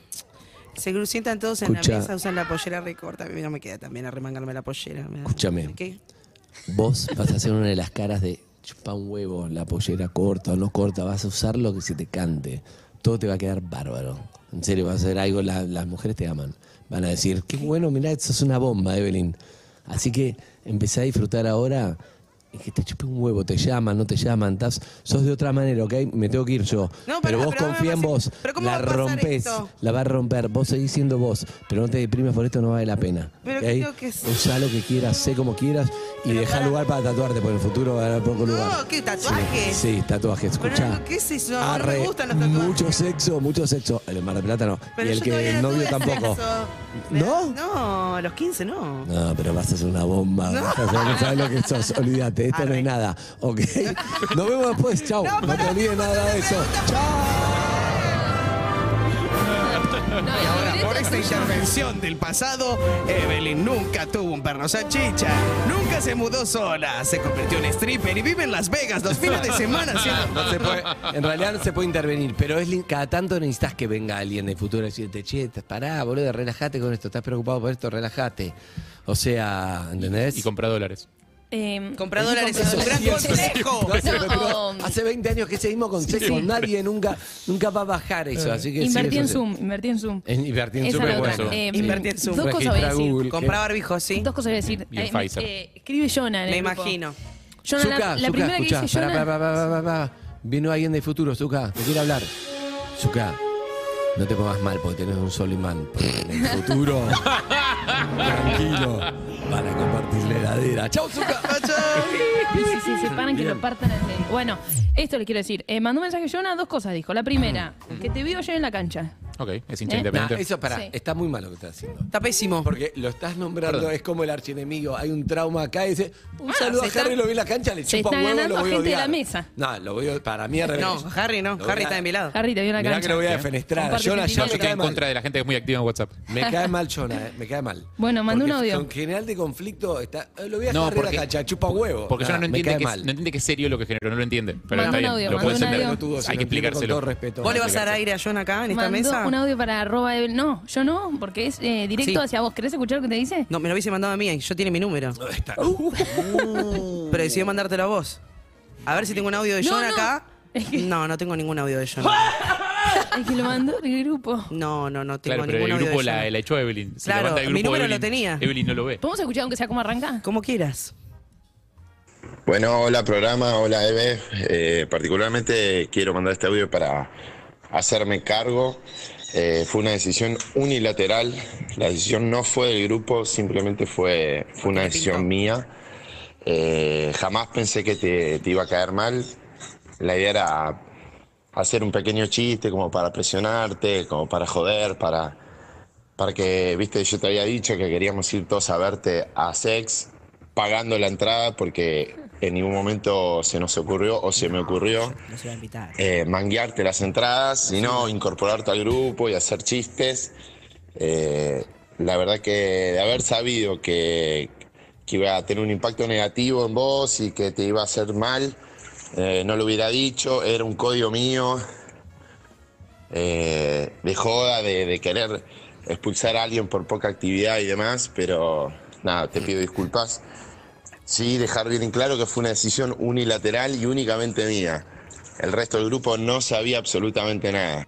[SPEAKER 5] Se gru- sientan todos en
[SPEAKER 4] Escucha.
[SPEAKER 5] la mesa, usan la pollera recorta. A mí no me queda también arremangarme la pollera. me da-
[SPEAKER 4] Escúchame.
[SPEAKER 5] ¿Qué?
[SPEAKER 4] Vos vas a hacer una de las caras de chupa un huevo, la pollera corta o no corta, vas a usar lo que se te cante. Todo te va a quedar bárbaro. En serio, vas a hacer algo, la- las mujeres te aman. Van a decir, qué bueno, mirá, eso es una bomba, Evelyn. Así que empecé a disfrutar ahora. Es que te chupe un huevo, te llaman, no te llaman, estás, sos de otra manera, ¿ok? Me tengo que ir yo.
[SPEAKER 5] No,
[SPEAKER 4] pero
[SPEAKER 5] pará,
[SPEAKER 4] vos
[SPEAKER 5] pero
[SPEAKER 4] confía en
[SPEAKER 5] dame más-
[SPEAKER 4] vos,
[SPEAKER 5] pero ¿cómo
[SPEAKER 4] la
[SPEAKER 5] va a pasar
[SPEAKER 4] rompes,
[SPEAKER 5] esto?
[SPEAKER 4] la vas a romper, vos seguís siendo vos, pero no te deprimes por esto, no vale la pena.
[SPEAKER 5] Pero
[SPEAKER 4] ¿ok?
[SPEAKER 5] creo que sí.
[SPEAKER 4] Usa lo que quieras, sé como quieras y deja lugar para tatuarte, porque en el futuro va a haber poco lugar.
[SPEAKER 5] No, ¿qué tatuaje?
[SPEAKER 4] Sí, tatuajes, escuchá.
[SPEAKER 5] Pero, ¿qué es eso? No me
[SPEAKER 4] Arre,
[SPEAKER 5] gustan los tatuajes.
[SPEAKER 4] Mucho sexo, mucho sexo. El de Mar del Plata no.
[SPEAKER 5] Pero
[SPEAKER 4] y el
[SPEAKER 5] yo
[SPEAKER 4] que
[SPEAKER 5] todavía
[SPEAKER 4] el novio
[SPEAKER 5] tuve
[SPEAKER 4] tampoco.
[SPEAKER 5] sexo.
[SPEAKER 4] ¿No?
[SPEAKER 5] No, a los 15 no.
[SPEAKER 4] No, pero vas a ser una bomba. Vas a ser, no sabes lo que sos. Olvídate, esto no es nada. ¿Ok? Nos vemos después. Chau. No, te olvides nada de eso.
[SPEAKER 5] Y ahora, por esta intervención del pasado, Evelyn nunca tuvo un perno salchicha, nunca se mudó sola, se convirtió en stripper y vive en Las Vegas los fines de semana haciendo...
[SPEAKER 4] No se puede- en realidad no se puede intervenir, pero es lin- cada tanto necesitas que venga alguien del futuro y decirte, che, te- pará, boludo, relájate con esto, estás preocupado por esto, relájate. O sea, ¿entendés?
[SPEAKER 7] Y compra dólares.
[SPEAKER 6] Eh,
[SPEAKER 5] Comprar dólares es
[SPEAKER 4] Eso
[SPEAKER 5] un gran
[SPEAKER 4] sí, eso sí.
[SPEAKER 5] consejo.
[SPEAKER 4] No, pero- pero
[SPEAKER 6] No.
[SPEAKER 4] hace 20 años que ese mismo consejo, nadie nunca, nunca va a bajar
[SPEAKER 5] Eh.
[SPEAKER 4] eso. Así que sí,
[SPEAKER 6] Invertí
[SPEAKER 4] eso
[SPEAKER 6] en
[SPEAKER 4] sí.
[SPEAKER 6] Zoom, invertí en Zoom.
[SPEAKER 4] En invertir en
[SPEAKER 6] Esa
[SPEAKER 4] Zoom
[SPEAKER 6] es
[SPEAKER 4] es
[SPEAKER 6] la otra.
[SPEAKER 4] bueno.
[SPEAKER 6] Eh,
[SPEAKER 5] Invertí en Zoom.
[SPEAKER 6] Dos cosas voy a
[SPEAKER 4] Registra
[SPEAKER 6] decir.
[SPEAKER 4] Google.
[SPEAKER 5] Comprar barbijos, sí.
[SPEAKER 6] Dos cosas voy a decir.
[SPEAKER 7] Y el
[SPEAKER 6] Eh, me-
[SPEAKER 7] Pfizer.
[SPEAKER 6] eh, escribe Jonah. en
[SPEAKER 5] Me
[SPEAKER 6] el grupo.
[SPEAKER 5] imagino.
[SPEAKER 6] Jonah, la-
[SPEAKER 4] Zuka,
[SPEAKER 6] la, primera que dice Jonah.
[SPEAKER 4] Vino alguien del futuro, Zuka. Te quiere hablar. Zuka, No te pongas mal porque tenés un solo imán. En el futuro, tranquilo, van a compartir la heladera. ¡Chau, Zuka!
[SPEAKER 6] Sí, sí, sí, se paran que lo partan al medio. Bueno, esto le quiero decir. Eh, mandó un mensaje Jonah, dos cosas dijo. La primera, que te vio ayer en la cancha.
[SPEAKER 7] Ok, es
[SPEAKER 6] hincha ¿Eh? independiente.
[SPEAKER 4] Nah, eso para,
[SPEAKER 6] Sí.
[SPEAKER 4] está muy mal lo que estás haciendo.
[SPEAKER 5] Está pésimo.
[SPEAKER 4] Porque lo estás nombrando,
[SPEAKER 7] Perdón.
[SPEAKER 4] es como el archienemigo. Hay un trauma acá y dice, un
[SPEAKER 6] Ah,
[SPEAKER 4] saludo a
[SPEAKER 6] se
[SPEAKER 4] Harry,
[SPEAKER 6] está-
[SPEAKER 4] lo vi en la cancha, le
[SPEAKER 6] se
[SPEAKER 4] chupa un
[SPEAKER 6] está
[SPEAKER 4] huevo,
[SPEAKER 6] ganando
[SPEAKER 4] lo
[SPEAKER 6] a
[SPEAKER 4] voy a
[SPEAKER 6] gente de la
[SPEAKER 4] odiar.
[SPEAKER 6] mesa.
[SPEAKER 4] No, lo voy a, para mí al revés.
[SPEAKER 5] No, Harry no.
[SPEAKER 4] Lo voy
[SPEAKER 5] Harry
[SPEAKER 4] a-
[SPEAKER 5] está de mi lado.
[SPEAKER 6] Harry te vio en la
[SPEAKER 4] Mirá
[SPEAKER 6] cancha.
[SPEAKER 4] que lo voy a
[SPEAKER 7] Bien.
[SPEAKER 4] defenestrar.
[SPEAKER 6] Comparte
[SPEAKER 4] Jonah, ya
[SPEAKER 7] No,
[SPEAKER 4] me
[SPEAKER 6] sentimientos.
[SPEAKER 7] yo estoy
[SPEAKER 4] cae
[SPEAKER 7] en
[SPEAKER 4] mal.
[SPEAKER 7] contra de la gente que es muy activa en WhatsApp.
[SPEAKER 4] Me cae mal Jonah, eh, me cae mal.
[SPEAKER 6] Bueno, mandó
[SPEAKER 4] Porque
[SPEAKER 6] un audio.
[SPEAKER 4] En general de conflicto está, eh, lo voy a
[SPEAKER 7] No,
[SPEAKER 4] dejar de
[SPEAKER 7] porque-
[SPEAKER 4] la cancha, chupa huevo.
[SPEAKER 7] Porque Jonah
[SPEAKER 4] Nah,
[SPEAKER 7] no
[SPEAKER 4] me
[SPEAKER 7] entiende,
[SPEAKER 4] cae
[SPEAKER 7] que,
[SPEAKER 4] mal.
[SPEAKER 7] no entiende que es serio lo que generó, no lo entiende. Pero está
[SPEAKER 6] Mandó un
[SPEAKER 7] bien,
[SPEAKER 6] audio,
[SPEAKER 7] lo
[SPEAKER 6] mandó
[SPEAKER 7] puedes
[SPEAKER 6] un
[SPEAKER 7] entender.
[SPEAKER 6] audio.
[SPEAKER 4] Pelotudo, si
[SPEAKER 7] Hay
[SPEAKER 4] lo
[SPEAKER 7] que
[SPEAKER 4] entiendo con
[SPEAKER 7] explicárselo.
[SPEAKER 4] todo respeto.
[SPEAKER 5] ¿Vos le vas a dar
[SPEAKER 7] Explicarse.
[SPEAKER 5] aire a John acá en esta
[SPEAKER 6] Mandó
[SPEAKER 5] mesa?
[SPEAKER 6] un audio para arroba Evelyn. No, yo no, porque es eh, directo
[SPEAKER 5] Sí.
[SPEAKER 6] hacia vos. ¿Querés escuchar lo que te dice?
[SPEAKER 5] No, me lo hubiese mandado a mí, y yo tiene mi número. Uh. Pero decidió mandártelo a vos. A ver si tengo un audio de
[SPEAKER 6] No,
[SPEAKER 5] John
[SPEAKER 6] no.
[SPEAKER 5] acá.
[SPEAKER 6] Es que-
[SPEAKER 5] No, no tengo ningún audio de John.
[SPEAKER 6] El que lo mandó el grupo.
[SPEAKER 5] No, no, no tengo
[SPEAKER 7] Claro, pero
[SPEAKER 5] ningún
[SPEAKER 7] el
[SPEAKER 5] audio
[SPEAKER 7] grupo
[SPEAKER 5] de
[SPEAKER 7] la,
[SPEAKER 5] Jonah.
[SPEAKER 7] la echó Evelyn. Se
[SPEAKER 5] Claro,
[SPEAKER 7] levanta el
[SPEAKER 5] mi
[SPEAKER 7] grupo,
[SPEAKER 5] número lo
[SPEAKER 7] Evelyn-
[SPEAKER 5] tenía.
[SPEAKER 7] Evelyn no lo ve.
[SPEAKER 6] ¿Podemos escuchar aunque sea como arranca?
[SPEAKER 5] Como quieras.
[SPEAKER 13] Bueno, hola programa, hola Eve. Eh, particularmente quiero mandar este audio para hacerme cargo. Eh, fue una decisión unilateral. La decisión no fue del grupo, simplemente fue, fue una decisión mía. Eh, jamás pensé que te, te iba a caer mal. La idea era hacer un pequeño chiste como para presionarte, como para joder, para, para que, viste, yo te había dicho que queríamos ir todos a verte a Sex pagando la entrada porque en ningún momento se nos ocurrió o se me ocurrió
[SPEAKER 5] No se va a invitar.
[SPEAKER 13] eh, manguearte las entradas, sino incorporarte al grupo y hacer chistes. Eh, la verdad que de haber sabido que, que iba a tener un impacto negativo en vos y que te iba a hacer mal, eh, no lo hubiera dicho, era un código mío eh, de joda, de, de querer expulsar a alguien por poca actividad y demás, pero nada, te pido disculpas. Sí, dejar bien en claro que fue una decisión unilateral y únicamente mía. El resto del grupo no sabía absolutamente nada.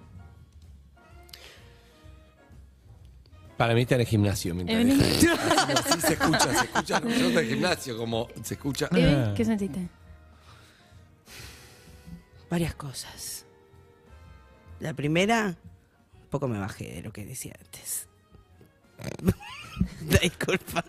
[SPEAKER 4] Para mí está en el gimnasio. mientras
[SPEAKER 6] Evelyn.
[SPEAKER 4] deja de- Sí, se escucha, se escucha. No, yo en el gimnasio, como se escucha.
[SPEAKER 6] Evelyn, ¿qué sentiste?
[SPEAKER 5] Varias cosas. La primera, un poco me bajé de lo que decía antes. La Disculpa.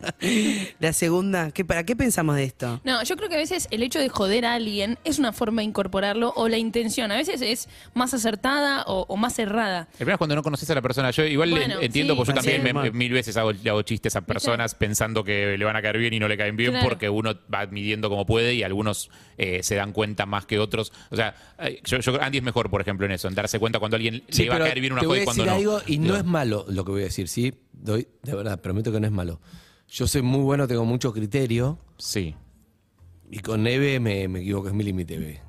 [SPEAKER 5] La segunda, ¿qué, ¿para qué pensamos de esto?
[SPEAKER 6] No, yo creo que a veces el hecho de joder a alguien es una forma de incorporarlo o la intención. A veces es más acertada o, o más errada.
[SPEAKER 7] El problema es cuando no conoces a la persona. Yo igual
[SPEAKER 6] Bueno,
[SPEAKER 7] en- entiendo,
[SPEAKER 6] sí.
[SPEAKER 7] porque yo
[SPEAKER 6] Así
[SPEAKER 7] también
[SPEAKER 5] es,
[SPEAKER 7] me-
[SPEAKER 5] mal.
[SPEAKER 7] mil veces hago, le hago chistes a personas pensando que le van a caer bien y no le caen bien
[SPEAKER 6] Claro.
[SPEAKER 7] porque uno va midiendo como puede y algunos eh, se dan cuenta más que otros. O sea, eh, yo, yo- Andy es mejor, por ejemplo, en eso, en darse cuenta cuando a alguien
[SPEAKER 4] Sí,
[SPEAKER 7] le va a
[SPEAKER 4] pero
[SPEAKER 7] caer bien una
[SPEAKER 4] te
[SPEAKER 7] joda
[SPEAKER 4] voy
[SPEAKER 7] y
[SPEAKER 4] a
[SPEAKER 7] cuando
[SPEAKER 4] decir
[SPEAKER 7] no.
[SPEAKER 4] algo y no
[SPEAKER 7] Digo,
[SPEAKER 4] es malo lo que voy a decir, ¿sí? Doy, de verdad, prometo que no es malo. Yo soy muy bueno, tengo mucho criterio
[SPEAKER 7] Sí.
[SPEAKER 4] y con Eve me, me equivoco, es mi límite, Eve.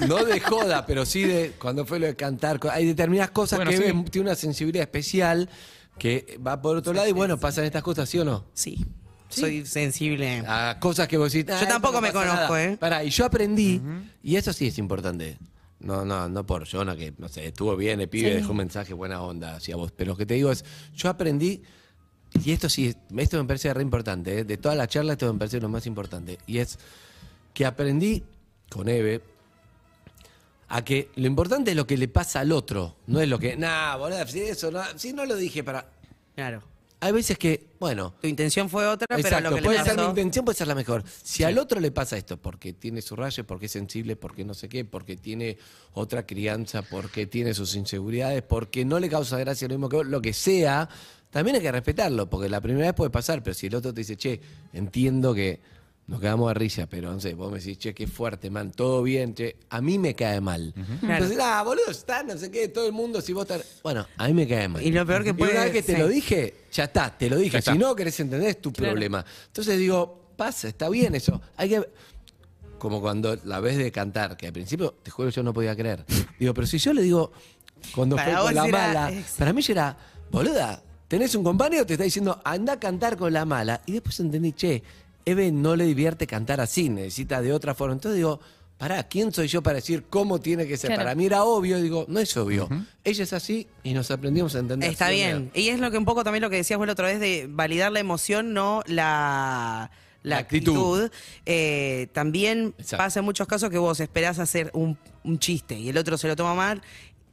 [SPEAKER 4] No, no de joda, pero sí de cuando fue lo de cantar. co- Hay determinadas cosas
[SPEAKER 7] Bueno,
[SPEAKER 4] que
[SPEAKER 7] sí.
[SPEAKER 4] Eve tiene una sensibilidad especial que va por otro lado y bueno, pasan estas cosas, ¿sí o no?
[SPEAKER 5] Sí, soy sensible.
[SPEAKER 4] a cosas que vos decís. "Ah,
[SPEAKER 5] Yo
[SPEAKER 4] esto
[SPEAKER 5] tampoco me
[SPEAKER 4] pasa
[SPEAKER 5] conozco,
[SPEAKER 4] nada".
[SPEAKER 5] ¿eh?
[SPEAKER 4] Pará, y yo aprendí, y eso sí es importante. No, no, no por Jonah, que no sé, estuvo bien, el pibe
[SPEAKER 6] Sí.
[SPEAKER 4] dejó un mensaje buena onda hacia vos. Pero lo que te digo es, yo aprendí, y esto sí, esto me parece re importante, ¿eh? de toda la charla, esto me parece lo más importante. Y es que aprendí con Eve a que lo importante es lo que le pasa al otro, no es lo que, nah, boludo, si eso, no, si no lo dije para.
[SPEAKER 5] Claro.
[SPEAKER 4] Hay veces que, bueno,
[SPEAKER 5] Tu intención fue otra, pero
[SPEAKER 4] Exacto,
[SPEAKER 5] lo que le
[SPEAKER 4] puede
[SPEAKER 5] pasó...
[SPEAKER 4] ser mi intención, puede ser la mejor. Si al otro le pasa esto, porque tiene su rayo, porque es sensible, porque no sé qué, porque tiene otra crianza, porque tiene sus inseguridades, porque no le causa gracia lo mismo que vos, lo que sea, también hay que respetarlo, porque la primera vez puede pasar, pero si el otro te dice, che, entiendo que nos quedamos de risa, pero no sé, vos me decís, che, qué fuerte, man, todo bien, che, a mí me cae mal. Entonces, ah, boludo, está, no sé qué, todo el mundo, si vos estás. Bueno, a mí me cae mal.
[SPEAKER 5] Y lo peor que puede-
[SPEAKER 4] una vez que te
[SPEAKER 5] sí.
[SPEAKER 4] lo dije, ya está, te lo dije.
[SPEAKER 7] Ya está.
[SPEAKER 4] Si no querés entender, es tu
[SPEAKER 6] Claro.
[SPEAKER 4] problema. Entonces digo, pasa, está bien eso. Hay que. Como cuando la ves de cantar, que al principio, te juro, yo no podía creer. Digo, pero si yo le digo, cuando
[SPEAKER 5] Para
[SPEAKER 4] fue
[SPEAKER 5] vos
[SPEAKER 4] con la
[SPEAKER 5] era-
[SPEAKER 4] mala,
[SPEAKER 5] ex-
[SPEAKER 4] para mí yo era, boluda, tenés un compañero que te está diciendo, anda a cantar con la mala. Y después entendí, che, Eve no le divierte cantar así, necesita de otra forma. Entonces digo, pará, ¿quién soy yo para decir cómo tiene que ser?
[SPEAKER 6] Claro.
[SPEAKER 4] Para mí era obvio, digo, no es obvio. Ella es así y nos aprendimos a entender.
[SPEAKER 5] Está
[SPEAKER 4] sin
[SPEAKER 5] bien.
[SPEAKER 4] miedo.
[SPEAKER 5] Y es lo que un poco también lo que decías vos la otra vez de validar la emoción, no la, la
[SPEAKER 4] La actitud.
[SPEAKER 5] actitud. Eh, también
[SPEAKER 4] Exacto.
[SPEAKER 5] pasa en muchos casos que vos esperás hacer un, un chiste y el otro se lo toma mal.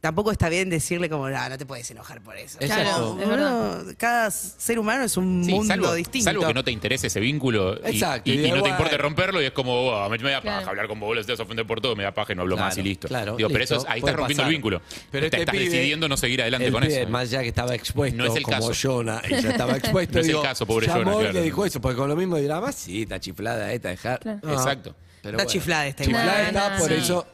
[SPEAKER 5] Tampoco está bien decirle como, "Ah, no, no te puedes enojar por eso.
[SPEAKER 7] Exacto.
[SPEAKER 5] Claro, uno- cada ser humano es un
[SPEAKER 7] Sí,
[SPEAKER 5] mundo
[SPEAKER 7] salvo,
[SPEAKER 5] distinto.
[SPEAKER 7] salvo que no te interese ese vínculo y-
[SPEAKER 5] Exacto,
[SPEAKER 7] y,
[SPEAKER 5] y
[SPEAKER 7] y no
[SPEAKER 5] bueno.
[SPEAKER 7] te importe romperlo y es como, "Oh, me, me da paja
[SPEAKER 5] Claro.
[SPEAKER 7] hablar con vos, boludo, te vas a ofender por todo, me da paja y no hablo más y listo.
[SPEAKER 4] claro,
[SPEAKER 7] Digo, pero
[SPEAKER 4] listo,
[SPEAKER 7] eso es- ahí
[SPEAKER 4] puede
[SPEAKER 7] estás rompiendo
[SPEAKER 4] pasar.
[SPEAKER 7] el vínculo.
[SPEAKER 4] Pero
[SPEAKER 7] Pero
[SPEAKER 4] este
[SPEAKER 7] estás
[SPEAKER 4] pibe-
[SPEAKER 7] decidiendo no seguir adelante
[SPEAKER 4] el
[SPEAKER 7] con
[SPEAKER 4] pibe,
[SPEAKER 7] eso.
[SPEAKER 4] Más ya que estaba expuesto
[SPEAKER 7] No es el
[SPEAKER 4] como
[SPEAKER 7] caso.
[SPEAKER 4] Jonah, ella estaba expuesta.
[SPEAKER 7] No es el
[SPEAKER 4] digo,
[SPEAKER 7] caso, pobre
[SPEAKER 4] llamó
[SPEAKER 7] Jonah,
[SPEAKER 4] y
[SPEAKER 7] claro.
[SPEAKER 4] le dijo eso, porque con lo mismo dirá, más sí, está chiflada esta, dejar.
[SPEAKER 7] Exacto.
[SPEAKER 5] Está chiflada esta
[SPEAKER 7] Chiflada
[SPEAKER 5] igual.
[SPEAKER 7] está,
[SPEAKER 6] no,
[SPEAKER 7] por
[SPEAKER 6] no.
[SPEAKER 7] eso.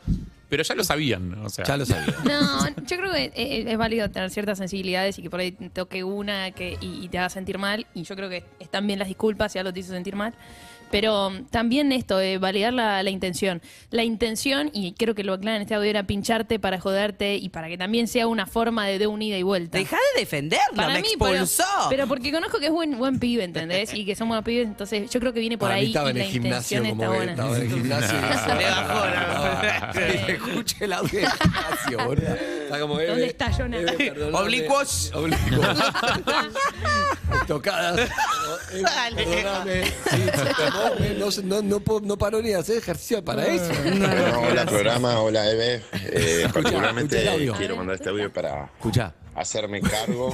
[SPEAKER 7] Pero ya lo sabían, o sea.
[SPEAKER 4] Ya lo sabían.
[SPEAKER 6] No, yo creo que eh, eh, es válido tener ciertas sensibilidades y que por ahí toque una que, y, y te haga sentir mal. Y yo creo que están bien las disculpas, ya lo te hizo sentir mal. Pero mm, también esto de validar la, la intención. La intención, y creo que lo aclaran en este audio, era pincharte para joderte y para que también sea una forma de, de un ida y vuelta.
[SPEAKER 5] Dejá de defenderla,
[SPEAKER 6] Para
[SPEAKER 5] me
[SPEAKER 6] mí, pero-
[SPEAKER 5] expulsó.
[SPEAKER 6] Pero, porque conozco que es buen, buen pibe, ¿entendés? Y que son buenos pibes, entonces yo creo que viene por
[SPEAKER 4] Para mí
[SPEAKER 6] ahí y
[SPEAKER 4] estaba
[SPEAKER 6] la
[SPEAKER 4] en el gimnasio
[SPEAKER 6] intención
[SPEAKER 4] como
[SPEAKER 6] está
[SPEAKER 4] que
[SPEAKER 6] buena.
[SPEAKER 4] estaba en el gimnasio.
[SPEAKER 5] Se le bajó
[SPEAKER 4] la Escuche el audio del gimnasio, boludo. Está como eh, Eve,
[SPEAKER 6] ¿Dónde está Jonah?
[SPEAKER 4] Eve, perdóname.
[SPEAKER 5] Oblicuos.
[SPEAKER 4] Oblicuos. Tocadas. Eve,
[SPEAKER 5] Dale.
[SPEAKER 4] Perdóname. Sí, se tomó, no, no, no, puedo- no paró ni de hacer ejercicio para eso.
[SPEAKER 13] Bueno, hola programa, hola Eve. Eh, particularmente
[SPEAKER 4] escucha el audio.
[SPEAKER 13] quiero mandar este audio para
[SPEAKER 4] Escucha.
[SPEAKER 13] hacerme cargo.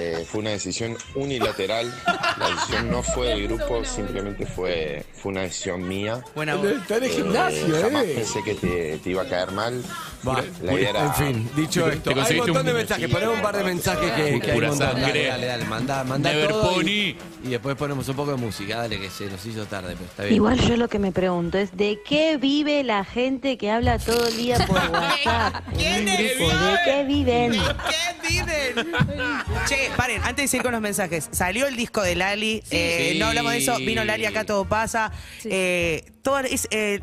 [SPEAKER 13] Eh, fue una decisión unilateral. La decisión no fue del grupo, simplemente fue, fue una decisión mía.
[SPEAKER 5] Buena
[SPEAKER 4] voz. Está en el gimnasio,
[SPEAKER 13] eh, Jamás
[SPEAKER 4] eh.
[SPEAKER 13] pensé que te, te iba a caer mal.
[SPEAKER 4] Va,
[SPEAKER 13] La idea era-
[SPEAKER 4] en fin, dicho
[SPEAKER 13] Te
[SPEAKER 4] esto, hay un
[SPEAKER 13] conseguiste
[SPEAKER 4] montón de
[SPEAKER 13] un-
[SPEAKER 4] mensajes. Ponemos un par de mensajes que, que hay
[SPEAKER 7] Pura
[SPEAKER 4] un montón. Dale,
[SPEAKER 7] sangre.
[SPEAKER 4] dale, dale, manda, manda
[SPEAKER 7] Never
[SPEAKER 4] todo
[SPEAKER 7] Pony.
[SPEAKER 4] Y, y después ponemos un poco de música, dale, que se nos hizo tarde, pero está bien.
[SPEAKER 14] Igual yo lo que me pregunto es de qué vive la gente que habla todo el día por WhatsApp.
[SPEAKER 5] ¿Quién
[SPEAKER 14] ¿De
[SPEAKER 5] es?
[SPEAKER 14] qué viven?
[SPEAKER 5] ¿Qué viven? Che, paren, antes de ir con los mensajes, salió el disco de Lali, eh,
[SPEAKER 10] Sí.
[SPEAKER 5] no hablamos de eso, vino Lali, acá todo pasa. Eh, todo es, eh,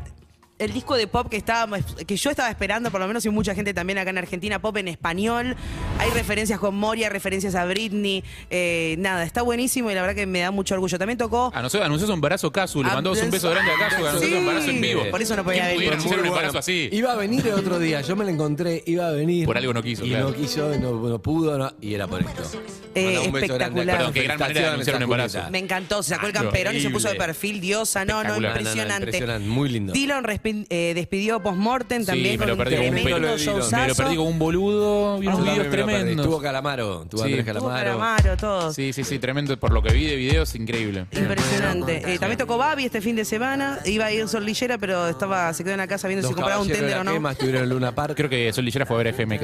[SPEAKER 5] el disco de pop que estábamos, que yo estaba esperando, por lo menos y mucha gente también acá en Argentina, pop en español. Hay referencias con Moria, referencias a Britney. eh, nada, está buenísimo y la verdad que me da mucho orgullo. También tocó
[SPEAKER 7] A nosotros anunció su embarazo Casu, le mandamos un beso grande a Casu, anunció
[SPEAKER 5] Ah, Sí.
[SPEAKER 7] su embarazo en vivo.
[SPEAKER 5] Por eso no podía
[SPEAKER 7] ¿Quién
[SPEAKER 5] venir.
[SPEAKER 7] pudiera anunciar un
[SPEAKER 5] Muy bueno.
[SPEAKER 7] embarazo así?
[SPEAKER 4] Iba a venir el otro día, yo me lo encontré, iba a venir.
[SPEAKER 7] Por algo no quiso,
[SPEAKER 4] Y
[SPEAKER 7] claro.
[SPEAKER 4] no quiso, no, no pudo, no- y era por esto.
[SPEAKER 5] Eh,
[SPEAKER 4] Mandá un beso
[SPEAKER 5] espectacular.
[SPEAKER 4] grande a
[SPEAKER 5] Perdón,
[SPEAKER 7] qué gran manera de anunciar un embarazo.
[SPEAKER 4] Julieta.
[SPEAKER 5] Me encantó, se sacó el
[SPEAKER 4] Claro,
[SPEAKER 5] camperón y se puso de
[SPEAKER 4] increíble.
[SPEAKER 5] perfil, diosa, no, no,
[SPEAKER 4] Ah, Espectacular. No, no, no,
[SPEAKER 5] impresionante.
[SPEAKER 4] impresionante, muy lindo.
[SPEAKER 5] Dylan respi- eh, despidió post-mortem también
[SPEAKER 7] Sí, me
[SPEAKER 5] con
[SPEAKER 7] lo
[SPEAKER 5] un
[SPEAKER 7] perdí con un
[SPEAKER 5] tremendo
[SPEAKER 7] pelo.
[SPEAKER 5] showzazo.
[SPEAKER 7] Me lo perdí con un boludo, vi
[SPEAKER 4] Yo
[SPEAKER 7] unos videos
[SPEAKER 4] también me lo perdí.
[SPEAKER 7] tremendos.
[SPEAKER 4] Estuvo Calamaro, estuvo
[SPEAKER 7] Sí.
[SPEAKER 4] Andrés
[SPEAKER 5] Estuvo
[SPEAKER 4] Calamaro.
[SPEAKER 5] Calamaro, todo.
[SPEAKER 7] Sí, sí, sí, tremendo. Por lo que vi de videos, increíble.
[SPEAKER 5] Impresionante. Eh, también tocó Babi este fin de semana. Iba a ir Sol Lillera, pero estaba, se quedó en la casa viendo
[SPEAKER 7] Los
[SPEAKER 5] si compraba un
[SPEAKER 7] Caballeros de
[SPEAKER 5] tender
[SPEAKER 7] la
[SPEAKER 5] o no.
[SPEAKER 4] Más estuvieron en Luna Park.
[SPEAKER 7] Creo que Sol Lillera fue a ver a FMK.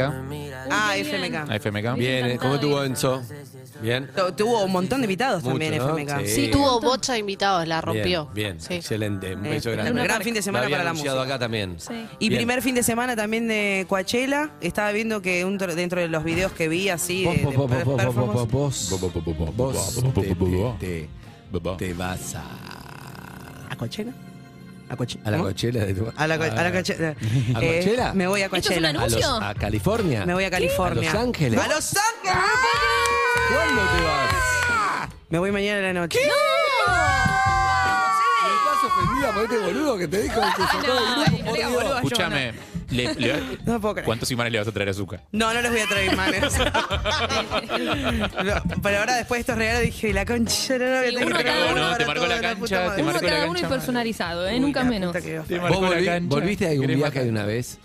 [SPEAKER 5] Ah, FMK.
[SPEAKER 7] A FMK.
[SPEAKER 4] Bien, ¿eh? ¿cómo estuvo Enzo? Bien.
[SPEAKER 5] Tu- Tuvo un montón de invitados
[SPEAKER 4] Mucho,
[SPEAKER 5] también
[SPEAKER 4] ¿no?
[SPEAKER 5] FMK.
[SPEAKER 4] Sí.
[SPEAKER 15] Sí, tuvo bocha de invitados, la rompió.
[SPEAKER 4] Bien, bien,
[SPEAKER 15] Sí.
[SPEAKER 4] excelente. Un beso
[SPEAKER 5] Eh,
[SPEAKER 4] grande.
[SPEAKER 5] un gran fin de semana
[SPEAKER 4] Lo había
[SPEAKER 5] para la
[SPEAKER 4] anunciado
[SPEAKER 5] música.
[SPEAKER 4] acá también.
[SPEAKER 5] Y
[SPEAKER 4] Bien.
[SPEAKER 5] primer fin de semana también de Coachella. Estaba viendo que un- dentro de los videos que vi así de, de
[SPEAKER 4] Vos, vos, vos, vos, vos,
[SPEAKER 5] performance,
[SPEAKER 4] vos, vos, vos, vos, te- te- te- te vas a...
[SPEAKER 5] ¿A Coachella? ¿A Coachella?
[SPEAKER 4] ¿A la
[SPEAKER 5] ¿Cómo?
[SPEAKER 4] Coachella de tu...
[SPEAKER 5] A la, Coach- a la
[SPEAKER 4] Ah.
[SPEAKER 5] Coachella.
[SPEAKER 4] ¿A
[SPEAKER 5] Eh,
[SPEAKER 4] Coachella?
[SPEAKER 5] me voy a Coachella.
[SPEAKER 4] A los- ¿A California?
[SPEAKER 5] Me voy a California.
[SPEAKER 4] ¿A Los Ángeles?
[SPEAKER 5] ¡A Los Ángeles!
[SPEAKER 4] ¿Cuándo te vas?
[SPEAKER 5] Me voy mañana a la noche.
[SPEAKER 4] ¿Estás ofendida por este boludo que te dijo que se sacó del grupo? Por Dios.
[SPEAKER 7] Escúchame. le- le-
[SPEAKER 5] No puedo creer.
[SPEAKER 7] ¿Cuántos imanes le vas a traer a Zucca?
[SPEAKER 5] No, no les voy a traer manes. No, pero ahora después de estos regalos dije, la concha, no, no, voy a tener
[SPEAKER 7] uno
[SPEAKER 5] que
[SPEAKER 7] cada
[SPEAKER 5] traer
[SPEAKER 7] uno,
[SPEAKER 5] para
[SPEAKER 7] te marcó
[SPEAKER 5] todo,
[SPEAKER 7] la
[SPEAKER 5] puta
[SPEAKER 7] cancha,
[SPEAKER 5] madre.
[SPEAKER 7] te
[SPEAKER 6] Uno
[SPEAKER 7] marcó la
[SPEAKER 6] cada uno y
[SPEAKER 7] cancha.
[SPEAKER 6] personalizado, ¿eh? Nunca menos.
[SPEAKER 4] Vos
[SPEAKER 7] marcó la
[SPEAKER 4] volví-
[SPEAKER 7] cancha.
[SPEAKER 4] volviste de
[SPEAKER 7] ¿Querés
[SPEAKER 4] algún viaje
[SPEAKER 7] marcar?
[SPEAKER 4] de una vez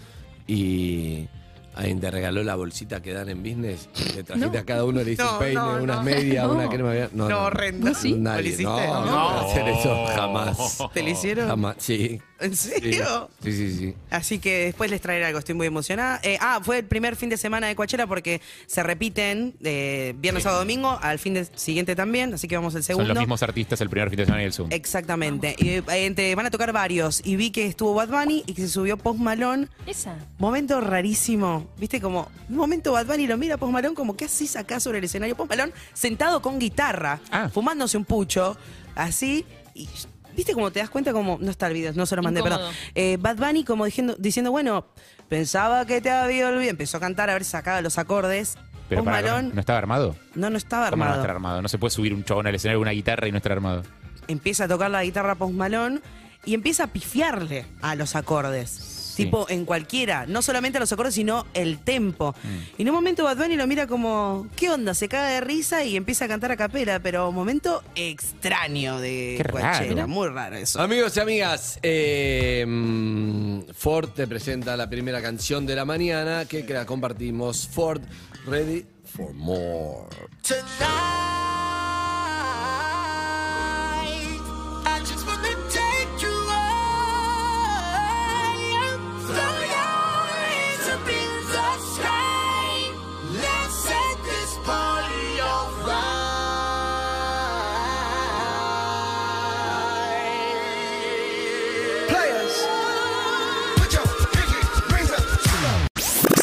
[SPEAKER 4] y alguien te regaló la bolsita que dan en business. Le trajiste a cada uno, le diste un
[SPEAKER 5] No,
[SPEAKER 4] peine,
[SPEAKER 5] no,
[SPEAKER 4] unas
[SPEAKER 5] no.
[SPEAKER 4] medias,
[SPEAKER 5] No.
[SPEAKER 4] una crema. No, no,
[SPEAKER 5] No, horrendo. ¿Vos sí?
[SPEAKER 4] Nadie,
[SPEAKER 5] ¿Lo hiciste?
[SPEAKER 4] No, no,
[SPEAKER 5] No.
[SPEAKER 4] voy a hacer eso jamás.
[SPEAKER 5] ¿Te lo hicieron?
[SPEAKER 4] Jamás, sí.
[SPEAKER 5] ¿En
[SPEAKER 4] Sí.
[SPEAKER 5] serio?
[SPEAKER 4] Sí, sí, sí.
[SPEAKER 5] Así que después les traeré algo, estoy muy emocionada. Eh, ah, fue el primer fin de semana de Coachella porque se repiten eh, viernes a domingo, al fin de- siguiente también, así que vamos al
[SPEAKER 7] Son
[SPEAKER 5] segundo.
[SPEAKER 7] los mismos artistas el primer fin de semana y el segundo.
[SPEAKER 5] Exactamente. Y, eh, entre, van a tocar varios. Y vi que estuvo Bad Bunny y que se subió Post Malone.
[SPEAKER 6] Esa.
[SPEAKER 5] Momento rarísimo. Viste como, un momento Bad Bunny lo mira Post Malone como, ¿qué haces acá sobre el escenario? Post Malone sentado con guitarra,
[SPEAKER 7] Ah.
[SPEAKER 5] fumándose un pucho, así. Y, Viste como te das cuenta como, no está el video, no se lo mandé,
[SPEAKER 6] Incómodo.
[SPEAKER 5] perdón. Eh, Bad Bunny como diciendo, diciendo, bueno, pensaba que te había olvidado. Empezó a cantar a ver si sacaba los acordes.
[SPEAKER 7] Pero
[SPEAKER 5] Post
[SPEAKER 7] para,
[SPEAKER 5] Malone,
[SPEAKER 7] ¿no, ¿no estaba armado?
[SPEAKER 5] no, no estaba
[SPEAKER 7] ¿Cómo no va a
[SPEAKER 5] armado.
[SPEAKER 7] estar armado? No se puede subir un chabón al escenario con una guitarra y no estar armado.
[SPEAKER 5] empieza a tocar la guitarra Post Malone y empieza a pifiarle a los acordes. Tipo, en cualquiera. No solamente los acordes, sino el tempo.
[SPEAKER 4] Mm.
[SPEAKER 5] Y en un momento Bad Bunny lo mira como, ¿qué onda? Se caga de risa y empieza a cantar a capela, pero un momento extraño de
[SPEAKER 4] Qué raro.
[SPEAKER 5] Coachella, muy raro eso.
[SPEAKER 4] Amigos y amigas, eh, mm, Ford te presenta la primera canción de la mañana que que la compartimos. Ford, ready for more.
[SPEAKER 16] I just wanna take you higher. Throw your hands up in the sky. Let's set this party on fire. Players, put your pinky rings up to the